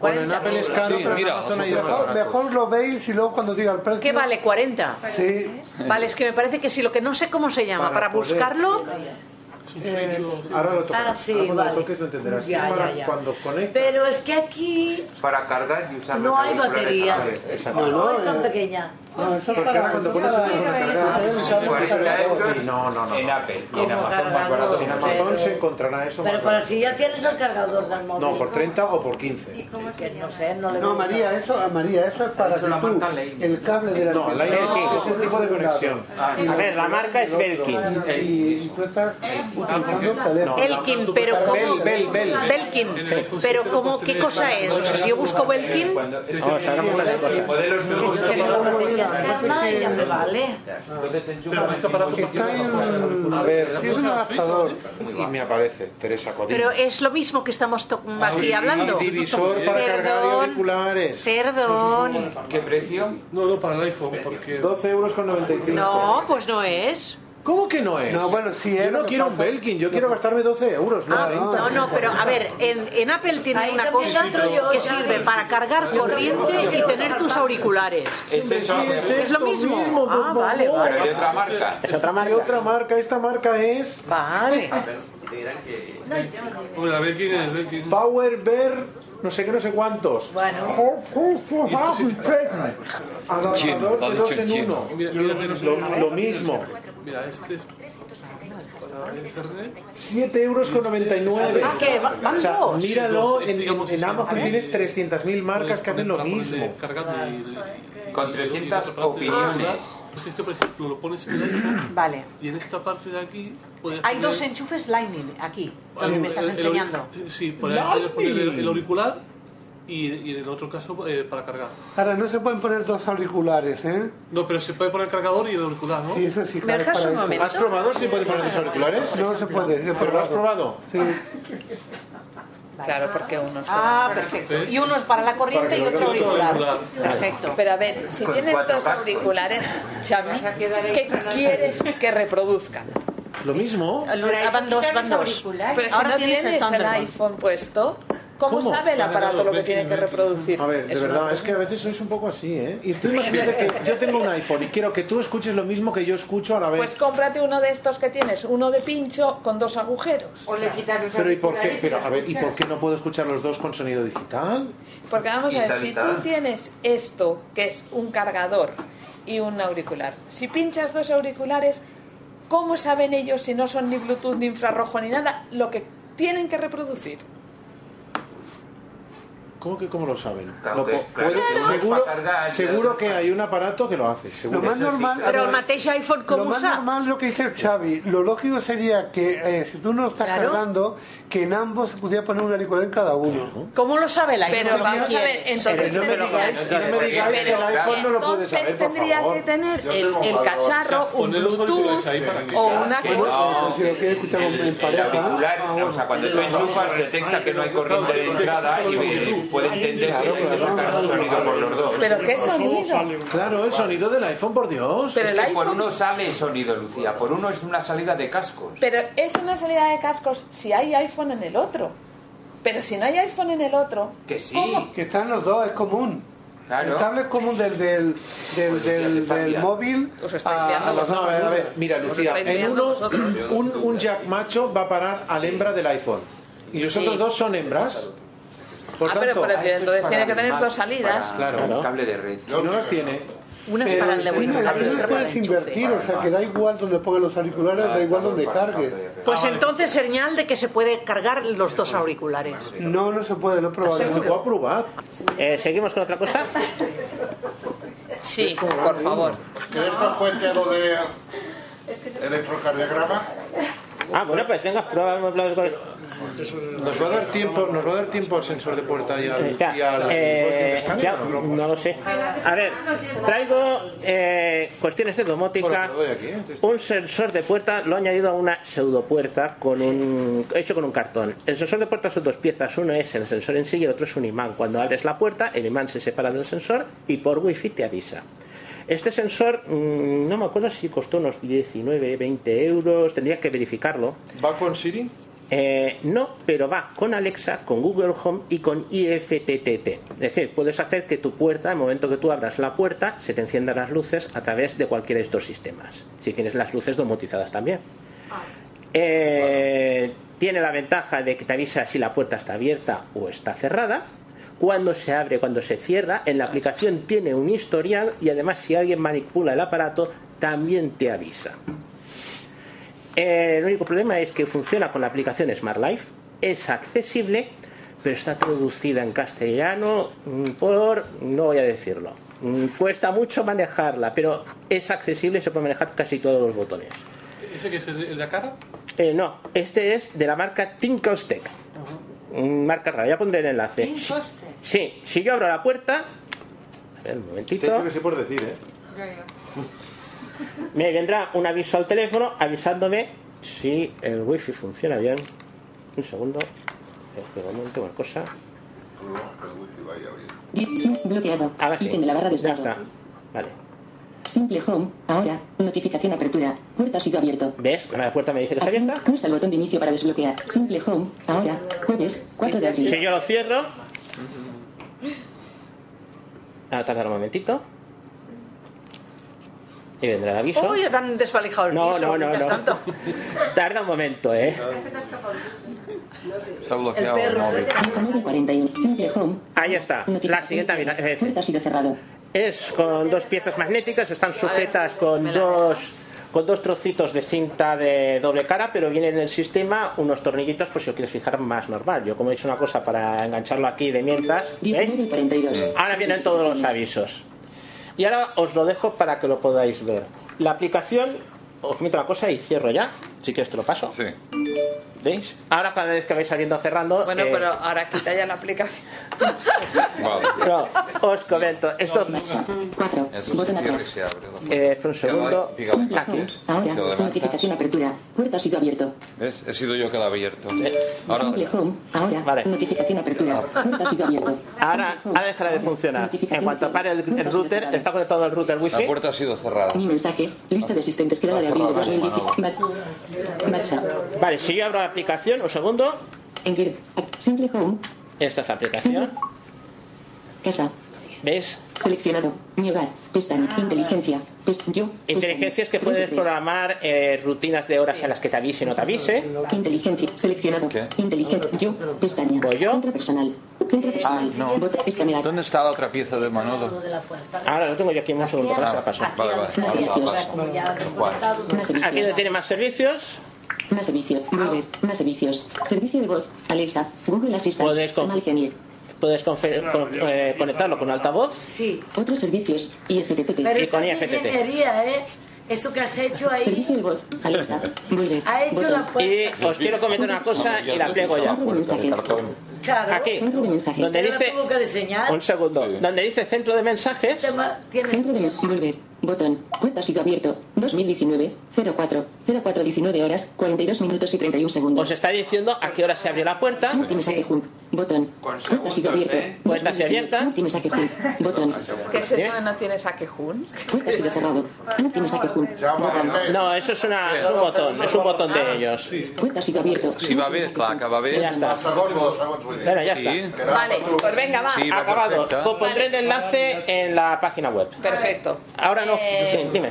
S5: Bueno, en Apple es caro,
S15: Sí,
S5: pero en
S15: mira,
S5: Amazon hay más
S6: Mejor,
S5: barato.
S6: mejor lo veis y luego cuando diga el precio.
S9: ¿Qué vale? ¿40?
S6: Sí.
S9: Vale, es que me parece que si lo que no sé cómo se llama,
S5: Para
S9: para,
S5: poder-
S9: buscarlo,
S5: Ahora lo tocarás.
S7: Ah, sí,
S5: Ahora cuando
S7: vale.
S5: lo toques lo entenderás.
S7: Ya,
S5: Es para
S7: ya, ya.
S5: cuando conectas.
S7: Pero es que aquí
S10: Para cargar y usar
S7: No
S10: los
S7: hay
S10: auriculares
S7: batería.
S10: a la vez.
S5: Exacto.
S7: no es tan pequeña.
S6: No, eso es
S5: Porque
S6: para.
S5: ahora cuando
S6: eso es
S5: pones el
S6: para-
S5: teléfono a cargar,
S6: para usar un
S10: 40
S6: cargador.
S10: euros
S5: Sí, no, no, no.
S10: en Apple. Y en
S7: Como
S10: Amazon más
S7: cargador,
S10: barato que
S5: En
S10: en Amazon.
S5: Amazon
S7: Pero-
S5: se encontrará eso
S7: Pero
S5: más
S7: para
S5: barato.
S7: si ya tienes el cargador del móvil.
S5: No, por 30 o por 15.
S7: Que no sé, no le
S6: No,
S7: gusta.
S6: María, eso, ah, María, eso es para que tú, el cable de la
S5: No, la IoT es el tipo de conexión.
S6: Ah,
S4: A ver, la marca es Belkin.
S6: Y, y tú estás utilizando el teléfono.
S9: Belkin, pero ¿cómo? Belkin, pero ¿cómo? ¿Qué cosa es? O sea, si yo busco Belkin,
S4: Vamos, ahora muchas cosas.
S10: Modelos nuevos.
S7: Que no lo voy a descargar y ya me vale.
S10: Entonces enchufa
S8: Este aparato
S6: Está en-
S5: A ver,
S6: sí, es un adaptador.
S5: y me aparece Teresa Codina.
S9: pero es lo mismo que estamos to- aquí
S5: Y
S9: hablando.
S5: Divisor para cargar y
S9: Perdón,
S5: auriculares.
S9: perdón.
S10: ¿Qué precio?
S8: No, no, para el iPhone, porque...
S5: 12 euros con 95.
S9: No, pues no es.
S5: ¿Cómo que no es?
S6: No, bueno, sí,
S5: yo
S6: es
S5: no
S6: lo que
S5: quiero un
S6: pasa.
S5: Belkin, yo quiero gastarme 12 euros. No,
S6: Ah,
S5: 20.
S9: No, no, pero a ver, en, en Apple tiene
S7: Ahí
S9: una
S7: también
S9: cosa
S7: entro yo,
S9: que
S7: ya
S9: sirve
S7: ves.
S9: para cargar corriente y tener tus auriculares.
S10: Este es algo-
S9: Es lo mismo.
S5: por
S9: Ah, vale,
S5: favor.
S10: Pero hay
S9: vale.
S10: otra marca.
S4: Es otra
S5: Y
S4: marca.
S5: otra marca, esta marca es
S9: Vale.
S10: Te dirán que-
S8: Hombre, la Belkin es Belkin.
S5: Power Bear, no sé qué, no sé cuántos. Adaptador
S15: Lo ha
S5: de
S15: dicho
S5: dos en
S15: Jim.
S5: uno.
S8: Mira, mira, tenemos-
S5: Lo, lo mismo.
S8: Mira, este es... Internet.
S5: 7 euros con 99.
S9: Ah, que va- van
S5: O sea,
S9: dos.
S5: míralo, en,
S8: Este, digamos,
S5: en- en
S8: es el-
S5: Amazon
S8: ¿Eh?
S5: tienes 300.000 marcas que hacen lo
S8: Para ponerle
S5: mismo.
S8: cargando y-
S10: Con 300
S8: y esta parte de la
S10: opiniones.
S8: verdad, Pues esto, por ejemplo, lo pones en el iPhone
S9: Vale.
S8: y en esta parte de aquí... puedes
S9: Hay
S8: poner-
S9: dos enchufes Lightning aquí, donde
S8: Algo-
S9: me estás
S8: el- el-
S9: enseñando.
S8: eh, Sí, poner,
S5: ¡Lightning!
S8: poner el, el auricular y, y en el otro caso eh, para cargar.
S6: Ahora, no se pueden poner dos auriculares, ¿eh?
S8: No, pero se puede poner el cargador y el auricular, ¿no?
S6: Sí, eso sí,
S9: ¿Me
S6: claro,
S9: dejas
S6: para
S9: un
S6: eso.
S5: ¿Has
S9: momento?
S5: probado si puedes poner los auriculares?
S6: No se puede, he
S5: ¿Pero lo has
S6: probado.
S5: probado?
S11: Claro, porque uno se
S9: Ah, perfecto. Y uno es para la corriente y otro auricular. Perfecto.
S11: Pero a ver, si
S10: Con
S11: tienes
S10: cuatro
S11: dos
S10: cascos.
S11: auriculares, Xavi, ¿qué quieres que reproduzcan?
S5: Lo mismo.
S9: Lo- ah, Van dos, van dos.
S11: Pero si
S9: Ahora
S11: no
S9: tienes
S11: tienes
S9: el
S11: el
S9: Thunderbolt.
S11: iPhone puesto, ¿Cómo, sabe el aparato lo que tiene que reproducir?
S5: A ver, de
S11: Es una
S5: verdad,
S11: cosa-
S5: es que a veces sois un poco así, ¿eh? Y tú imagínate que yo tengo un iPhone y quiero que tú escuches lo mismo que yo escucho a la vez.
S11: Pues cómprate uno de estos que tienes, uno de pincho con dos agujeros. O le quitas
S5: pero ¿y por qué? Pero a ver, ¿y por qué no puedo escuchar los dos con sonido digital?
S11: Porque vamos
S5: Y
S11: a ver,
S5: tal y
S11: si
S5: tal.
S11: tú tienes esto, que es un cargador y un auricular, si pinchas dos auriculares, ¿cómo saben ellos si no son ni Bluetooth, ni infrarrojo, ni nada, lo que tienen que reproducir?
S5: ¿Cómo que cómo lo saben?
S15: Claro
S5: Lo
S15: que-
S5: po-
S15: claro
S5: puedo-
S15: que uno es
S5: seguro,
S15: para cargar,
S5: seguro que hay un aparato que lo hace. Seguro.
S6: Lo más normal- Pero el mateix
S9: iPhone
S6: lo más normal lo que dice el Xavi, lo lógico sería que eh, si tú no lo estás
S9: Claro.
S6: cargando, que en ambos se pudiera poner un auricular en cada uno.
S9: ¿Cómo lo sabe el iPhone?
S11: Pero
S9: lo
S11: vamos
S9: que
S11: a ver,
S9: quieres?
S11: entonces
S6: Pero no me lo
S11: tendría-
S6: digáis, no me digáis que el
S11: Pero
S6: iPhone no lo puede
S11: entonces
S6: saber, por
S11: tendría
S6: favor.
S11: que tener
S6: Yo
S11: el,
S6: tengo
S11: el
S6: valor.
S11: cacharro,
S6: O sea,
S11: un
S6: poner los
S11: Bluetooth
S6: auriculares ahí para que-
S11: o una
S15: Que
S11: cosa.
S15: no, el, el auricular, o sea, cuando tú enchufas detecta que no hay corriente de entrada y eh, puede entender que hay que sacar un sonido por los dos.
S11: Pero qué sonido.
S5: Claro, el sonido del iPhone, por Dios.
S11: Pero el
S15: Es que por
S11: iPhone-
S15: uno sale sonido, Lucía, por uno es una salida de cascos.
S11: Pero es una salida de cascos si hay iPhone en el otro. Pero si no hay iPhone en el otro,
S15: Que sí.
S6: Que están los dos, es común.
S15: Claro. Pues
S6: El tablet es común del, del, del, del, del móvil a, a los
S5: No, Ah, a ver, a ver, mira,
S6: Os
S5: Lucía,
S6: estáis
S5: en
S6: liando
S5: uno
S6: vosotros.
S5: un, un jack macho va a parar al hembra del iPhone. Y los
S11: Sí.
S5: otros dos son hembras. Por
S11: Ah, pero-
S5: tanto,
S11: pero tiene- entonces tiene que tener dos salidas.
S5: Claro,
S15: Un cable de red.
S5: Y no las tiene.
S9: Una es
S6: Pero
S9: para el de
S6: encima,
S9: Windows,
S6: encima
S9: otra para
S6: puedes
S9: el enchufe.
S6: invertir, o sea, que da igual donde pongas los auriculares, da igual donde cargues.
S9: Pues entonces señal de que se puede cargar los dos auriculares.
S6: No, no se puede, lo he probado.
S9: ¿Estás seguro? Lo
S6: a probar.
S4: Eh, ¿Seguimos con otra cosa?
S11: Sí, por favor.
S12: ¿Que esto cuente a lo de electrocardiograma?
S4: Ah, bueno, pues venga, probamos lo del-
S5: Nos va a dar tiempo, nos va a dar tiempo al sensor de puerta y al,
S4: Ya,
S5: y al-
S4: eh,
S5: ¿Escáner
S4: ya,
S5: o pues, no?
S4: no lo sé. A ver, traigo eh, cuestiones de domótica.
S5: eh,
S4: Un sensor de puerta lo he añadido a una pseudopuerta con un, hecho con un cartón. El sensor de puerta son dos piezas. Uno es el sensor en sí y el otro es un imán. Cuando abres la puerta, el imán se separa del sensor y por wifi te avisa. Este sensor, mm, no me acuerdo si costó unos 19, 20 euros. Tendría que verificarlo.
S5: ¿Va con Siri?
S4: Eh, no, pero va con Alexa, con Google Home y con IFTTT. Es decir, puedes hacer que tu puerta, al momento que tú abras la puerta, se te enciendan las luces a través de cualquiera de estos sistemas. Si tienes las luces domotizadas también. Eh, Tiene la ventaja de que te avisa si la puerta está abierta o está cerrada. Cuando se abre, cuando se cierra, en la aplicación tiene un historial y además si alguien manipula el aparato, también te avisa. Eh, el único problema es que funciona con la aplicación Smart Life, es accesible, pero está traducida en castellano mm, por, no voy a decirlo, Mm, cuesta mucho manejarla, pero es accesible, se puede manejar casi todos los botones.
S8: ¿Ese que es el, el de la cara?
S4: Eh, no, este es de la marca Tinkelsteck, Mm, marca rara, ya pondré el enlace. Sí, si yo abro la puerta, a ver, un momentito.
S5: Te he dicho que sí por decir, ¿eh?
S4: Me vendrá un aviso al teléfono avisándome si el wifi funciona bien. Un segundo. Espera un momento, una cosa.
S16: Zoom bloqueado.
S4: Ahora sí.
S16: Ítem de la barra de
S4: Ya
S16: estado.
S4: está. Vale.
S16: Simple Home. Ahora, notificación apertura. Puerta ha sido abierto.
S4: ¿Ves? La puerta me dice que está abierta.
S16: Pulsa el botón de inicio para desbloquear. Simple Home. Ahora, jueves, 4 de abril.
S4: Si yo lo cierro. Ahora tardar un momentito. Y vendrá el aviso.
S9: Uy, te han desvalijado el
S4: No,
S9: piso.
S4: no, no,
S9: mientras
S4: no.
S9: tanto.
S4: Tarda un momento, ¿eh?
S15: Se ha bloqueado
S4: El
S15: el
S4: perro.
S15: móvil.
S16: 19.41. Simple Home.
S4: Ahí está. La siguiente
S16: Puerta ha sido cerrado.
S4: Es con dos piezas magnéticas, están sujetas con dos con dos trocitos de cinta de doble cara, pero viene en el sistema unos tornillitos por si lo quieres fijar más normal. Yo como he hecho una cosa para engancharlo aquí de mientras, ¿veis? Ahora vienen todos los avisos. Y ahora os lo dejo para que lo podáis ver. La aplicación, os meto la cosa y cierro ya, si que esto lo paso.
S6: Eh.
S4: ¿Veis? Ahora cada vez que vais saliendo o cerrando...
S11: Bueno,
S4: eh,
S11: pero ahora quita ya la aplicación.
S4: no, os comento, esto...
S11: Pues
S16: Botón atrás.
S4: Eh, espera un segundo.
S16: Simple
S4: Aquí.
S16: Home. Ahora, notificación apertura. Puerta ha sido abierto.
S15: ¿Ves? He sido yo que la he abierto. Ahora,
S16: Simple Home. Ahora, notificación apertura. Puerta ha sido abierto.
S4: Ahora, ahora dejará de funcionar. En cuanto pare el, el router, está conectado al router wifi.
S15: la puerta ha sido cerrada.
S16: Mi mensaje. Lista de asistentes creada de abril de 2010. Matcha.
S4: Vale, si yo abro la aplicación, un segundo.
S16: Engage. Simple Home.
S4: Esta es la aplicación.
S16: Casa.
S4: ¿Ves?
S7: Pues
S16: Seleccionado. Mi hogar. Pestaña. Inteligencia. Pes- yo.
S4: Inteligencia es que puedes
S7: pues,
S4: programar eh, rutinas de horas en las que te avise y no te avise.
S16: Inteligencia. Seleccionado. Inteligencia. Yo. Pestaña. Centro personal.
S7: Ah,
S16: Centro personal. Bot- Ah, escanear.
S21: ¿Dónde está la otra pieza de Manolo?
S4: Ahora lo tengo yo aquí, un segundo, por
S21: Ah,
S4: eso la paso.
S21: vale, vale, ahora la paso.
S4: Aquí donde tiene más servicios.
S16: Más servicios. Volver. Más servicios. Servicio de voz. Alexa. Google Assistant.
S4: Puedes con-
S16: Mal genial.
S4: Puedes confe- con- eh, conectarlo con altavoz.
S7: Sí.
S16: Otros servicios. IFTTT.
S7: Pero
S4: Y
S7: eso
S4: con
S7: es
S4: IFTT.
S7: ingeniería, ¿eh? Eso que has hecho ahí.
S16: Servicio de voz. Alexa. Volver.
S7: Ha hecho la
S4: Y
S7: puerta.
S4: os quiero comentar una cosa y la pliego ya.
S7: Claro.
S4: Aquí,
S7: Yo
S4: donde
S7: la
S4: dice...
S7: tengo que diseñar.
S4: Un segundo. Donde dice centro de mensajes...
S16: Centro de volver. Botón. Cuenta ha sido abierto. 2019. 04. 04. 19 horas. 42 minutos y 31 segundos.
S4: Os está diciendo a qué hora se abrió la puerta.
S16: Multi mensaje jun. Botón. Cuenta ha sido abierto.
S4: Puerta así abierta.
S16: Multimensaje jun. Botón.
S11: ¿Qué es eso de no tienes a quejún?
S16: Cuenta ha sido cerrado. Multimensaje jun. Botón.
S4: No, eso es, una, es un botón, es un botón
S7: Ah,
S4: de ellos.
S16: Cuenta ha sido abierto.
S21: Si va bé, clar, que va bé.
S4: Ja està. Bueno, ya está.
S11: Vale, pues venga, va. Pues
S21: Sí, va
S4: Acabado.
S21: perfecta.
S4: Os pondré el enlace en la página web.
S11: Perfecto.
S4: Ahora no.
S11: Eh,
S4: Sí, dime.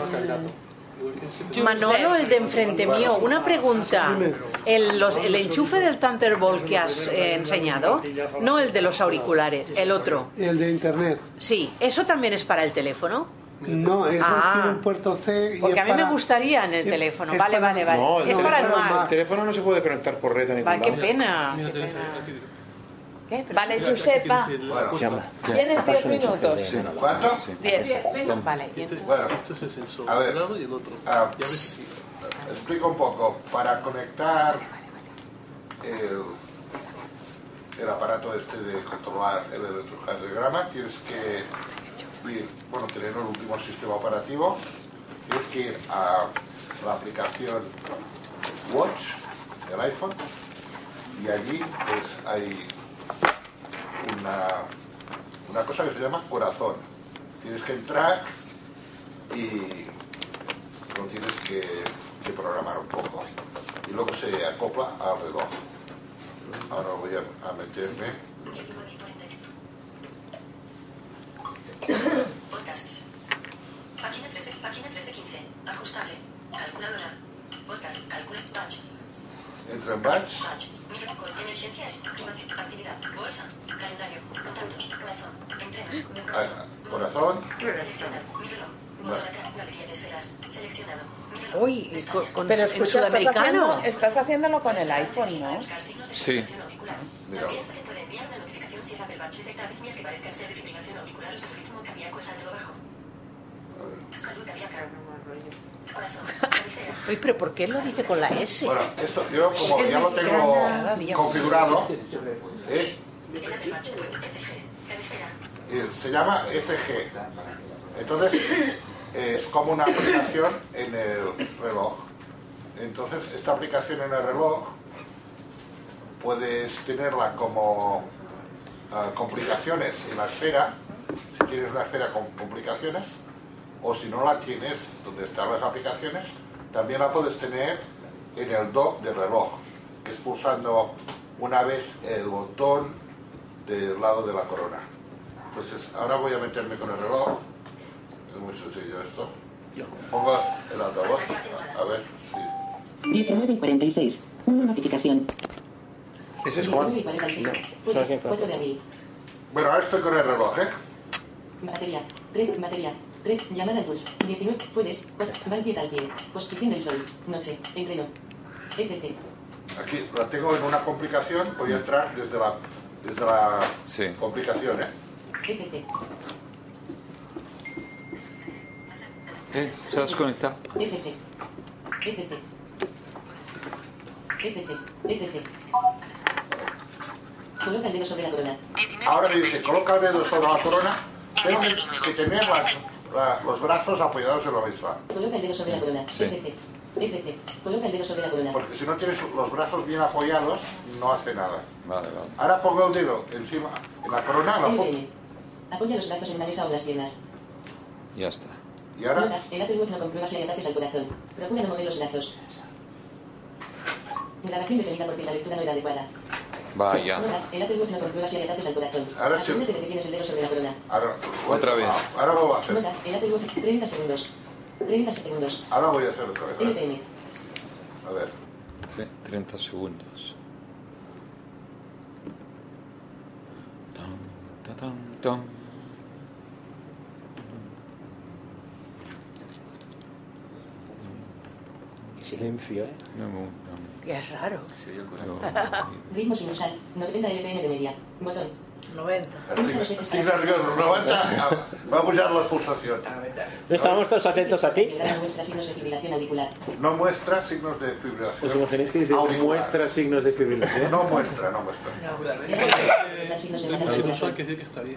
S9: Manolo, el de enfrente mío, una pregunta. El, los- el enchufe del Thunderbolt que has eh, enseñado, no el de los auriculares, el otro.
S6: El de internet.
S9: Sí, ¿eso también es para el teléfono?
S6: No, eso
S9: Ah.
S6: tiene un puerto C. Y
S9: Porque
S6: es
S9: a mí me
S6: para-
S9: gustaría en el teléfono.
S6: es
S9: Vale,
S6: para-
S9: vale, vale.
S5: No,
S9: Es para el
S5: teléfono-
S9: mar.
S5: El teléfono no se puede conectar por red a ningún
S9: Va, qué
S5: lado.
S9: pena.
S11: Vale, Josep, va. Tienes 10 minutos.
S12: ¿Cuánto?
S11: 10.
S9: Vale,
S12: Bueno,
S8: Este es el sensor
S12: A
S8: de
S12: ver.
S8: un lado y el otro.
S12: ah,
S8: Ya ves.
S12: explica un poco. Para conectar el, el aparato este de controlar el electrocardiograma, tienes que ir, bueno, tener el último sistema operativo. Tienes que ir a la aplicación Watch del iPhone y allí pues, hay una, una cosa que se llama corazón. Tienes que entrar y lo tienes que, que programar un poco. Y luego se acopla al reloj. Ahora voy a, a meterme.
S17: Podcasts. Página 3 de, página 3 de 15. Ajustable. Calculadora. Podcast. Calcula. Batch.
S12: Entro en batch.
S17: Batch. Mira. Con emergencias. Privacidad. Actividad. Bolsa. Calendario. Contactos. Corazón. Entrena.
S12: Ah, corazón.
S17: Selecciona. Míralo. Botón acá. Galería de esferas. Seleccionado.
S9: Uy, co- con-
S11: Pero
S9: en
S11: escucha, estás, haciendo,
S9: sudamericano.
S11: estás haciéndolo con el iPhone, ¿no?
S21: Sí.
S17: También se te puede enviar una notificación si el Apple Watch detecta arritmias que parezcan ser fibrilación auricular o su ritmo cardíaco es alto o bajo. Salud cardíaca. Corazón. Cabecera.
S9: Uy, pero ¿por qué lo dice con la S?
S12: Bueno, esto yo como ya lo tengo
S9: Cada día.
S12: configurado, ¿eh?
S17: El Apple Watch web FG. Cabecera.
S12: Eh, se llama FG. Entonces, eh, es como una aplicación en el reloj. Entonces, esta aplicación en el reloj puedes tenerla como ah, complicaciones en la esfera, si tienes una esfera con complicaciones, o si no la tienes donde están las aplicaciones, también la puedes tener en el dock del reloj, que es pulsando una vez el botón del lado de la corona. Entonces, ahora voy a meterme con el reloj. Es muy sencillo esto. Pongo el altavoz. A ver, sí.
S16: 19 y 46. Una notificación.
S12: Ese
S16: 19 y 46. Jueves 4 de abril.
S12: Bueno, ahora estoy con el reloj, ¿eh?
S16: Batería. 3. Batería. 3. Llamada al pulso. 19. Jueves. 4. Valle Valle. Posición del sol. Noche. Entreno. FC.
S12: Aquí la tengo en una complicación. Voy a entrar desde la, desde la complicación, ¿eh?
S16: FC.
S21: Eh, s'ha desconnectat.
S16: FC. FC. FC. FC. Coloca el dedo sobre la corona.
S12: Ahora me dice, coloca el dedo sobre la corona. Tengo que- que tener las- la- los brazos apoyados en la mesa.
S16: Coloca el dedo sobre la corona. FC. FC. Coloca el dedo sobre la corona.
S12: Porque si no tienes los brazos bien apoyados, no hace nada.
S21: Vale, vale.
S12: Ahora pongo el dedo encima, en la corona, la pongo.
S16: LL. Apoya los brazos en la mesa o las piernas.
S21: Ja està.
S12: Y ahora,
S16: Nota, El Apple Watch no comprueba si hay ataques al corazón. Procura no mover los brazos. Grabación detenida porque la lectura no era adecuada.
S15: Vaya.
S17: El Apple Watch no controla si hay ataques al corazón.
S12: Ahora sí.
S17: Asegúrate de que tienes el dedo sobre la corona.
S12: Ahora,
S15: Otra vez.
S12: Ah, Ahora lo voy a hacer.
S17: Nota, el Apple Watch, 30 segundos. 30 segundos.
S12: Ahora voy a hacer otra vez. ¿eh?
S17: LPM.
S12: A ver.
S15: Tre- 30 segundos. Tom, ta, tom, tom.
S4: Silencio, ¿eh?
S15: No me gusta.
S16: Es raro.
S17: Ritmo sinusal. 90 LPM de media. Botón.
S16: 90.
S17: Pulsa dos veces
S12: Estoy nervioso, no aguanta. Va a pujar las pulsaciones.
S4: Estamos todos atentos a ti.
S17: Vibrar muestra signos de fibrilación auricular.
S12: No muestra signos de
S4: ¿Os
S12: fibrilación.
S4: imagináis que dice
S12: Auricular.
S4: muestra signos de fibrilación?
S12: No muestra, no muestra. Eh.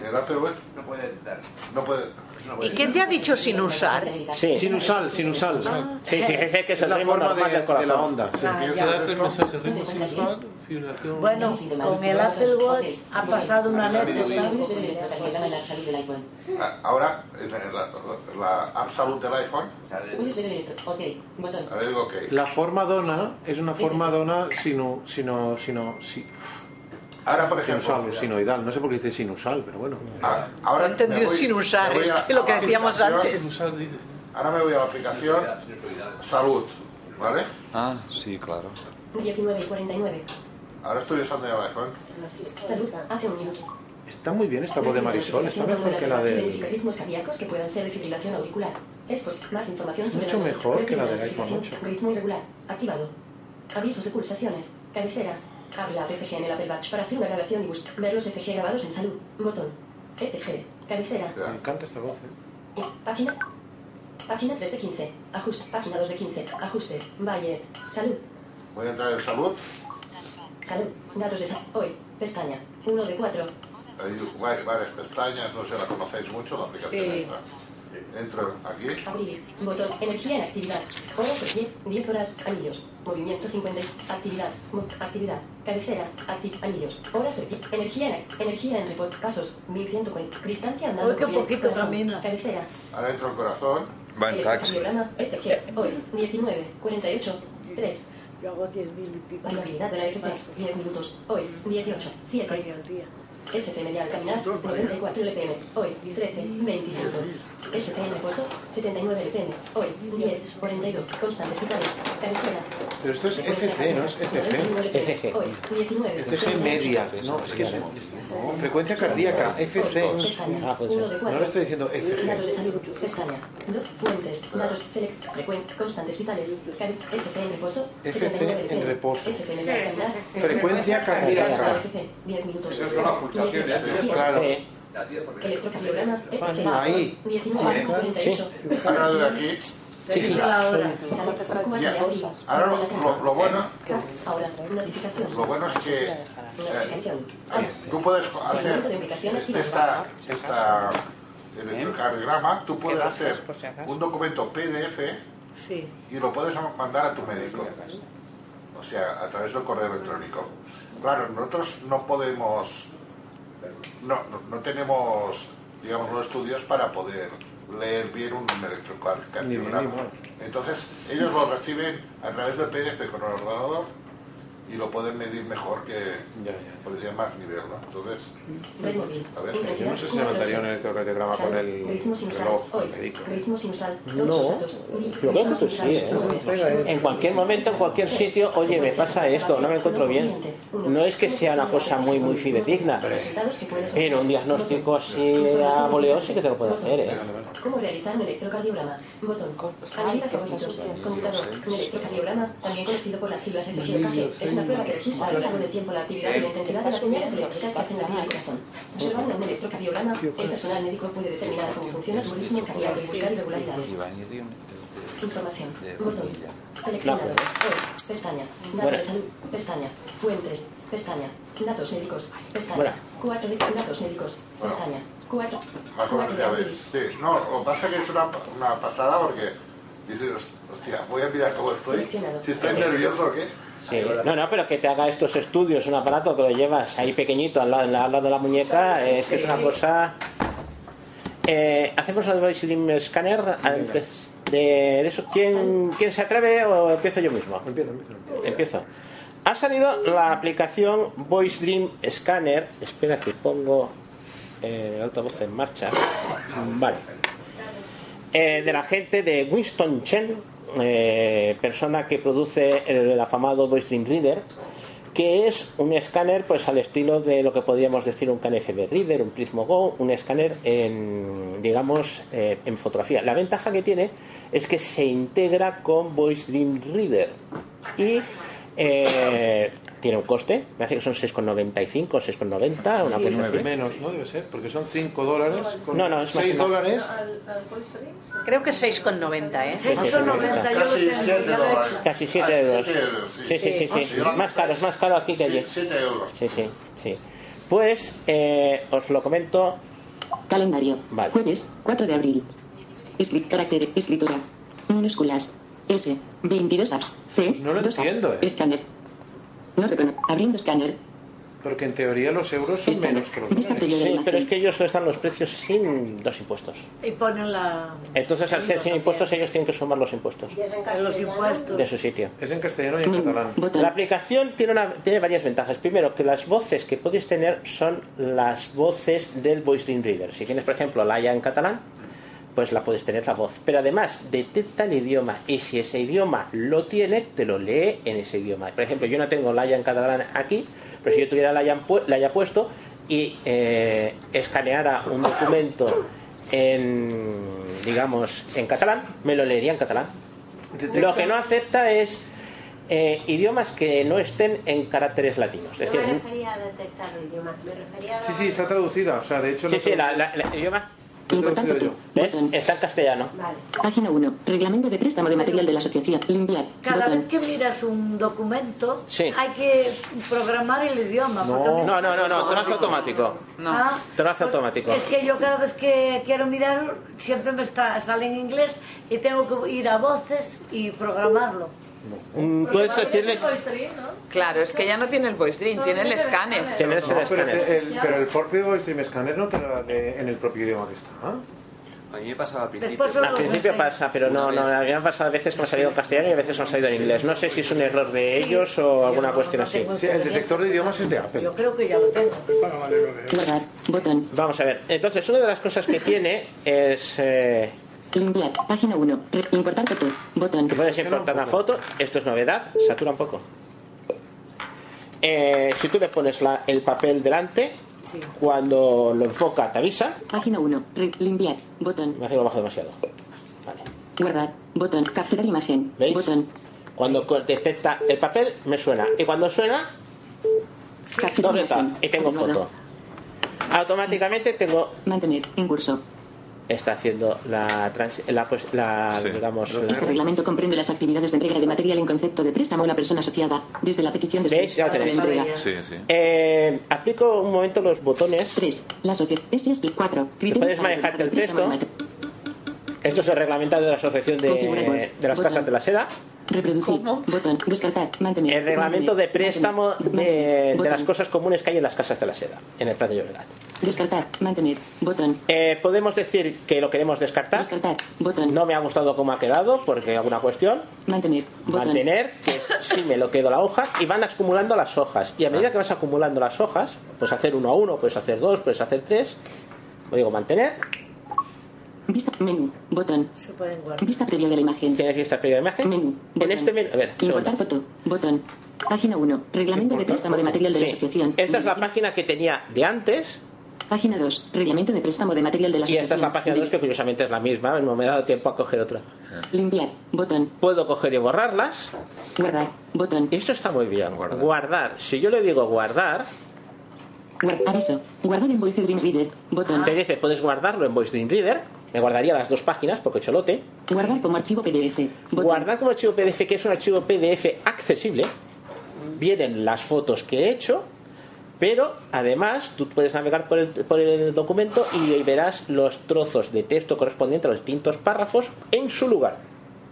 S12: El Apple Watch no puede dar. No puede.
S16: ¿Y qué te ha dicho sin usar?
S4: Sí.
S5: Sinusal, sinusal.
S4: Sí, sí, es que es el ritmo
S5: forma
S4: normal
S5: de-
S4: del corazón.
S5: de la onda, sí.
S7: Ah,
S22: Te
S7: ya.
S22: da el mensaje ritmo sensual, fibrilación.
S7: Bueno, con el Apple Watch ha pasado una anécdota.
S12: Ah, Ahora, en la, en la app salud del iPhone,
S17: Puedes ver el electro. Ok. Botón.
S12: ahora digo que.
S5: La forma dona es una forma dona sino, sino, sino, si-
S12: Ahora, por ejemplo.
S5: sinusal, sinoidal. No sé por qué dice sinusal, pero bueno.
S12: Ah, ahora
S5: No he entendido
S12: me voy-
S5: sin usar,
S12: me voy
S5: es
S12: a-
S5: que lo que
S12: a la
S5: decíamos
S12: aplicación.
S5: antes.
S12: Ahora me voy a la aplicación Salud, ¿vale?
S15: Ah, sí, claro.
S17: 19 y 49.
S12: Ahora estoy usando ya el iPhone.
S17: Salud. Hace un minuto.
S5: Está muy bien esta voz de Marisol, está mejor que la
S17: Identifica
S5: de...
S17: ritmos cardíacos que puedan ser de fibrilación auricular. Es post. Más información sobre
S5: Mucho
S17: la-
S5: mejor que la del
S17: Notificación.
S5: iPhone 8.
S17: Ritmo irregular. Activado. Avisos de pulsaciones. Cabecera. Abre la FG en el Apple Watch para hacer una grabación y buscar ver los FG grabados en salud. Botón. FG. Cabecera.
S5: Me encanta esta voz, ¿eh?
S17: Página. Página 3 de 15. Ajuste. Página 2 de 15. Ajuste. Valle. Salud.
S12: Voy a entrar en Salud.
S17: Salud. Datos de salud. Hoy. Pestaña. 1 de 4.
S12: Hay varias, varias pestañas, no sé, la conocéis mucho, la aplicación
S17: Sí.
S12: esta. Entro aquí.
S17: Abrir. Botón. Energía en actividad. Horas de 10. 10 horas. Anillos. Movimiento 50. Actividad. Mo- actividad. Cabecera. Acti anillos. Horas de 10. Energía en, energía en report. Pasos. 1140. Distancia andando.
S7: Uy, qué
S17: por diez.
S7: poquito
S17: Corazón.
S7: caminas.
S17: Cabecera.
S12: Ahora entro en corazón.
S15: Va
S17: Eh,
S15: en taxi.
S17: Electrocardiograma. FG. este, Hoy. 19. 48. 3.
S7: Yo hago 10.000 y pico.
S17: Variabilidad de la FP. 10 minutos. Hoy. 18. 7.
S7: al día.
S17: FC media al caminar, 94 LPM. Hoy, 13, 25. FC en reposo, 79 LPM. Hoy, 10, 42. Constantes vitales. Cabecera.
S5: Pero esto es FC, ¿no? Es FC.
S17: Hoy, 19.
S5: FC media. No, es que es... no, frecuencia cardíaca, FC.
S17: Pestaña, 1 de 4.
S5: No le estoy diciendo
S17: Datos de
S5: FC.
S17: salud, pestaña. Dos fuentes, datos, select, frecuente, constantes vitales. Cabe- FC en reposo,
S5: FC
S17: 79
S5: en
S17: LPM.
S5: reposo.
S17: FC media al caminar.
S5: Frecuencia cardíaca.
S17: FC, 10 minutos.
S5: Esas son las pulsaciones,
S17: Diez minutos.
S5: ¿eh? Claro.
S17: Electrocardiograma, FG.
S5: Ah, Ahí.
S17: 19, 48.
S12: Ahora de aquí. Ya. Ahora lo, lo- lo bueno,
S17: Ahora, notificación.
S12: lo bueno es que eh,
S17: Notificación.
S12: tú puedes
S17: Segmento de
S12: hacer
S17: ubicación activado.
S12: esta, esta electrocardiograma, tú puedes hacer un documento PDF
S7: Sí.
S12: y lo puedes mandar a tu médico. O sea, a través del correo electrónico. Claro, nosotros no podemos, no, no, no tenemos, digamos, los estudios para poder leer bien un
S5: Ni bien, ni
S12: electrocardiograma.
S5: mal.
S12: Entonces, ellos lo reciben a través del PDF con el ordenador y lo pueden medir mejor que podría más nivel, ¿no? Entonces,
S17: Red móvil.
S12: a ver,
S5: Yo no sé si me metería un electrocardiograma con el
S17: Ritmo sinusal.
S5: reloj
S17: Hoy.
S5: médico.
S17: Ritmo sinusal. Todos los
S4: No,
S17: datos.
S4: yo creo que tú sí, ¿eh? En cualquier momento, en cualquier sitio, oye, me pasa esto, no me encuentro bien. No es que sea una cosa muy, muy fidedigna, pero un diagnóstico así a voleo sí que te lo puede hacer, ¿eh?
S17: ¿Cómo realizar un electrocardiograma? Botón. Analiza favoritos. Computador. Un electrocardiograma, también conocido por las siglas ECG. Es una prueba que registra a lo largo del tiempo la actividad y la intensidad de las señales eléctricas que hacen latir el corazón. Observando un electrocardiograma, el personal médico puede determinar cómo funciona tu ritmo cardíaco y buscar
S15: pues,
S17: irregularidades. Información. Botón. Seleccionado. Hoy. Pestaña. Datos de salud. Pestaña. Fuentes. Pestaña. Datos médicos.
S12: Bueno.
S17: Pestaña. Cuatro de datos médicos. Pestaña. Cuatro.
S12: más o menos ya ves. Sí, no, lo que pasa es que es una, una pasada porque dices, hostia, voy a mirar cómo estoy. Si estoy nervioso o qué.
S4: Sí. No, no, pero que te haga estos estudios un aparato que lo llevas ahí pequeñito al lado, al lado de la muñeca, eh, es que es una cosa... Eh, Hacemos el voice Slim Scanner antes de eso. ¿Quién, ¿Quién se atreve o empiezo yo mismo? Empiezo. Ha salido la aplicación Voice Dream Scanner. Espera que pongo eh, el altavoz en marcha. Vale. Eh, de la gente de Winston Chen, eh, persona que produce el afamado Voice Dream Reader, que es un escáner pues al estilo de lo que podríamos decir un KNFB Reader, un Prismo Go, un escáner en, digamos, eh, en fotografía. La ventaja que tiene es que se integra con Voice Dream Reader y eh, tiene un coste, me hace que son 6,95, 6,90, una cosa así.
S5: menos, ¿no? Debe ser, porque son 5 dólares. Con
S4: No, no, es más
S5: 6
S4: y más.
S5: dólares.
S9: Creo que 6,90, ¿eh?
S4: Sí, sí, 6,90.
S9: yo lo
S12: Casi
S9: tengo, ya lo he
S12: siete
S9: hecho.
S12: dólares.
S4: Casi
S12: Ah,
S4: 7 euros.
S12: siete euros,
S4: Sí, sí, sí. sí.
S12: Sí, ahora-
S4: Más caro, es más caro aquí que allí.
S12: Sí, siete euros.
S4: Sí, sí, sí. Pues eh, os lo comento.
S1: Calendario.
S4: Vale.
S1: Jueves, 4 de abril. Script carácter, escritura. Minúsculas. S, 22 apps. C,
S5: No lo
S1: 2
S5: entiendo,
S1: apps.
S5: eh.
S1: Escáner. No reconoce. Abriendo escáner.
S5: Porque en teoría los euros son menos que los dólares.
S4: Sí, pero es que ellos están los precios sin los impuestos.
S7: Y ponen la...
S4: Entonces, al ser sin impuestos, ellos tienen que sumar los impuestos
S7: en los impuestos.
S4: de su sitio.
S5: Es en castellano y
S9: Mm,
S5: en catalán.
S4: La aplicación tiene, una, tiene varias ventajas. Primero, que las voces que podéis tener son las voces del Voice Dream Reader. Si tienes, por ejemplo, la haya en catalán, pues la puedes tener la voz. Pero además, detecta el idioma y si ese idioma lo tiene, te lo lee en ese idioma. Por ejemplo, yo no tengo la haya en catalán aquí, pero si yo tuviera la haya, pu- la haya puesto y eh, escaneara un documento en, digamos, en catalán, me lo leería en catalán. Lo que no acepta es eh, idiomas que no estén en caracteres latinos. Es
S19: No me
S4: decir,
S19: refería a detectar el idioma, me refería a la...
S5: Sí, sí, está traducida. O sea, de hecho.
S4: Sí,
S5: lo
S4: sí,
S5: tengo-
S4: la- la- la- el idioma.
S5: lo he traducido yo.
S4: ¿ves? Está en castellano.
S1: Página 1. Reglamento de préstamo de material de la asociación. Limpiar.
S7: Cada
S1: Botón.
S7: vez que miras un documento,
S4: Sí.
S7: hay que programar el idioma. porque a mí-
S4: No, no, no, no, trozo automático.
S7: Ah,
S4: Trozo automático.
S7: Es que yo cada vez que quiero mirar, siempre me está, sale en inglés y tengo que ir a voces y programarlo.
S4: Mm, Puedes decirle.
S11: Claro, es que ya no tiene el voice dream, tiene el escáner.
S4: Tienes el
S5: No, Ah, pero,
S4: escáner.
S5: te- el, pero el propio stream scanner no te lo lee en el propio idioma que está.
S14: A mí me pasaba al principio.
S4: Al principio pasa, pero no, no, a mí me han pasado a veces que me ha salido en castellano y a veces me ha salido en inglés. No sé si es un error de ellos o alguna cuestión así.
S5: Sí, el detector de idiomas es de Apple.
S7: Creo que ya lo tengo.
S4: Vamos a ver. Entonces, una de las cosas que tiene es. eh,
S1: Limpiar. Página 1. Re- Importar foto. Botón.
S4: que puedes importar una foto. Esto es novedad. Satura un poco. Eh, si tú le pones la- el papel delante, cuando lo enfoca, te avisa.
S1: Página 1. Re- Limpiar. Botón.
S4: Me hace que lo bajo demasiado.
S1: Guardar. Botón. Capturar imagen.
S4: ¿Veis?
S1: Botón.
S4: Cuando co- detecta el papel, me suena. Y cuando suena, doble tap y tengo foto. Automáticamente tengo.
S1: Mantener. En curso.
S4: Está haciendo la, trans- la, pues, la digamos. la-
S1: Este reglamento comprende las actividades de entrega de material en concepto de préstamo a una persona asociada, desde la petición de
S4: ¿Veis? Ya lo
S1: hasta la
S4: tenéis.
S1: entrega.
S21: Sí, sí.
S4: Eh, aplico un momento los botones.
S1: 3. La asociación es 4.
S4: Te puedes manejarte el texto. Esto es el reglamento de la Asociación de,
S1: pues,
S4: de las Casas de la Seda.
S1: Reproducir. Botón. Descartar. Mantener.
S4: El reglamento de
S1: Mantener.
S4: préstamo de, de las cosas comunes que hay en las Casas de la Seda, en el Prat de Llobregat.
S1: Descartar. Mantener. Botón.
S4: Eh, podemos decir que lo queremos descartar. No me ha gustado cómo ha quedado, porque alguna cuestión.
S1: Mantener. Botón.
S4: Mantener, que sí me lo quedo la hoja, y van acumulando las hojas. Y a medida que vas acumulando las hojas, puedes hacer uno a uno, puedes hacer dos, puedes hacer tres. Lo digo mantener.
S1: Vista. Menú. Botón.
S7: Se pueden guardar.
S1: Vista previa de la imagen.
S4: ¿Tienes vista previa de la imagen?
S1: Menú.
S4: En este menú. A ver, un segundo.
S1: Importar foto. Botón. Página 1. Reglamento de préstamo de material de la
S4: Sí.
S1: asociación.
S4: Esta es la página que tenía de antes.
S1: Página 2. Reglamento de préstamo de material de la
S4: Y
S1: asociación.
S4: esta es la página 2 que curiosamente es la misma, no me he dado tiempo a coger otra.
S1: Limpiar. Botón.
S4: Puedo coger y borrarlas.
S1: Guardar. Botón.
S4: Esto está muy bien. Guardar. Si yo le digo guardar,
S1: Guard- aviso. Guardar en Voice Dream Reader. Botón.
S4: te dice puedes guardarlo en Voice Dream Reader. Me guardaría las dos páginas porque cholote.
S1: Guardar como archivo PDF.
S4: Guardar como archivo PDF, que es un archivo PDF accesible. Vienen las fotos que he hecho, pero además tú puedes navegar por el, por el documento y verás los trozos de texto correspondientes a los distintos párrafos en su lugar,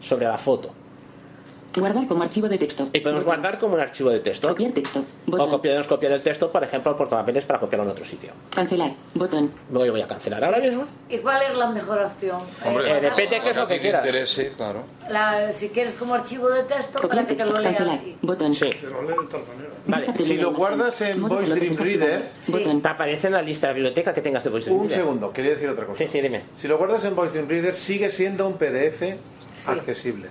S4: sobre la foto.
S1: Guardar como archivo de texto.
S4: Y podemos guardar como un archivo de texto.
S1: Copiar texto.
S4: O copiamos copiar el texto, por ejemplo, al portapapeles para copiarlo en otro sitio.
S1: Cancelar. Botón.
S4: Luego yo voy a cancelar ahora mismo.
S7: ¿Y cuál es la mejor opción?
S4: Hombre, Eh, depende qué es lo que quieras.
S21: interese, claro.
S7: La- si quieres como archivo de texto, para
S1: Copiar
S7: que te
S1: texto.
S7: lo
S1: Cancelar.
S7: leas.
S1: Botón.
S4: Sí.
S8: Te lo lee de tal manera.
S4: Vale,
S5: Si lo guardas en Voice Dream Reader,
S4: te aparece en la lista de la biblioteca que tengas de Voice Dream
S5: un
S4: Reader.
S5: segundo, quería decir otra cosa.
S4: Sí, sí, dime.
S5: Si lo guardas en Voice Dream Reader, sigue siendo un PDF accesible.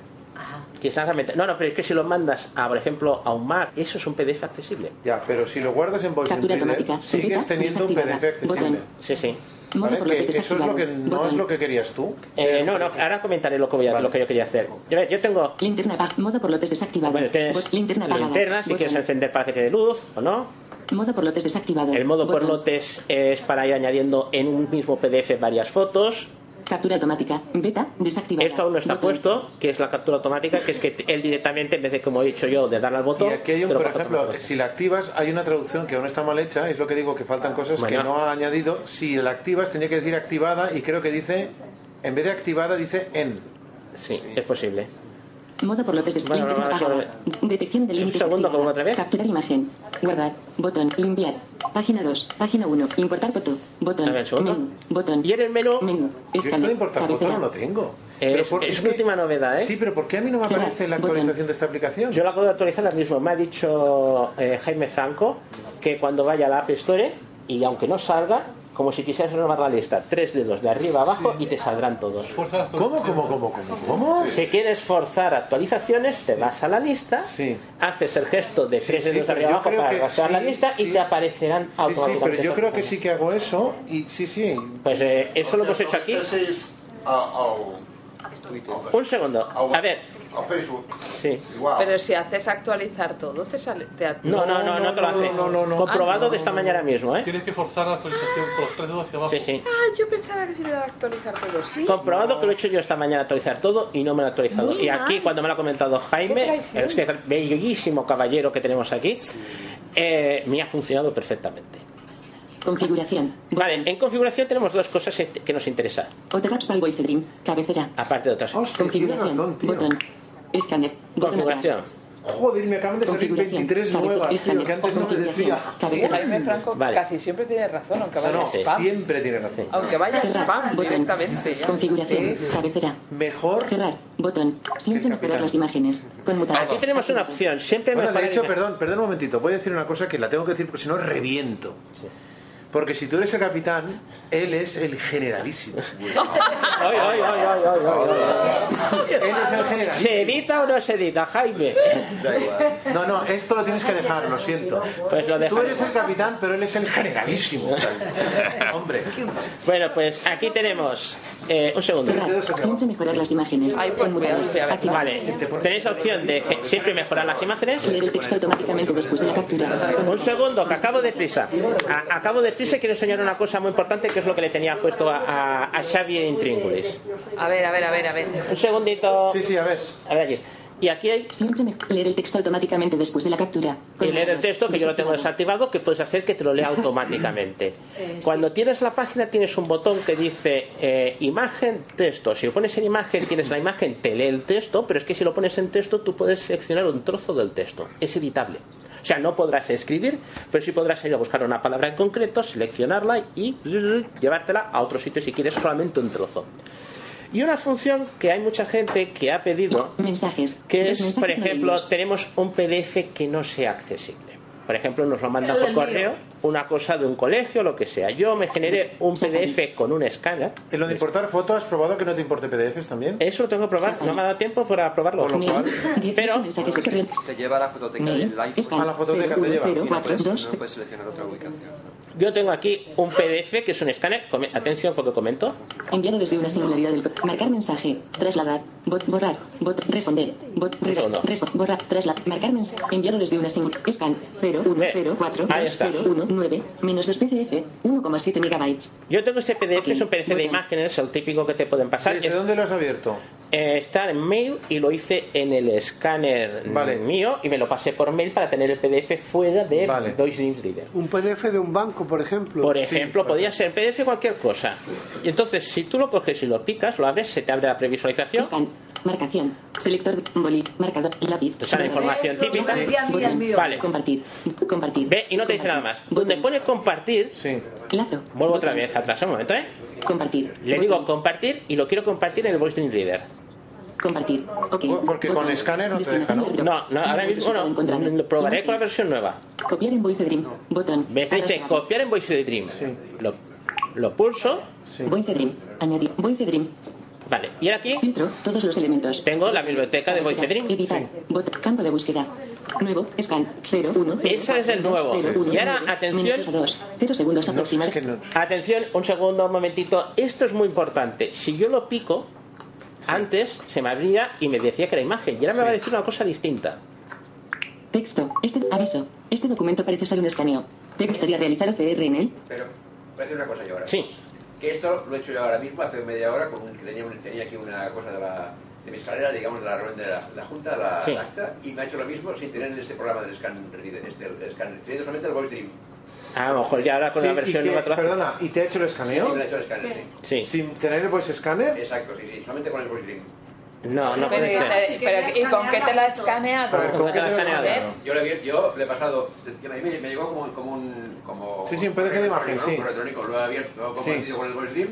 S4: Quizás realmente. No, no, pero es que si lo mandas a, por ejemplo, a un Mac, eso es un PDF accesible.
S5: Ya, pero si lo guardas en Voice
S4: Captura
S5: Dream Reader,
S4: automática.
S5: sigues
S4: Carpeta
S5: teniendo un
S4: desactivada.
S5: PDF accesible.
S4: Botón. Sí, sí.
S5: ¿Vale? Que eso es lo que no es lo que querías tú.
S4: Eh, no, no, ahora comentaré lo que, voy a- lo que yo quería hacer. Yo, yo tengo.
S1: Linterna apag- Modo por lotes desactivado.
S4: Bueno, tienes
S1: Bot- Linterna apagada.
S4: linternas si
S1: Botón.
S4: quieres encender para que te dé luz o no.
S1: Modo por lotes desactivado.
S4: El modo por
S1: Botón.
S4: lotes es para ir añadiendo en un mismo PDF varias fotos.
S1: Captura automática. Beta. Desactivada.
S4: Esto aún no está puesto, que es la captura automática, que es que t- él directamente, en vez de como he dicho yo, de darle al botón.
S5: Y aquí hay un,
S4: te lo
S5: por
S4: coge
S5: ejemplo,
S4: automáticamente.
S5: si la activas, hay una traducción que aún está mal hecha, es lo que digo, que faltan cosas
S4: Ah, Bueno.
S5: que no ha añadido. Si la activas, tenía que decir activada y creo que dice, en vez de activada, dice en.
S4: Sí, es posible.
S1: Modo por lotes
S4: Bueno,
S1: desactivado.
S4: vamos a ver.
S1: Detección de límites.
S4: segundo,
S1: activada.
S4: como otra vez.
S1: Capturar imagen. Guardar. Botón. Limpiar. Página 2. Página 1. Importar foto. Botón.
S4: A ver, segundo.
S1: Menú. Botón.
S4: Y en el menú.
S1: Menú.
S5: Yo esto
S1: Escáner.
S5: de importar foto
S1: Cabecera.
S5: no lo tengo.
S4: Eh,
S5: Pero
S4: es-
S5: por-
S4: es
S5: que-
S4: una última novedad, ¿eh?
S5: Sí, pero ¿por qué a mí no me
S4: Cerrar,
S5: aparece la
S4: botón.
S5: actualización de esta aplicación?
S4: Yo la acabo de actualizar ahora mismo. Me ha dicho eh, Jaime Franco que cuando vaya a la App Store y aunque no salga, como si quisieras renovar la lista, tres dedos de arriba a abajo y te saldrán todos.
S5: ¿Cómo, cómo, cómo, cómo? ¿Cómo?
S4: Si quieres forzar actualizaciones, te vas a la lista, haces el gesto de tres
S5: sí,
S4: dedos
S5: pero
S4: arriba
S5: yo
S4: abajo
S5: creo
S4: para
S5: que
S4: arrastrar la
S5: sí,
S4: lista y te aparecerán
S5: Sí, sí,
S4: automáticamente.
S5: pero yo
S4: esas
S5: creo que
S4: opciones.
S5: sí que hago eso y sí, sí.
S4: Pues eh, eso lo hemos hecho aquí.
S12: Ah, oh.
S4: Un segundo. A ver. Sí.
S11: Pero si haces actualizar todo, te sale. Te act-
S4: No, no, no, no, te lo hace. Comprobado
S11: Ah, no.
S4: de esta mañana mismo, ¿eh?
S8: Tienes que forzar la actualización con los tres dedos hacia abajo.
S4: Sí, sí.
S11: Ah, yo pensaba que se iba a actualizar todo. Sí.
S4: Comprobado que lo he hecho yo esta mañana actualizar todo y no me lo ha actualizado.
S11: Muy
S4: y aquí,
S11: mal.
S4: cuando me lo ha comentado
S11: Qué
S4: Jaime,
S11: traición.
S4: este bellísimo caballero que tenemos aquí, eh, me ha funcionado perfectamente.
S1: Configuración.
S4: Vale, en configuración tenemos dos cosas este- que nos interesan,
S1: Otagaps by Voice Dream. Cabecera.
S4: aparte de otras cosas.
S1: Configuración. Botón. Escáner. Botón
S4: Configuración.
S1: atrás.
S5: Joder, me acaban de salir
S1: Configuración.
S5: 23
S4: pues,
S1: Cabecera.
S5: nuevas, tío, que antes no me decía.
S11: Sí, Jaime Franco
S5: Vale.
S11: casi siempre tiene razón, aunque vaya
S5: No, no,
S11: spam.
S5: siempre tiene razón.
S11: Aunque vaya spam
S1: Botón.
S4: ¿eh?
S11: directamente. ya.
S1: Configuración. Cabecera.
S5: Mejor.
S1: Cerrar. Botón. Siempre mejorar las imágenes. Conmutar.
S4: Aquí tenemos una opción, siempre
S5: Bueno, de
S4: mejorar
S5: hecho,
S4: la-
S5: perdón, perdón un momentito. Voy a decir una cosa que la tengo que decir porque si no reviento. Porque si tú eres el capitán, él es el generalísimo.
S4: Ay, ay, ay, ay, ay, ay, ay.
S5: Él es el general.
S4: ¿Se edita o no se edita, Jaime?
S5: No, no, esto lo tienes que dejar, lo siento.
S4: Pues lo
S5: Tú eres
S4: dejaremos.
S5: el capitán, pero él es el generalísimo. Hombre.
S4: Bueno, pues aquí tenemos. eh, un segundo.
S1: Siempre mejorar las imágenes.
S11: Ay, pues voy a- voy a ver.
S1: Activar.
S4: Vale, tenéis la opción de que- siempre mejorar las imágenes.
S1: Leer el texto automáticamente después de la captura.
S4: Un segundo, que acabo de prisa. A- acabo de prisa y quiero enseñar una cosa muy importante que es lo que le tenía puesto a, a, a Xavi en Intríngulis.
S11: A ver, a ver, a ver, a ver.
S4: Un segundito.
S5: Sí, sí, a ver.
S4: A ver aquí. Y aquí hay
S1: Siempre me- leer el texto automáticamente después de la captura.
S4: y leer el texto que yo lo tengo desactivado que puedes hacer que te lo lea automáticamente. Cuando tienes la página tienes un botón que dice eh, imagen, texto. Si lo pones en imagen tienes la imagen, te lee el texto, pero es que si lo pones en texto tú puedes seleccionar un trozo del texto. Es editable. O sea, no podrás escribir, pero sí podrás ir a buscar una palabra en concreto, seleccionarla y llevártela a otro sitio si quieres solamente un trozo. Y una función que hay mucha gente que ha pedido
S1: Mensajes.
S4: que
S1: Los
S4: es,
S1: mensajes
S4: por ejemplo,
S1: amarillos.
S4: tenemos un PDF que no sea accesible. Por ejemplo, nos lo mandan por
S1: El
S4: correo
S1: mío.
S4: una cosa de un colegio, lo que sea. Yo me generé un PDF con un escáner.
S5: En lo de importar fotos, ¿has probado que no te importe PDFs también?
S4: Eso lo tengo que probar, no me ha dado tiempo para probarlo.
S5: Por lo cual-
S4: Pero
S14: Te lleva a la fototeca
S4: Mail,
S14: del iPhone.
S4: escáner, A la fototeca te lleva. cero,
S14: Y no puedes,
S4: cuatro, dos.
S14: no puedes seleccionar otra ubicación.
S4: yo tengo aquí un PDF que es un escáner. Come- Atención porque comento.
S1: Enviado desde una singularidad del co- marcar mensaje, trasladar, bot borrar, bot responder, bot
S4: Un segundo.
S1: res- borrar, trasladar, marcar mensaje, enviado desde una singularidad, scan 0 1 0 4
S4: ahí
S1: 2
S4: está.
S1: 0 1 9 menos 2 PDF 1,7 megabytes.
S4: Yo tengo este PDF, es un PDF de imágenes, el típico que te pueden pasar.
S5: ¿Desde
S4: Es-
S5: dónde lo has abierto?
S4: Eh, está en mail y lo hice en el escáner
S5: Vale.
S4: mío y me lo pasé por mail para tener el PDF fuera de
S5: Vale.
S4: Voice Link Reader.
S6: Un PDF de un banco, por ejemplo.
S4: Por ejemplo, podía ser PDF cualquier cosa. Y entonces, si tú lo coges y lo picas, lo abres, se te abre la previsualización
S16: Marcación. Selector bolit. Marcador. Lápiz.
S4: Te sale información típica.
S16: Botón.
S4: Vale.
S16: Compartir. Compartir.
S4: Ve y no te dice nada más. Donde pone compartir.
S16: Lazo.
S4: Vuelvo otra vez atrás un momento, ¿eh?
S16: Compartir.
S4: Le digo compartir y lo quiero compartir en el Voice Dream Reader.
S16: Compartir. Ok.
S4: Porque con escáner no te deja, ¿no? No, ahora
S16: pues
S4: mismo no. Lo probaré con la versión nueva.
S16: Copiar en Voice Dream. Botón.
S4: Me dice copiar en Voice Dream. Lo, lo pulso.
S16: Voice Dream. Añadir. Voice Dream.
S4: Vale. Y ahora aquí.
S16: todos los elementos.
S4: Tengo la biblioteca de Voice Dream.
S16: Editar. Bot- campo de búsqueda. Nuevo. Scan. 0, 1.
S4: Ese es el nuevo. Y ahora, atención.
S16: 0 segundos aproximadamente.
S4: Atención, un segundo, un momentito. Esto es muy importante. Si yo lo pico, antes se me abría y me decía que era imagen. Y ahora me va a decir una cosa distinta.
S16: Texto. Este aviso. Este documento parece ser un escaneo. ¿Te gustaría realizar OCR en él?
S10: Pero, voy a decir una cosa yo ahora.
S4: Sí.
S10: Que esto lo he hecho yo ahora mismo, hace media hora, con un- que tenía, un- tenía aquí una cosa de, la, de mi escalera, digamos, de la reunión de la, la Junta, la,
S4: Sí.
S10: la acta, y me ha hecho lo mismo sin tener este programa de Scan Reader, este, el Scan, teniendo solamente el Voice Dream.
S4: A lo mejor ya ahora con
S5: Sí,
S4: la
S5: y
S4: versión
S5: que-
S4: nueva. te lo hace.
S5: Perdona, ¿y te ha hecho el
S10: Sí,
S5: escaneo?
S10: me lo ha hecho el escáner, sí.
S4: Sí.
S5: ¿Sin tener pues, el voice scanner?
S10: Exacto, sí, sí, solamente con el Voice Dream.
S4: No, no
S11: Pero,
S4: puede ser.
S11: pero, ¿Y con qué te la ha escaneado?
S4: ¿Cómo que te lo has escaneado?
S10: Yo le, vi- yo le he pasado, que me, me llegó como, como un... Como,
S5: Sí, sí, un PDF de imagen,
S10: ¿no?
S5: sí.
S10: Correo electrónico, lo he abierto, lo he
S5: Sí.
S10: compartido con el Google Stream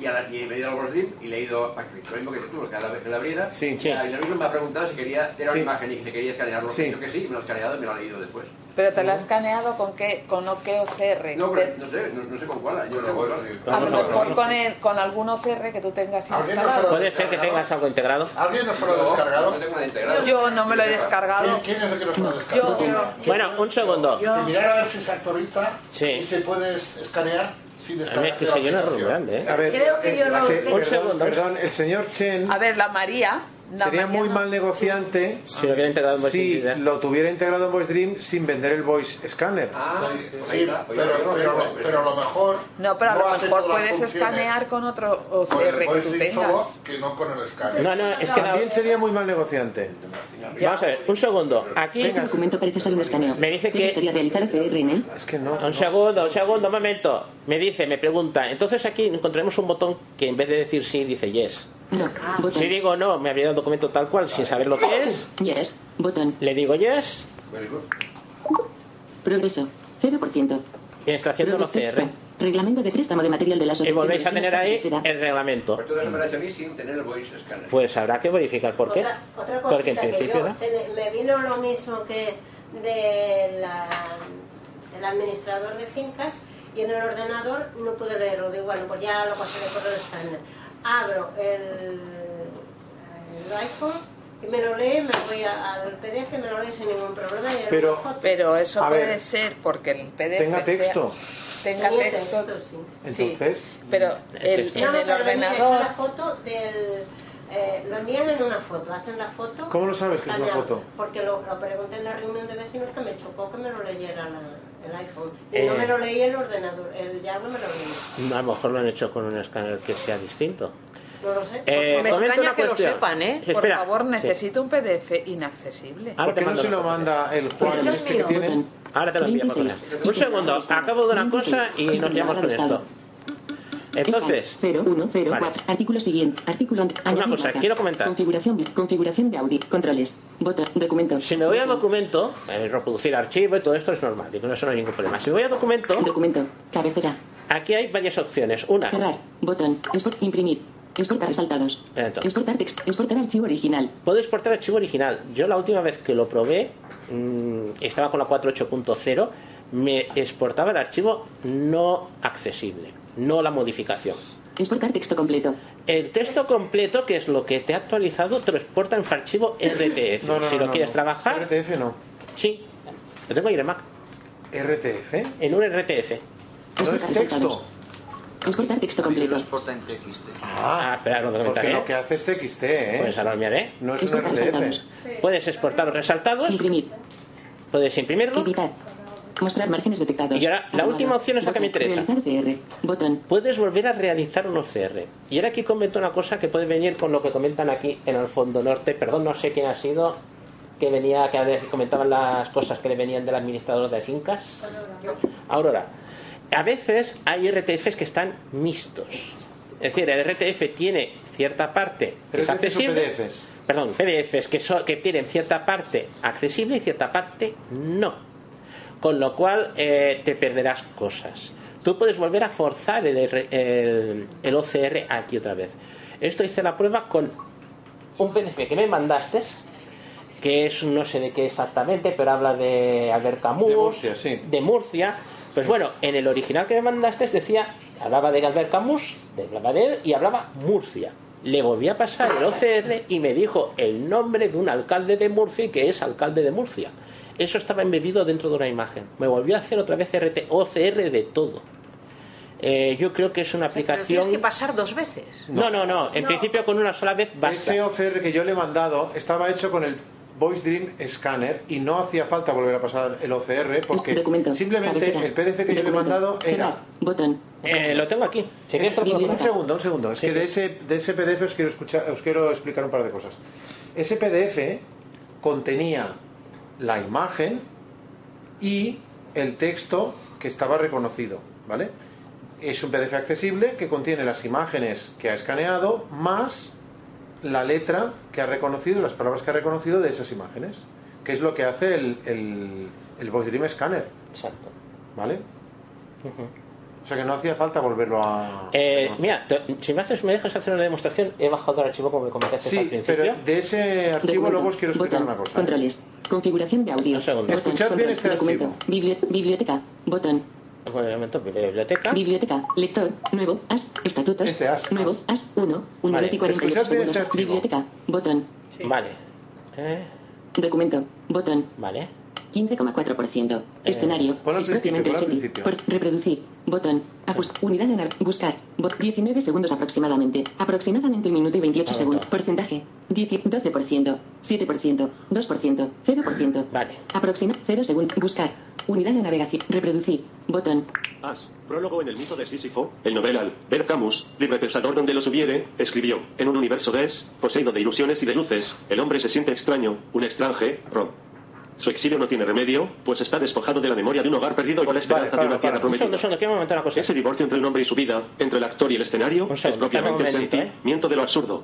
S10: y, a la, y me he ido al Google Stream y le he ido a lo mismo que tú, que a la, que la abriera.
S5: Sí,
S10: y
S5: sí.
S10: la- Y la misma me ha preguntado si quería tener
S5: Sí.
S10: una imagen y que quería escanearlo.
S5: Sí.
S10: He dicho que sí, me lo he escaneado y me lo he leído después.
S11: Pero te la ha escaneado con qué, con o- qué OCR.
S10: No,
S11: Te-
S10: pero no sé, no, no sé con cuál. Yo no
S11: a lo mejor con, el- con algún OCR que tú tengas
S4: Ah,
S11: instalado.
S4: Puede ser que tengas algo integrado.
S12: ¿Alguien nos lo ha descargado?
S10: No tengo nada integrado.
S11: Yo no me lo he descargado.
S12: ¿Quién es el que nos lo ha
S11: Yo,
S12: descargado?
S4: Bueno, un segundo.
S12: Y mirar a ver si se actualiza
S4: Sí.
S12: y si puedes escanear sin
S4: A ver,
S12: descargar.
S4: que soy yo no es muy grande, ¿eh?
S5: A ver,
S11: Creo que yo
S5: eh,
S11: no-
S5: sí,
S11: Un
S5: perdón,
S11: segundo.
S5: perdón, el señor Chen
S11: a ver, la María. la
S5: sería
S11: María
S5: muy
S11: no-
S5: mal negociante si lo hubiera
S4: integrado en Voice Dream.
S5: Voice Dream sin vender el Voice Scanner.
S12: Sí, pero, pero, pero a lo mejor.
S11: No, pero a
S12: no
S11: lo
S12: hace
S11: mejor
S12: todas las
S11: puedes
S12: funciones
S11: escanear con otro
S12: con el
S11: OCR que
S12: voice
S11: tú
S12: link solo
S11: tengas.
S12: que no con el escáner.
S4: No, no, es que
S5: también sería muy mal negociante.
S4: Vamos a ver, un segundo. Aquí
S16: Este documento parece ser un escaneo.
S4: Me dice
S16: ¿Te
S4: que-
S16: gustaría realizar OCR en él?
S5: Es que no.
S4: Un segundo, un segundo, un momento. Me dice, me pregunta. Entonces aquí encontraremos un botón que en vez de decir sí, dice yes.
S16: No. Ah, Botón.
S4: Si digo no, me abrirá el documento tal cual sin saber lo que es.
S16: Yes. Botón.
S4: Le digo yes
S16: Progreso. 0%.
S4: y está haciendo el OCR.
S16: Reglamento de préstamo de material de la
S4: Y
S16: asociación.
S4: volvéis a tener ahí
S16: Sociedad.
S4: el reglamento.
S10: Todo eso me lo ha hecho Pues a mí sin tener el voice scanner.
S4: Pues habrá que verificar por qué.
S19: Otra, otra cosita
S4: Porque en
S19: que
S4: principio,
S19: yo
S4: ¿no?
S19: ten- me vino lo mismo que de la, del administrador de fincas y en el ordenador no pude leerlo. Digo, bueno, pues ya lo pasaré por el escáner. Abro el, el iPhone y me lo lee, me voy a- al PDF, me lo lee sin ningún problema. Y
S5: Pero-
S11: Pero eso
S5: A
S11: puede
S5: ver.
S11: ser porque el PDF
S5: Tenga
S11: sea-
S5: texto.
S11: tenga
S19: Tenía
S11: texto. Sí,
S5: Entonces,
S11: pero el-
S5: texto.
S11: en el ordenador.
S19: la foto del... eh, lo envían en una foto, hacen la foto.
S5: ¿Cómo lo sabes que es una
S19: escaneado.
S5: foto?
S19: Porque lo, lo pregunté en la reunión de vecinos que me chocó que me lo leyera la- el iPhone. Y
S4: Eh.
S19: no me lo leí el ordenador, el ya no me lo leí.
S4: A lo mejor lo han hecho con un escáner que sea distinto.
S19: No lo sé.
S4: Eh,
S11: Me
S4: comento
S11: extraña
S4: una
S11: que lo
S4: cuestión.
S11: sepan, ¿eh? Por
S4: Espera.
S11: favor,
S4: Sí.
S11: necesito un PDF inaccesible.
S4: Ahora
S5: ¿por
S4: te
S5: qué no
S4: mando
S5: se
S4: la
S5: lo
S4: foto.
S5: manda el Juan
S11: Ese Pues es
S5: este que
S11: mío.
S5: tiene?
S4: Ahora te lo envío por correo. Un segundo, acabo de una cosa y nos llevamos con esto. Entonces,
S16: 0, 1, 0,
S4: Vale.
S16: 4. Artículo siguiente. Artículo. ant-
S4: Una
S16: añadir
S4: cosa,
S16: marca.
S4: quiero comentar.
S16: Configuración, bis- configuración de audio. Controles. Botón. Documento.
S4: si me voy a documento, eh, reproducir archivo y todo esto es normal, digo, no eso no hay ningún problema. Si me voy a documento,
S16: Documento. Cabecera.
S4: aquí hay varias opciones. Una,
S16: Cerrar. Botón. Export. Imprimir. Exportar resaltados.
S4: entonces,
S16: Exportar texto. Exportar archivo original.
S4: puedo exportar archivo original. Yo la última vez que lo probé, mm, estaba con la 4.8.0, me exportaba el archivo no accesible, no la modificación.
S16: Exportar texto completo.
S4: El texto completo, que es lo que te ha actualizado, te lo exporta en archivo RTF.
S5: No, no,
S4: si
S5: no,
S4: lo
S5: no,
S4: quieres
S5: no.
S4: trabajar,
S5: RTF no.
S4: sí. Lo tengo ahí en el Mac.
S5: ¿RTF?
S4: En un RTF.
S16: No es texto. Exportar texto completo.
S23: en TXT.
S4: Ah, espera, no te
S5: Porque
S4: comentaré.
S5: lo que hace es TXT, ¿eh?
S4: Pues ahora lo miraré.
S5: No es un RTF.
S4: Puedes exportar los resaltados.
S16: Imprimir.
S4: Puedes imprimirlo.
S16: Mostrar márgenes detectados.
S4: Y ahora, la última opción es la que me
S16: Botón.
S4: interesa.
S16: Realizar CR. Botón.
S4: Puedes volver a realizar un OCR. Y ahora aquí comento una cosa que puede venir con lo que comentan aquí en el fondo norte. Perdón, no sé quién ha sido que venía, que comentaban las cosas que le venían del administrador de fincas. Aurora, a veces hay RTFs que están mixtos. Es decir, el RTF tiene cierta parte que
S5: ¿Pero
S4: es
S5: es decir, son
S4: accesible.
S5: PDFs?
S4: Perdón, PDFs que, so- que tienen cierta parte accesible y cierta parte no. Con lo cual eh, te perderás cosas. Tú puedes volver a forzar el, R- el- el OCR aquí otra vez. Esto hice la prueba con un PDF que me mandaste, que es no sé de qué exactamente, pero habla de Albert Camus, de Murcia. Pues bueno, en el original que me mandaste decía, hablaba de Albert Camus, hablaba de él y hablaba Murcia. Le volví a pasar el OCR y me dijo el nombre de un alcalde de Murcia y que es alcalde de Murcia. Eso estaba embebido dentro de una imagen. Me volvió a hacer otra vez RT, OCR de todo. Eh, yo creo que es una
S9: Pero tienes
S4: aplicación...
S9: que pasar dos veces.
S4: No, no, no. En principio con una sola vez basta.
S5: Ese OCR que yo le he mandado estaba hecho con el Voice Dream Scanner y no hacía falta volver a pasar el OCR porque
S4: Este Documento.
S5: simplemente
S4: Cabecera.
S5: el PDF que yo le he
S4: Documento.
S5: mandado
S4: General.
S5: era.
S4: Botón. Eh, lo tengo aquí. Si quieres, te lo puedo
S5: un
S4: pasar.
S5: segundo, un segundo. Es que de ese, de ese PDF os quiero, escuchar, os quiero explicar un par de cosas. Ese PDF contenía la imagen y el texto que estaba reconocido, ¿vale? Es un PDF accesible que contiene las imágenes que ha escaneado más la letra que ha reconocido, las palabras que ha reconocido de esas imágenes, que es lo que hace el, el, el Voice Dream Scanner.
S4: Exacto.
S5: ¿Vale? O sea que no hacía falta volverlo a...
S4: Eh, mira, te- si me, haces, me dejas hacer una demostración, he bajado el archivo como me comentaste al
S5: Sí,
S4: principio.
S5: pero de ese archivo
S4: Documento.
S5: luego os quiero explicar
S4: Botón.
S5: una cosa.
S1: Controles. Configuración de audio.
S4: segundo.
S1: Botón.
S4: Escuchad bien
S1: Control.
S4: este
S1: Documento. Bibli- biblioteca. Botón.
S4: Bueno, Pues, un momento, biblioteca.
S1: Biblioteca. Lector. Nuevo. As. Estatutos. Nuevo. As. 1. 1
S4: Vale,
S1: minuto y 48
S4: escuchad bien
S1: segundos.
S4: este archivo.
S1: biblioteca. Botón.
S4: Vale. Eh,
S1: Documento. Botón.
S4: Vale.
S1: 15,4%.
S4: Eh,
S1: Escenario.
S4: ponlo al
S1: Es próximamente
S4: principio, ponlo al
S1: setting.
S4: principio.
S1: Por reproducir. Botón. Ajust. Unidad en ar- buscar. Bo- 19 segundos aproximadamente. Aproximadamente un minuto y 28
S4: Ahora
S1: segundos. Porcentaje. 10 12%. 7%. 2%. 0%.
S4: Vale.
S1: Aproxima. 0 segundos. Buscar. Unidad de navegación. Reproducir. Botón.
S2: As, prólogo en el mito de Sísifo, el novela Albert Camus, libre pensador donde los hubiere, escribió, en un universo des, poseído de ilusiones y de luces, el hombre se siente extraño, un extranje, rom. Su exilio no tiene remedio, pues está despojado de la memoria de un hogar perdido con la esperanza de una tierra
S4: Un segundo,
S2: prometida.
S4: un segundo, que me momento una cosa.
S2: Pues Ese divorcio entre el nombre y su vida, entre el actor y el escenario, es propiamente el
S4: dame un momento,
S2: sentimiento de lo absurdo.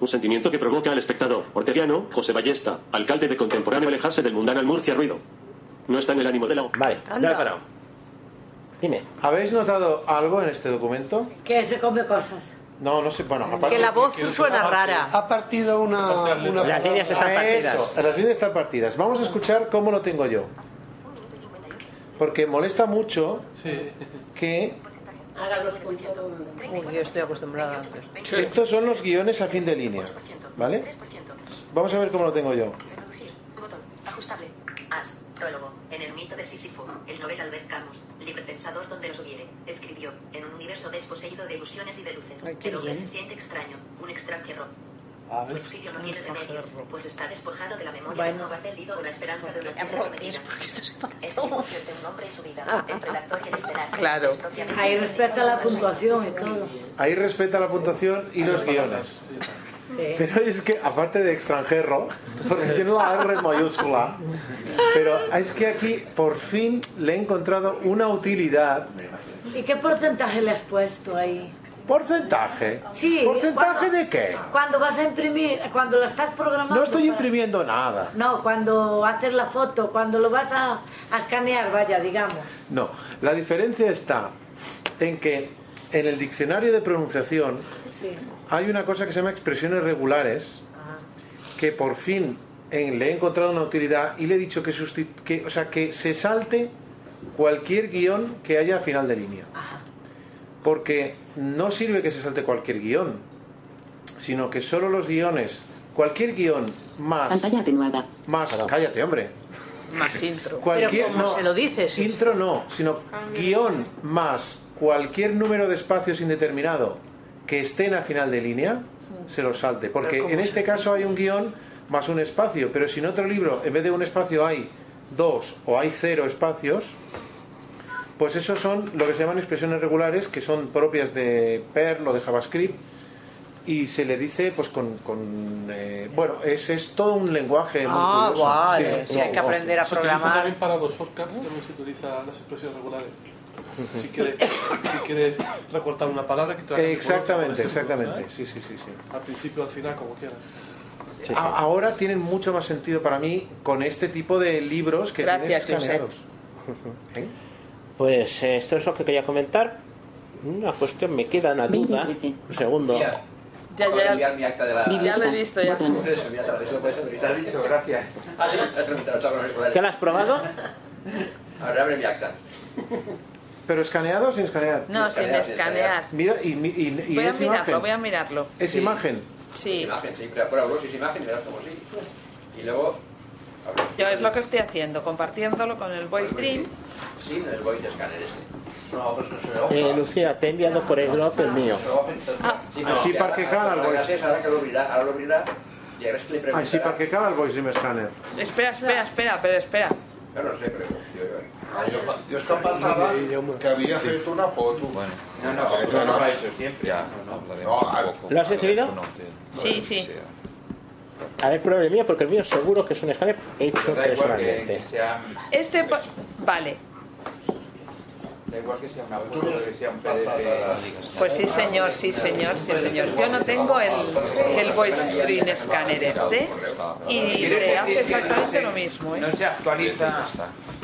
S2: Un sentimiento que provoca al espectador orteliano José Ballesta, alcalde de contemporáneo, alejarse del mundano al Murcia ruido. No está en el ánimo de la.
S4: Vale,
S2: Anda.
S4: Dime.
S5: ¿Habéis notado algo en este documento?
S7: Que se come cosas.
S5: No, no sé, bueno, aparte...
S6: Ha partido una. una
S5: Ah, Las líneas están partidas. las líneas están partidas. Vamos a escuchar cómo lo tengo yo. Porque molesta mucho que
S19: Haga los puntos.
S9: Uy, yo estoy acostumbrada antes.
S5: estos son los guiones a fin de línea. ¿Vale? Vamos a ver cómo lo tengo yo.
S17: Reproducir. Botón. Ajustable. As. Prólogo. En el mito de Sísifo, el novel Albert Camus, libre pensador donde los hubiere, escribió, en un universo desposeído de ilusiones y de luces,
S9: Ay, qué
S17: el hombre
S9: bien.
S17: se siente extraño, un extranjero.
S9: A
S17: Su
S9: ver.
S17: exilio no
S9: Un
S17: tiene remedio, pues está despojado de la memoria
S9: Bueno.
S17: de un hogar perdido o la esperanza de una tierra prometida. Es divorcio entre un hombre y su vida,
S9: Ah.
S17: entre el actor y el estelar.
S5: Claro.
S17: Es propiamente
S7: Ahí
S17: un
S7: respeta la puntuación y todo.
S5: Ahí respeta la puntuación y los guiones. Pero es que, aparte de extranjero, porque tiene la R mayúscula, pero es que aquí por fin le he encontrado una utilidad.
S7: ¿Y qué porcentaje le has puesto ahí?
S5: ¿Porcentaje?
S7: Sí.
S5: ¿Porcentaje
S7: cuando-
S5: de qué?
S7: Cuando vas a imprimir, cuando la estás programando.
S5: No estoy
S7: para-
S5: imprimiendo nada.
S7: No, cuando haces la foto, cuando lo vas a, a escanear, vaya, digamos.
S5: No, la diferencia está en que en el diccionario de pronunciación
S7: Sí.
S5: hay una cosa que se llama expresiones regulares
S7: Ah.
S5: que por fin en- le he encontrado una utilidad y le he dicho que, sustitu- que, o sea, que se salte cualquier guión que haya a final de línea. Porque no sirve que se salte cualquier guión, sino que solo los guiones, cualquier guión más...
S1: Pantalla atenuada.
S5: Más, cállate, hombre.
S9: Más intro.
S5: Cualquier,
S9: Pero como
S5: no,
S9: se lo dices.
S5: Intro no, sino guión más cualquier número de espacios indeterminado que estén a final de línea, se lo salte. Porque
S24: Pero ¿cómo
S5: en
S24: se
S5: este caso hay un guión más un espacio, pero si en otro libro en vez de un espacio hay dos o hay cero espacios, pues esos son lo que se llaman expresiones regulares, que son propias de Perl o de JavaScript, y se le dice pues con... con, eh, bueno, es, es todo un lenguaje... muy
S9: Ah,
S5: curioso.
S9: vale, sí, hay que aprender a
S8: Se utiliza
S9: programar.
S8: también para los podcasts, también se utiliza las expresiones regulares. Si quieres, si quieres recortar una palabra que te haga
S5: Exactamente,
S8: por otra, por ejemplo,
S5: exactamente.
S8: ¿eh?
S5: Sí, sí, sí, sí.
S8: Al principio, al final, como quieras.
S5: A- Ahora tienen mucho más sentido para mí con este tipo de libros que
S11: Gracias,
S5: tienes escaneados. ¿Eh?
S4: Pues eh, esto es lo que quería comentar. Una cuestión, me queda una duda. Un segundo.
S11: Ya,
S3: Acabo de enviar mi acta de la-
S11: ya lo he visto. Ya.
S3: Eso, mi acta, eso puede ser. Te ha dicho, gracias. Ah, sí, te has tramitado, está con los auriculares.
S4: ¿Ya la has probado?
S3: Ahora abre mi acta.
S5: ¿Pero escaneado o sin escanear?
S11: No, sin escanear, sin escanear.
S5: Mira, y, mi- y- y
S11: Voy a
S5: es imagen.
S11: mirarlo, voy a mirarlo.
S5: Es imagen.
S11: Sí,
S3: Imagen, sí, pero ahora abro, si es imagen, verás como sí. Y luego,
S11: yo es lo que estoy haciendo, compartiéndolo con el voice dream.
S3: sí, el voice scanner este. No, pues no se lo
S4: Eh, Lucía, te he enviado por el drop el mío.
S5: Así para que cara algo es.
S3: Gracias, ahora que lo abrirá, ahora lo abrirá. Y ahora es que le preguntará.
S5: Así Ah, para que cada el voice dream scanner.
S11: Espera, espera, espera, pero espera.
S3: Yo no sé, pero yo- yo...
S12: Yo es que pensaba que había hecho una foto.
S15: No, no,
S12: Eso
S15: eso no
S12: no.
S15: lo ha hecho siempre. ah,
S12: No,
S15: No,
S12: ah,
S4: ¿Lo has recibido?
S11: Sí, sí.
S4: A ver, prueba el mío, porque el mío seguro que es un escáner hecho
S15: Pero da igual que, que
S4: personalmente.
S15: sea,
S11: Este. pa- Vale,
S15: da igual que sea una foto, que sea un PDF.
S11: pues sí, señor, sí, señor, sí, señor. Yo no tengo el, el voice dream scanner este y te hace exactamente lo mismo, ¿eh?
S15: No se actualiza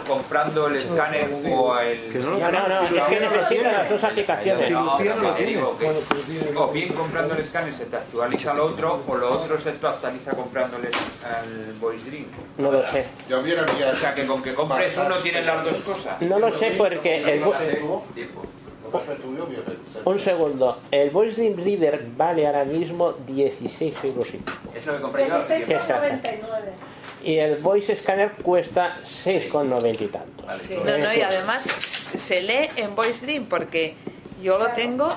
S15: comprando el escáner o el.
S4: no lo No, no, no, es que necesita las dos aplicaciones.
S15: No,
S4: Si Lucía no
S15: no,
S4: lo pues
S15: te
S4: tiene.
S15: digo que O bien comprando el escáner se te actualiza lo otro, o lo otro se te actualiza comprando el, el voice dream.
S4: No lo sé.
S15: O sea que con que compres uno tienes las dos cosas.
S4: No lo sé porque el vo- un segundo, el Voice Dream Reader vale ahora mismo 16 euros y pico.
S3: Es lo que compré yo.
S4: Exacto. Y el Voice Scanner cuesta 6,90 y tantos.
S11: No, no, y además se lee en voice dream porque yo lo tengo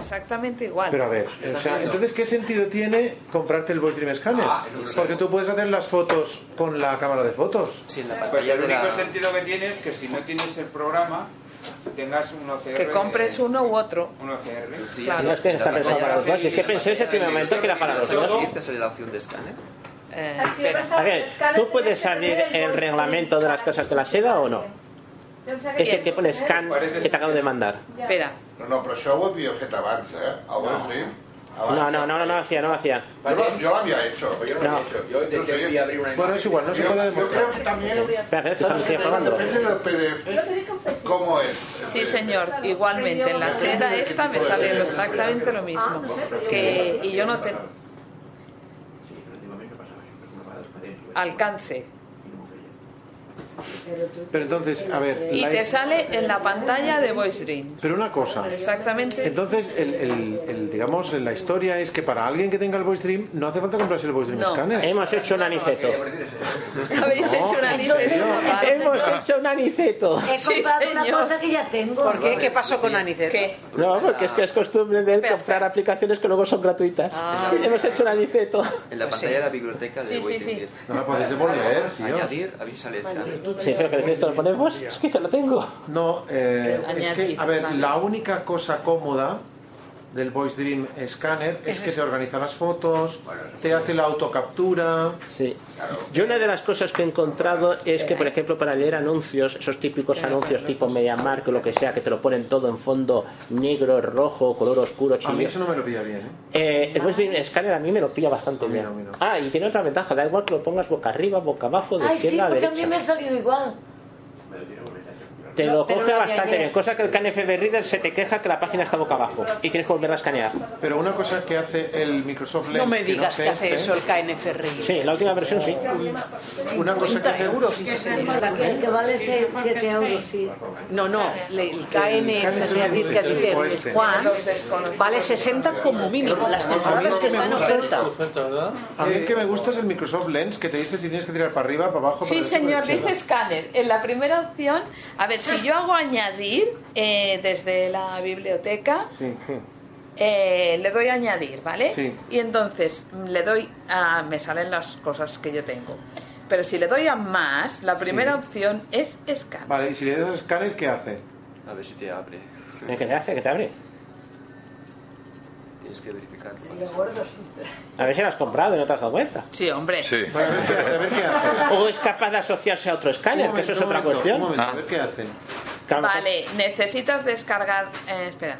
S11: exactamente igual.
S5: Pero a ver, o sea, entonces, ¿qué sentido tiene comprarte el voice dream scanner? Porque tú puedes hacer las fotos con la cámara de fotos.
S15: Pues el único sentido que tiene es que si no tienes el programa, tengas un OCR.
S11: Que compres uno u otro.
S15: Un OCR.
S11: Claro.
S4: No es que está pensado para los dos, es que pensé ese primer momento que era para los dos.
S10: ¿Te sale la opción de escáner?
S11: Eh,
S4: A ver, ¿tú puedes salir el reglamento de las casas de la seda o no? Es ¿Eh? el que pone scan que te acabo de mandar.
S11: Espera.
S12: No, no, però això ho havia fet abans, eh? El no. Dream.
S4: No, no, no, no, no lo hacía, no lo hacía.
S12: Yo lo, yo lo había hecho.
S4: Yo no lo había No. hecho. Yo intenté abrir una Bueno, es igual, no se
S12: Yo-
S4: puede
S12: Yo
S4: demostrar.
S12: creo que también.
S4: Espera, que esto también sigue probando.
S12: Depende del PDF. ¿Cómo es?
S11: Eh. Sí, señor, igualmente. En la seda esta me sale lo- exactamente
S4: Ah,
S11: lo mismo. Que, y yo no tengo alcance.
S5: Pero entonces, a ver.
S11: Y
S5: la-
S11: te sale en la pantalla de voice dream.
S5: Pero una cosa.
S11: Exactamente.
S5: Entonces, el, el- el- digamos, la historia es que para alguien que tenga el voice dream, no hace falta comprarse el voice dream
S11: No.
S5: scanner.
S4: Hemos hecho un aniceto.
S11: Habéis hecho una Eh, lista.
S4: Hemos hecho un aniceto.
S7: He comprado una cosa que ya tengo.
S9: ¿Por qué? ¿Qué pasó con Aniceto?
S4: No, porque es que es costumbre de él comprar aplicaciones que luego son gratuitas.
S11: Ah.
S4: Hemos hecho un aniceto.
S10: En la pantalla de la biblioteca de
S4: Sí, sí,
S10: Voice
S4: sí.
S10: Dream.
S4: No la podéis devolver, tío.
S10: Añadir, ahí sale escáner.
S4: Sí, pero que el texto lo ponemos, es que ya lo tengo.
S5: No, eh, es que,
S4: Añadir,
S5: a ver,
S4: vale.
S5: la única cosa cómoda del Voice Dream Scanner es que te organiza las fotos, te hace la autocaptura.
S4: Sí. Yo una de las cosas que he encontrado es que, por ejemplo, para leer anuncios, esos típicos anuncios tipo MediaMark o lo que sea, que te lo ponen todo en fondo negro, rojo, color oscuro,
S5: A mí
S4: chillo.
S5: eso no me lo pilla bien. ¿eh?
S4: Eh, el Voice Dream Scanner a mí me lo pilla bastante bien. Ah, y tiene otra ventaja, da igual que lo pongas boca arriba, boca abajo, de
S7: Ay, sí,
S4: izquierda a
S7: porque a mí
S4: derecha.
S7: me ha salido igual.
S4: Te
S7: No,
S4: lo
S7: pero
S4: coge
S7: la
S4: bastante
S7: añadí.
S4: bien, cosa que el KNFB Reader se te queja que la página está boca abajo y tienes que volverla a escanear.
S5: Pero una cosa que hace el Microsoft Lens...
S9: No me
S5: que
S9: digas
S5: sé
S9: que hace
S5: este,
S9: eso el KNFRI.
S4: Sí, la última versión sí.
S5: Una cosa que
S9: 30
S5: hace...
S9: euros y 60 euros.
S7: El que vale 7 euros, sí.
S9: No, no, le- el KNFRI
S5: KNFRI,
S9: dice,
S5: tipo
S9: dice
S5: este.
S9: Juan, vale 60 como mínimo, las temporadas que están en oferta.
S5: A mí el que me gusta es el Microsoft Lens que te dice si tienes que tirar para arriba, para abajo, para
S11: Sí,
S5: derecha,
S11: señor,
S5: para
S11: dice
S5: izquierda.
S11: escáner. En la primera opción, a ver, si yo hago añadir eh, desde la biblioteca,
S5: Sí.
S11: eh, le doy a añadir, ¿vale?
S5: Sí.
S11: Y entonces mm, le doy a... me salen las cosas que yo tengo. Pero si le doy a más, la primera opción es escáner.
S5: Vale, y si le das escáner, ¿qué hace?
S10: A ver si te abre.
S4: ¿Qué te hace? ¿Qué te abre?
S10: Tienes que verificar.
S4: A ver si la has comprado y no te has dado cuenta.
S11: Sí, hombre.
S4: Sí.
S5: A ver qué hace.
S4: O es capaz de asociarse a otro escáner,
S5: Un
S4: que eso es
S5: momento,
S4: otra
S5: un momento,
S4: cuestión.
S5: un momento, a ver qué hace.
S11: Vale, necesitas descargar. eh, espera.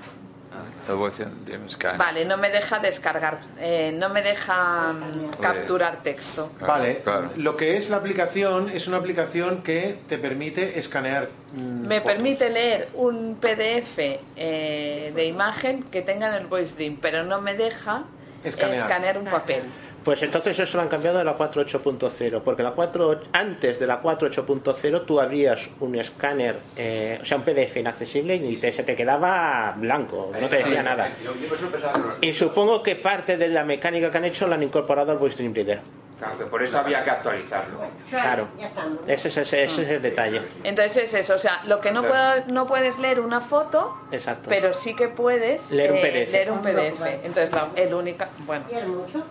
S21: Te voy a decir, dime,
S5: Ah.
S21: scan.
S11: Vale, no me deja descargar, eh, no me deja mm, capturar texto.
S5: Vale, lo que es la aplicación es una aplicación que te permite escanear. mm,
S11: Me
S5: fotos.
S11: permite leer un PDF eh, de imagen que tenga en el voice dream, pero no me deja
S4: Escanear.
S11: escanear un papel.
S15: Ah.
S4: Pues entonces eso lo han cambiado a la 4.8.0, porque la 4, antes de la 4.8.0 tú abrías un escáner, eh, o sea, un PDF inaccesible y te- se te quedaba blanco, no te decía nada.
S3: Yo, yo por eso pensaba que no-
S4: Y supongo que parte de la mecánica que han hecho la han incorporado al Voice Dream Reader.
S15: Claro, que por eso había que actualizarlo.
S4: Claro.
S19: Ya estamos.
S4: Ese es, ese- ese es el detalle.
S11: Entonces es eso, o sea, lo que no,
S4: Claro.
S11: puedo, no puedes leer una foto,
S4: Exacto.
S11: pero sí que puedes eh,
S4: Leer un PDF.
S11: leer un PDF. Entonces la, el única, bueno.
S19: ¿Y el mucho?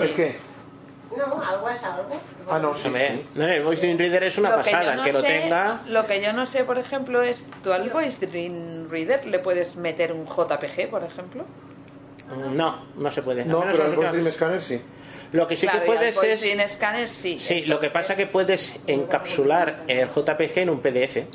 S5: ¿El qué?
S19: No, algo es algo.
S5: Ah, no, sí,
S4: Hombre, no, el Voice Dream Reader es una
S11: Lo que yo
S4: pasada, el
S11: no
S4: que lo
S11: sé-
S4: tenga.
S11: Lo que yo no sé, por ejemplo, es tú al Voice Dream Reader le puedes meter un JPG, por ejemplo.
S4: mm, No, no se puede.
S5: No,
S4: Al menos
S5: pero el
S4: nosotros-
S5: Voice Dream Scanner sí.
S4: Lo que sí
S11: claro,
S4: que
S11: y al
S4: puedes
S11: Voice
S4: es.
S11: Dream Scanner sí.
S4: Sí, lo que pasa que puedes encapsular el JPG en un PDF.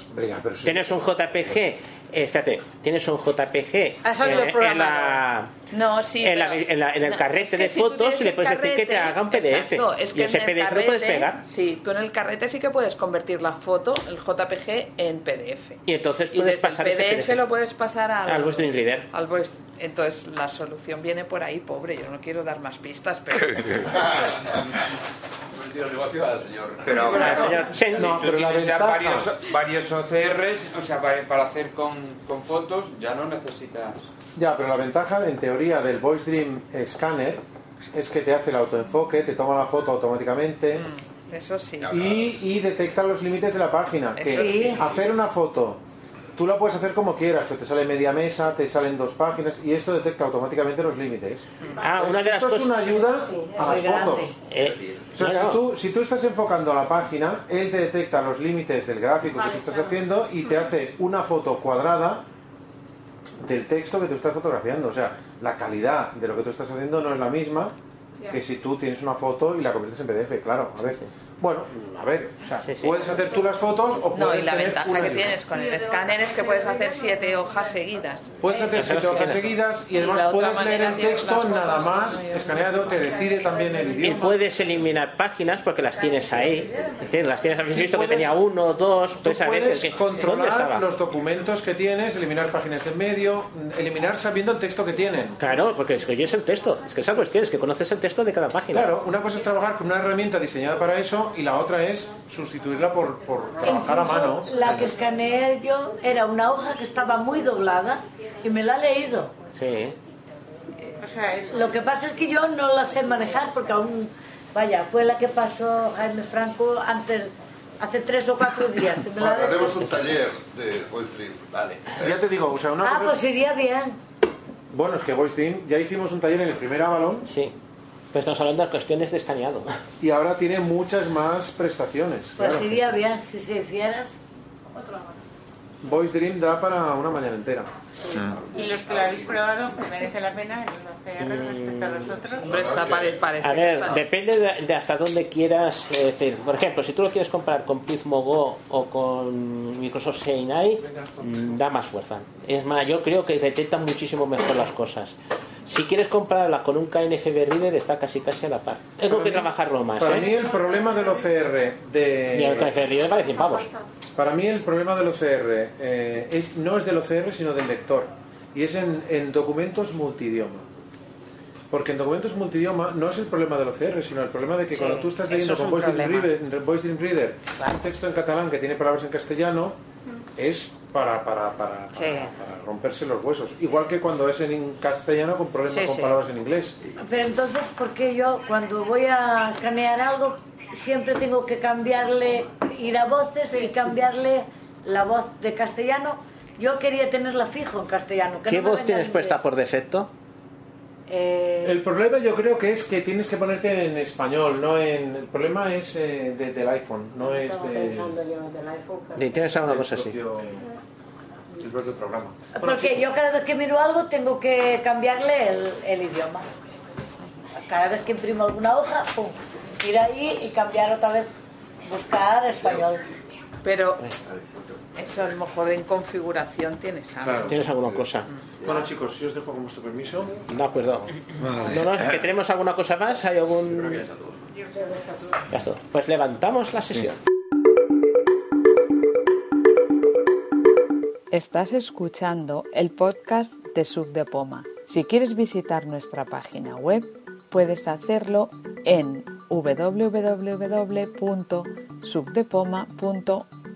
S4: Tienes un JPG, eh, espérate, tienes un JPG
S11: Ha salido
S4: en- en, la,
S11: programado. No, sí.
S4: en, la-
S11: pero-
S4: en la- en el
S11: no,
S4: carrete
S11: es que
S4: de
S11: si tú
S4: fotos
S11: tienes
S4: y le
S11: el
S4: puedes decir que te
S11: carrete-
S4: haga un PDF.
S11: Exacto, es que
S4: y ese
S11: en el
S4: PDF lo puedes
S11: carrete-
S4: pegar.
S11: Sí, tú en el carrete sí que puedes convertir la foto, el JPG, en PDF.
S4: Y entonces
S11: Y
S4: puedes
S11: desde el
S4: pasar ese
S11: PDF lo puedes pasar al,
S4: al Voice Dream Reader.
S11: al voice- Entonces la solución viene por ahí, pobre. Yo no quiero dar más pistas, pero.
S3: Pues, tío, el negocio al señor.
S15: Pero ahora no.
S3: No,
S15: Tú
S3: pero la
S15: tienes ya
S3: ventaja-
S15: varios, varios OCRs, o sea, para, para hacer con, con fotos ya no necesitas.
S5: Ya, pero la ventaja en teoría del Voice Dream Scanner es que te hace el autoenfoque, te toma la foto automáticamente
S11: Mm. Eso sí.
S5: y, y detecta los límites de la página.
S11: Eso
S5: Que
S11: sí.
S5: Hacer una foto, tú la puedes hacer como quieras, que te sale media mesa, te salen dos páginas y esto detecta automáticamente los límites.
S4: Ah, una de las
S5: esto es
S4: cosas-
S5: una ayuda a
S4: muy
S5: las
S4: grande.
S5: fotos.
S4: Eh,
S5: O sea,
S4: no,
S5: si,
S4: no.
S5: Tú, si tú estás enfocando a la página, él te detecta los límites del gráfico que tú estás haciendo y te hace una foto cuadrada del texto que tú estás fotografiando. O sea, la calidad de lo que tú estás haciendo no es la misma que si tú tienes una foto y la conviertes en PDF, claro. A ver, bueno, a ver, o sea, puedes hacer tú las fotos o puedes
S11: No, y la
S5: tener
S11: ventaja
S5: una
S11: que
S5: ayuda.
S11: tienes con el escáner es que puedes hacer siete hojas seguidas.
S5: Puedes hacer siete hojas seguidas y además
S11: la otra
S5: puedes leer
S11: manera
S5: el
S11: tienes
S5: texto
S11: las fotos,
S5: nada
S11: ¿no?
S5: más escaneado, te decide también el
S4: Y
S5: idioma.
S4: puedes eliminar páginas porque las tienes ahí. Es decir, las tienes, habéis
S5: Sí,
S4: visto que
S5: puedes-
S4: tenía uno, dos,
S5: Tú
S4: tres a veces.
S5: puedes
S4: que- ¿Dónde estaba?
S5: controlar los documentos que tienes, eliminar páginas en medio, eliminar sabiendo el texto que tienen.
S4: Claro, porque es que oyes el texto. Es que esa cuestión es que conoces el texto de cada página.
S5: Claro, una cosa es trabajar con una herramienta diseñada para eso y la otra es sustituirla por, por trabajar a mano.
S7: La que escaneé yo era una hoja que estaba muy doblada y me la he leído.
S4: Sí.
S7: Lo que pasa es que yo no la sé manejar porque aún, vaya, fue la que pasó Jaime Franco antes, hace tres o cuatro días. y me la
S12: Bueno,
S7: des-
S12: haremos un taller de voice dream.
S3: Vale.
S5: Ya te digo, o sea, una
S7: Ah,
S5: cosa
S7: pues
S5: es...
S7: iría bien.
S5: Bueno, es que Voice Team ya hicimos un taller en el primer Avalon.
S4: Sí. Pero estamos hablando de cuestiones de escaneado.
S5: Y ahora tiene muchas más prestaciones.
S7: Pues
S5: claro.
S7: iría bien si se hicieras.
S5: Voice Dream da para una mañana entera.
S4: Mm.
S20: Y los que lo habéis probado, merece la pena el OCR respecto a los otros.
S11: Hombre, está pare- parece
S4: Mm. A
S11: que
S4: ver,
S11: está-
S4: depende de, de hasta dónde quieras eh, decir. Por ejemplo, si tú lo quieres comparar con Pismo Go o con Microsoft Seinai, mm, da más fuerza. Es más, yo creo que detecta muchísimo mejor las cosas. Si quieres compararla con un KNFB Reader, está casi casi a la par. Tengo que trabajarlo más.
S5: Para
S4: ¿eh?
S5: mí eh, el problema del OCR de...
S4: Y el KNFB Reader vale 100 pavos.
S5: Para mí el problema del OCR eh, es, no es del OCR sino del lector y es en, en documentos multidioma. Porque en documentos multidioma no es el problema del OCR, sino el problema de que
S24: Sí,
S5: cuando tú estás
S24: eso
S5: leyendo
S24: es
S5: con
S24: un
S5: Voice Dream
S24: problema.
S5: Reader, en Voice Dream Reader un texto en catalán que tiene palabras en castellano, es para, para, para, para- para romperse los huesos. Igual que cuando es en in- castellano con problemas
S7: Sí,
S5: con
S7: sí.
S5: palabras en inglés.
S7: Pero entonces, ¿por qué yo cuando voy a escanear algo siempre tengo que cambiarle, ir a voces y cambiarle la voz de castellano? Yo quería tenerla fijo en castellano. que
S4: ¿Qué
S7: no me
S4: voz
S7: venga
S4: tienes
S7: en
S4: puesta por defecto?
S7: inglés. Eh,
S5: El problema yo creo que es que tienes que ponerte en español, no en... El problema es eh, de- del iPhone, no es
S19: Estaba
S5: de...
S19: pensando yo del iPhone. pero-
S4: Sí, tienes alguna cosa así.
S5: el propio programa.
S7: porque yo cada vez que miro algo tengo que cambiarle el, el idioma. Cada vez que imprimo alguna hoja, pum, ir ahí y cambiar otra vez, buscar español.
S11: Pero eso a lo mejor en configuración tienes algo.
S4: Claro. ¿Tienes alguna cosa?
S5: Bueno, chicos, si os dejo con vuestro permiso.
S4: De acuerdo. No, no, es que tenemos alguna cosa más. ¿Hay algún.?
S20: Yo creo que está todo.
S4: Ya está. Pues levantamos la sesión.
S11: Estás escuchando el podcast de Sub de Poma. Si quieres visitar nuestra página web, puedes hacerlo en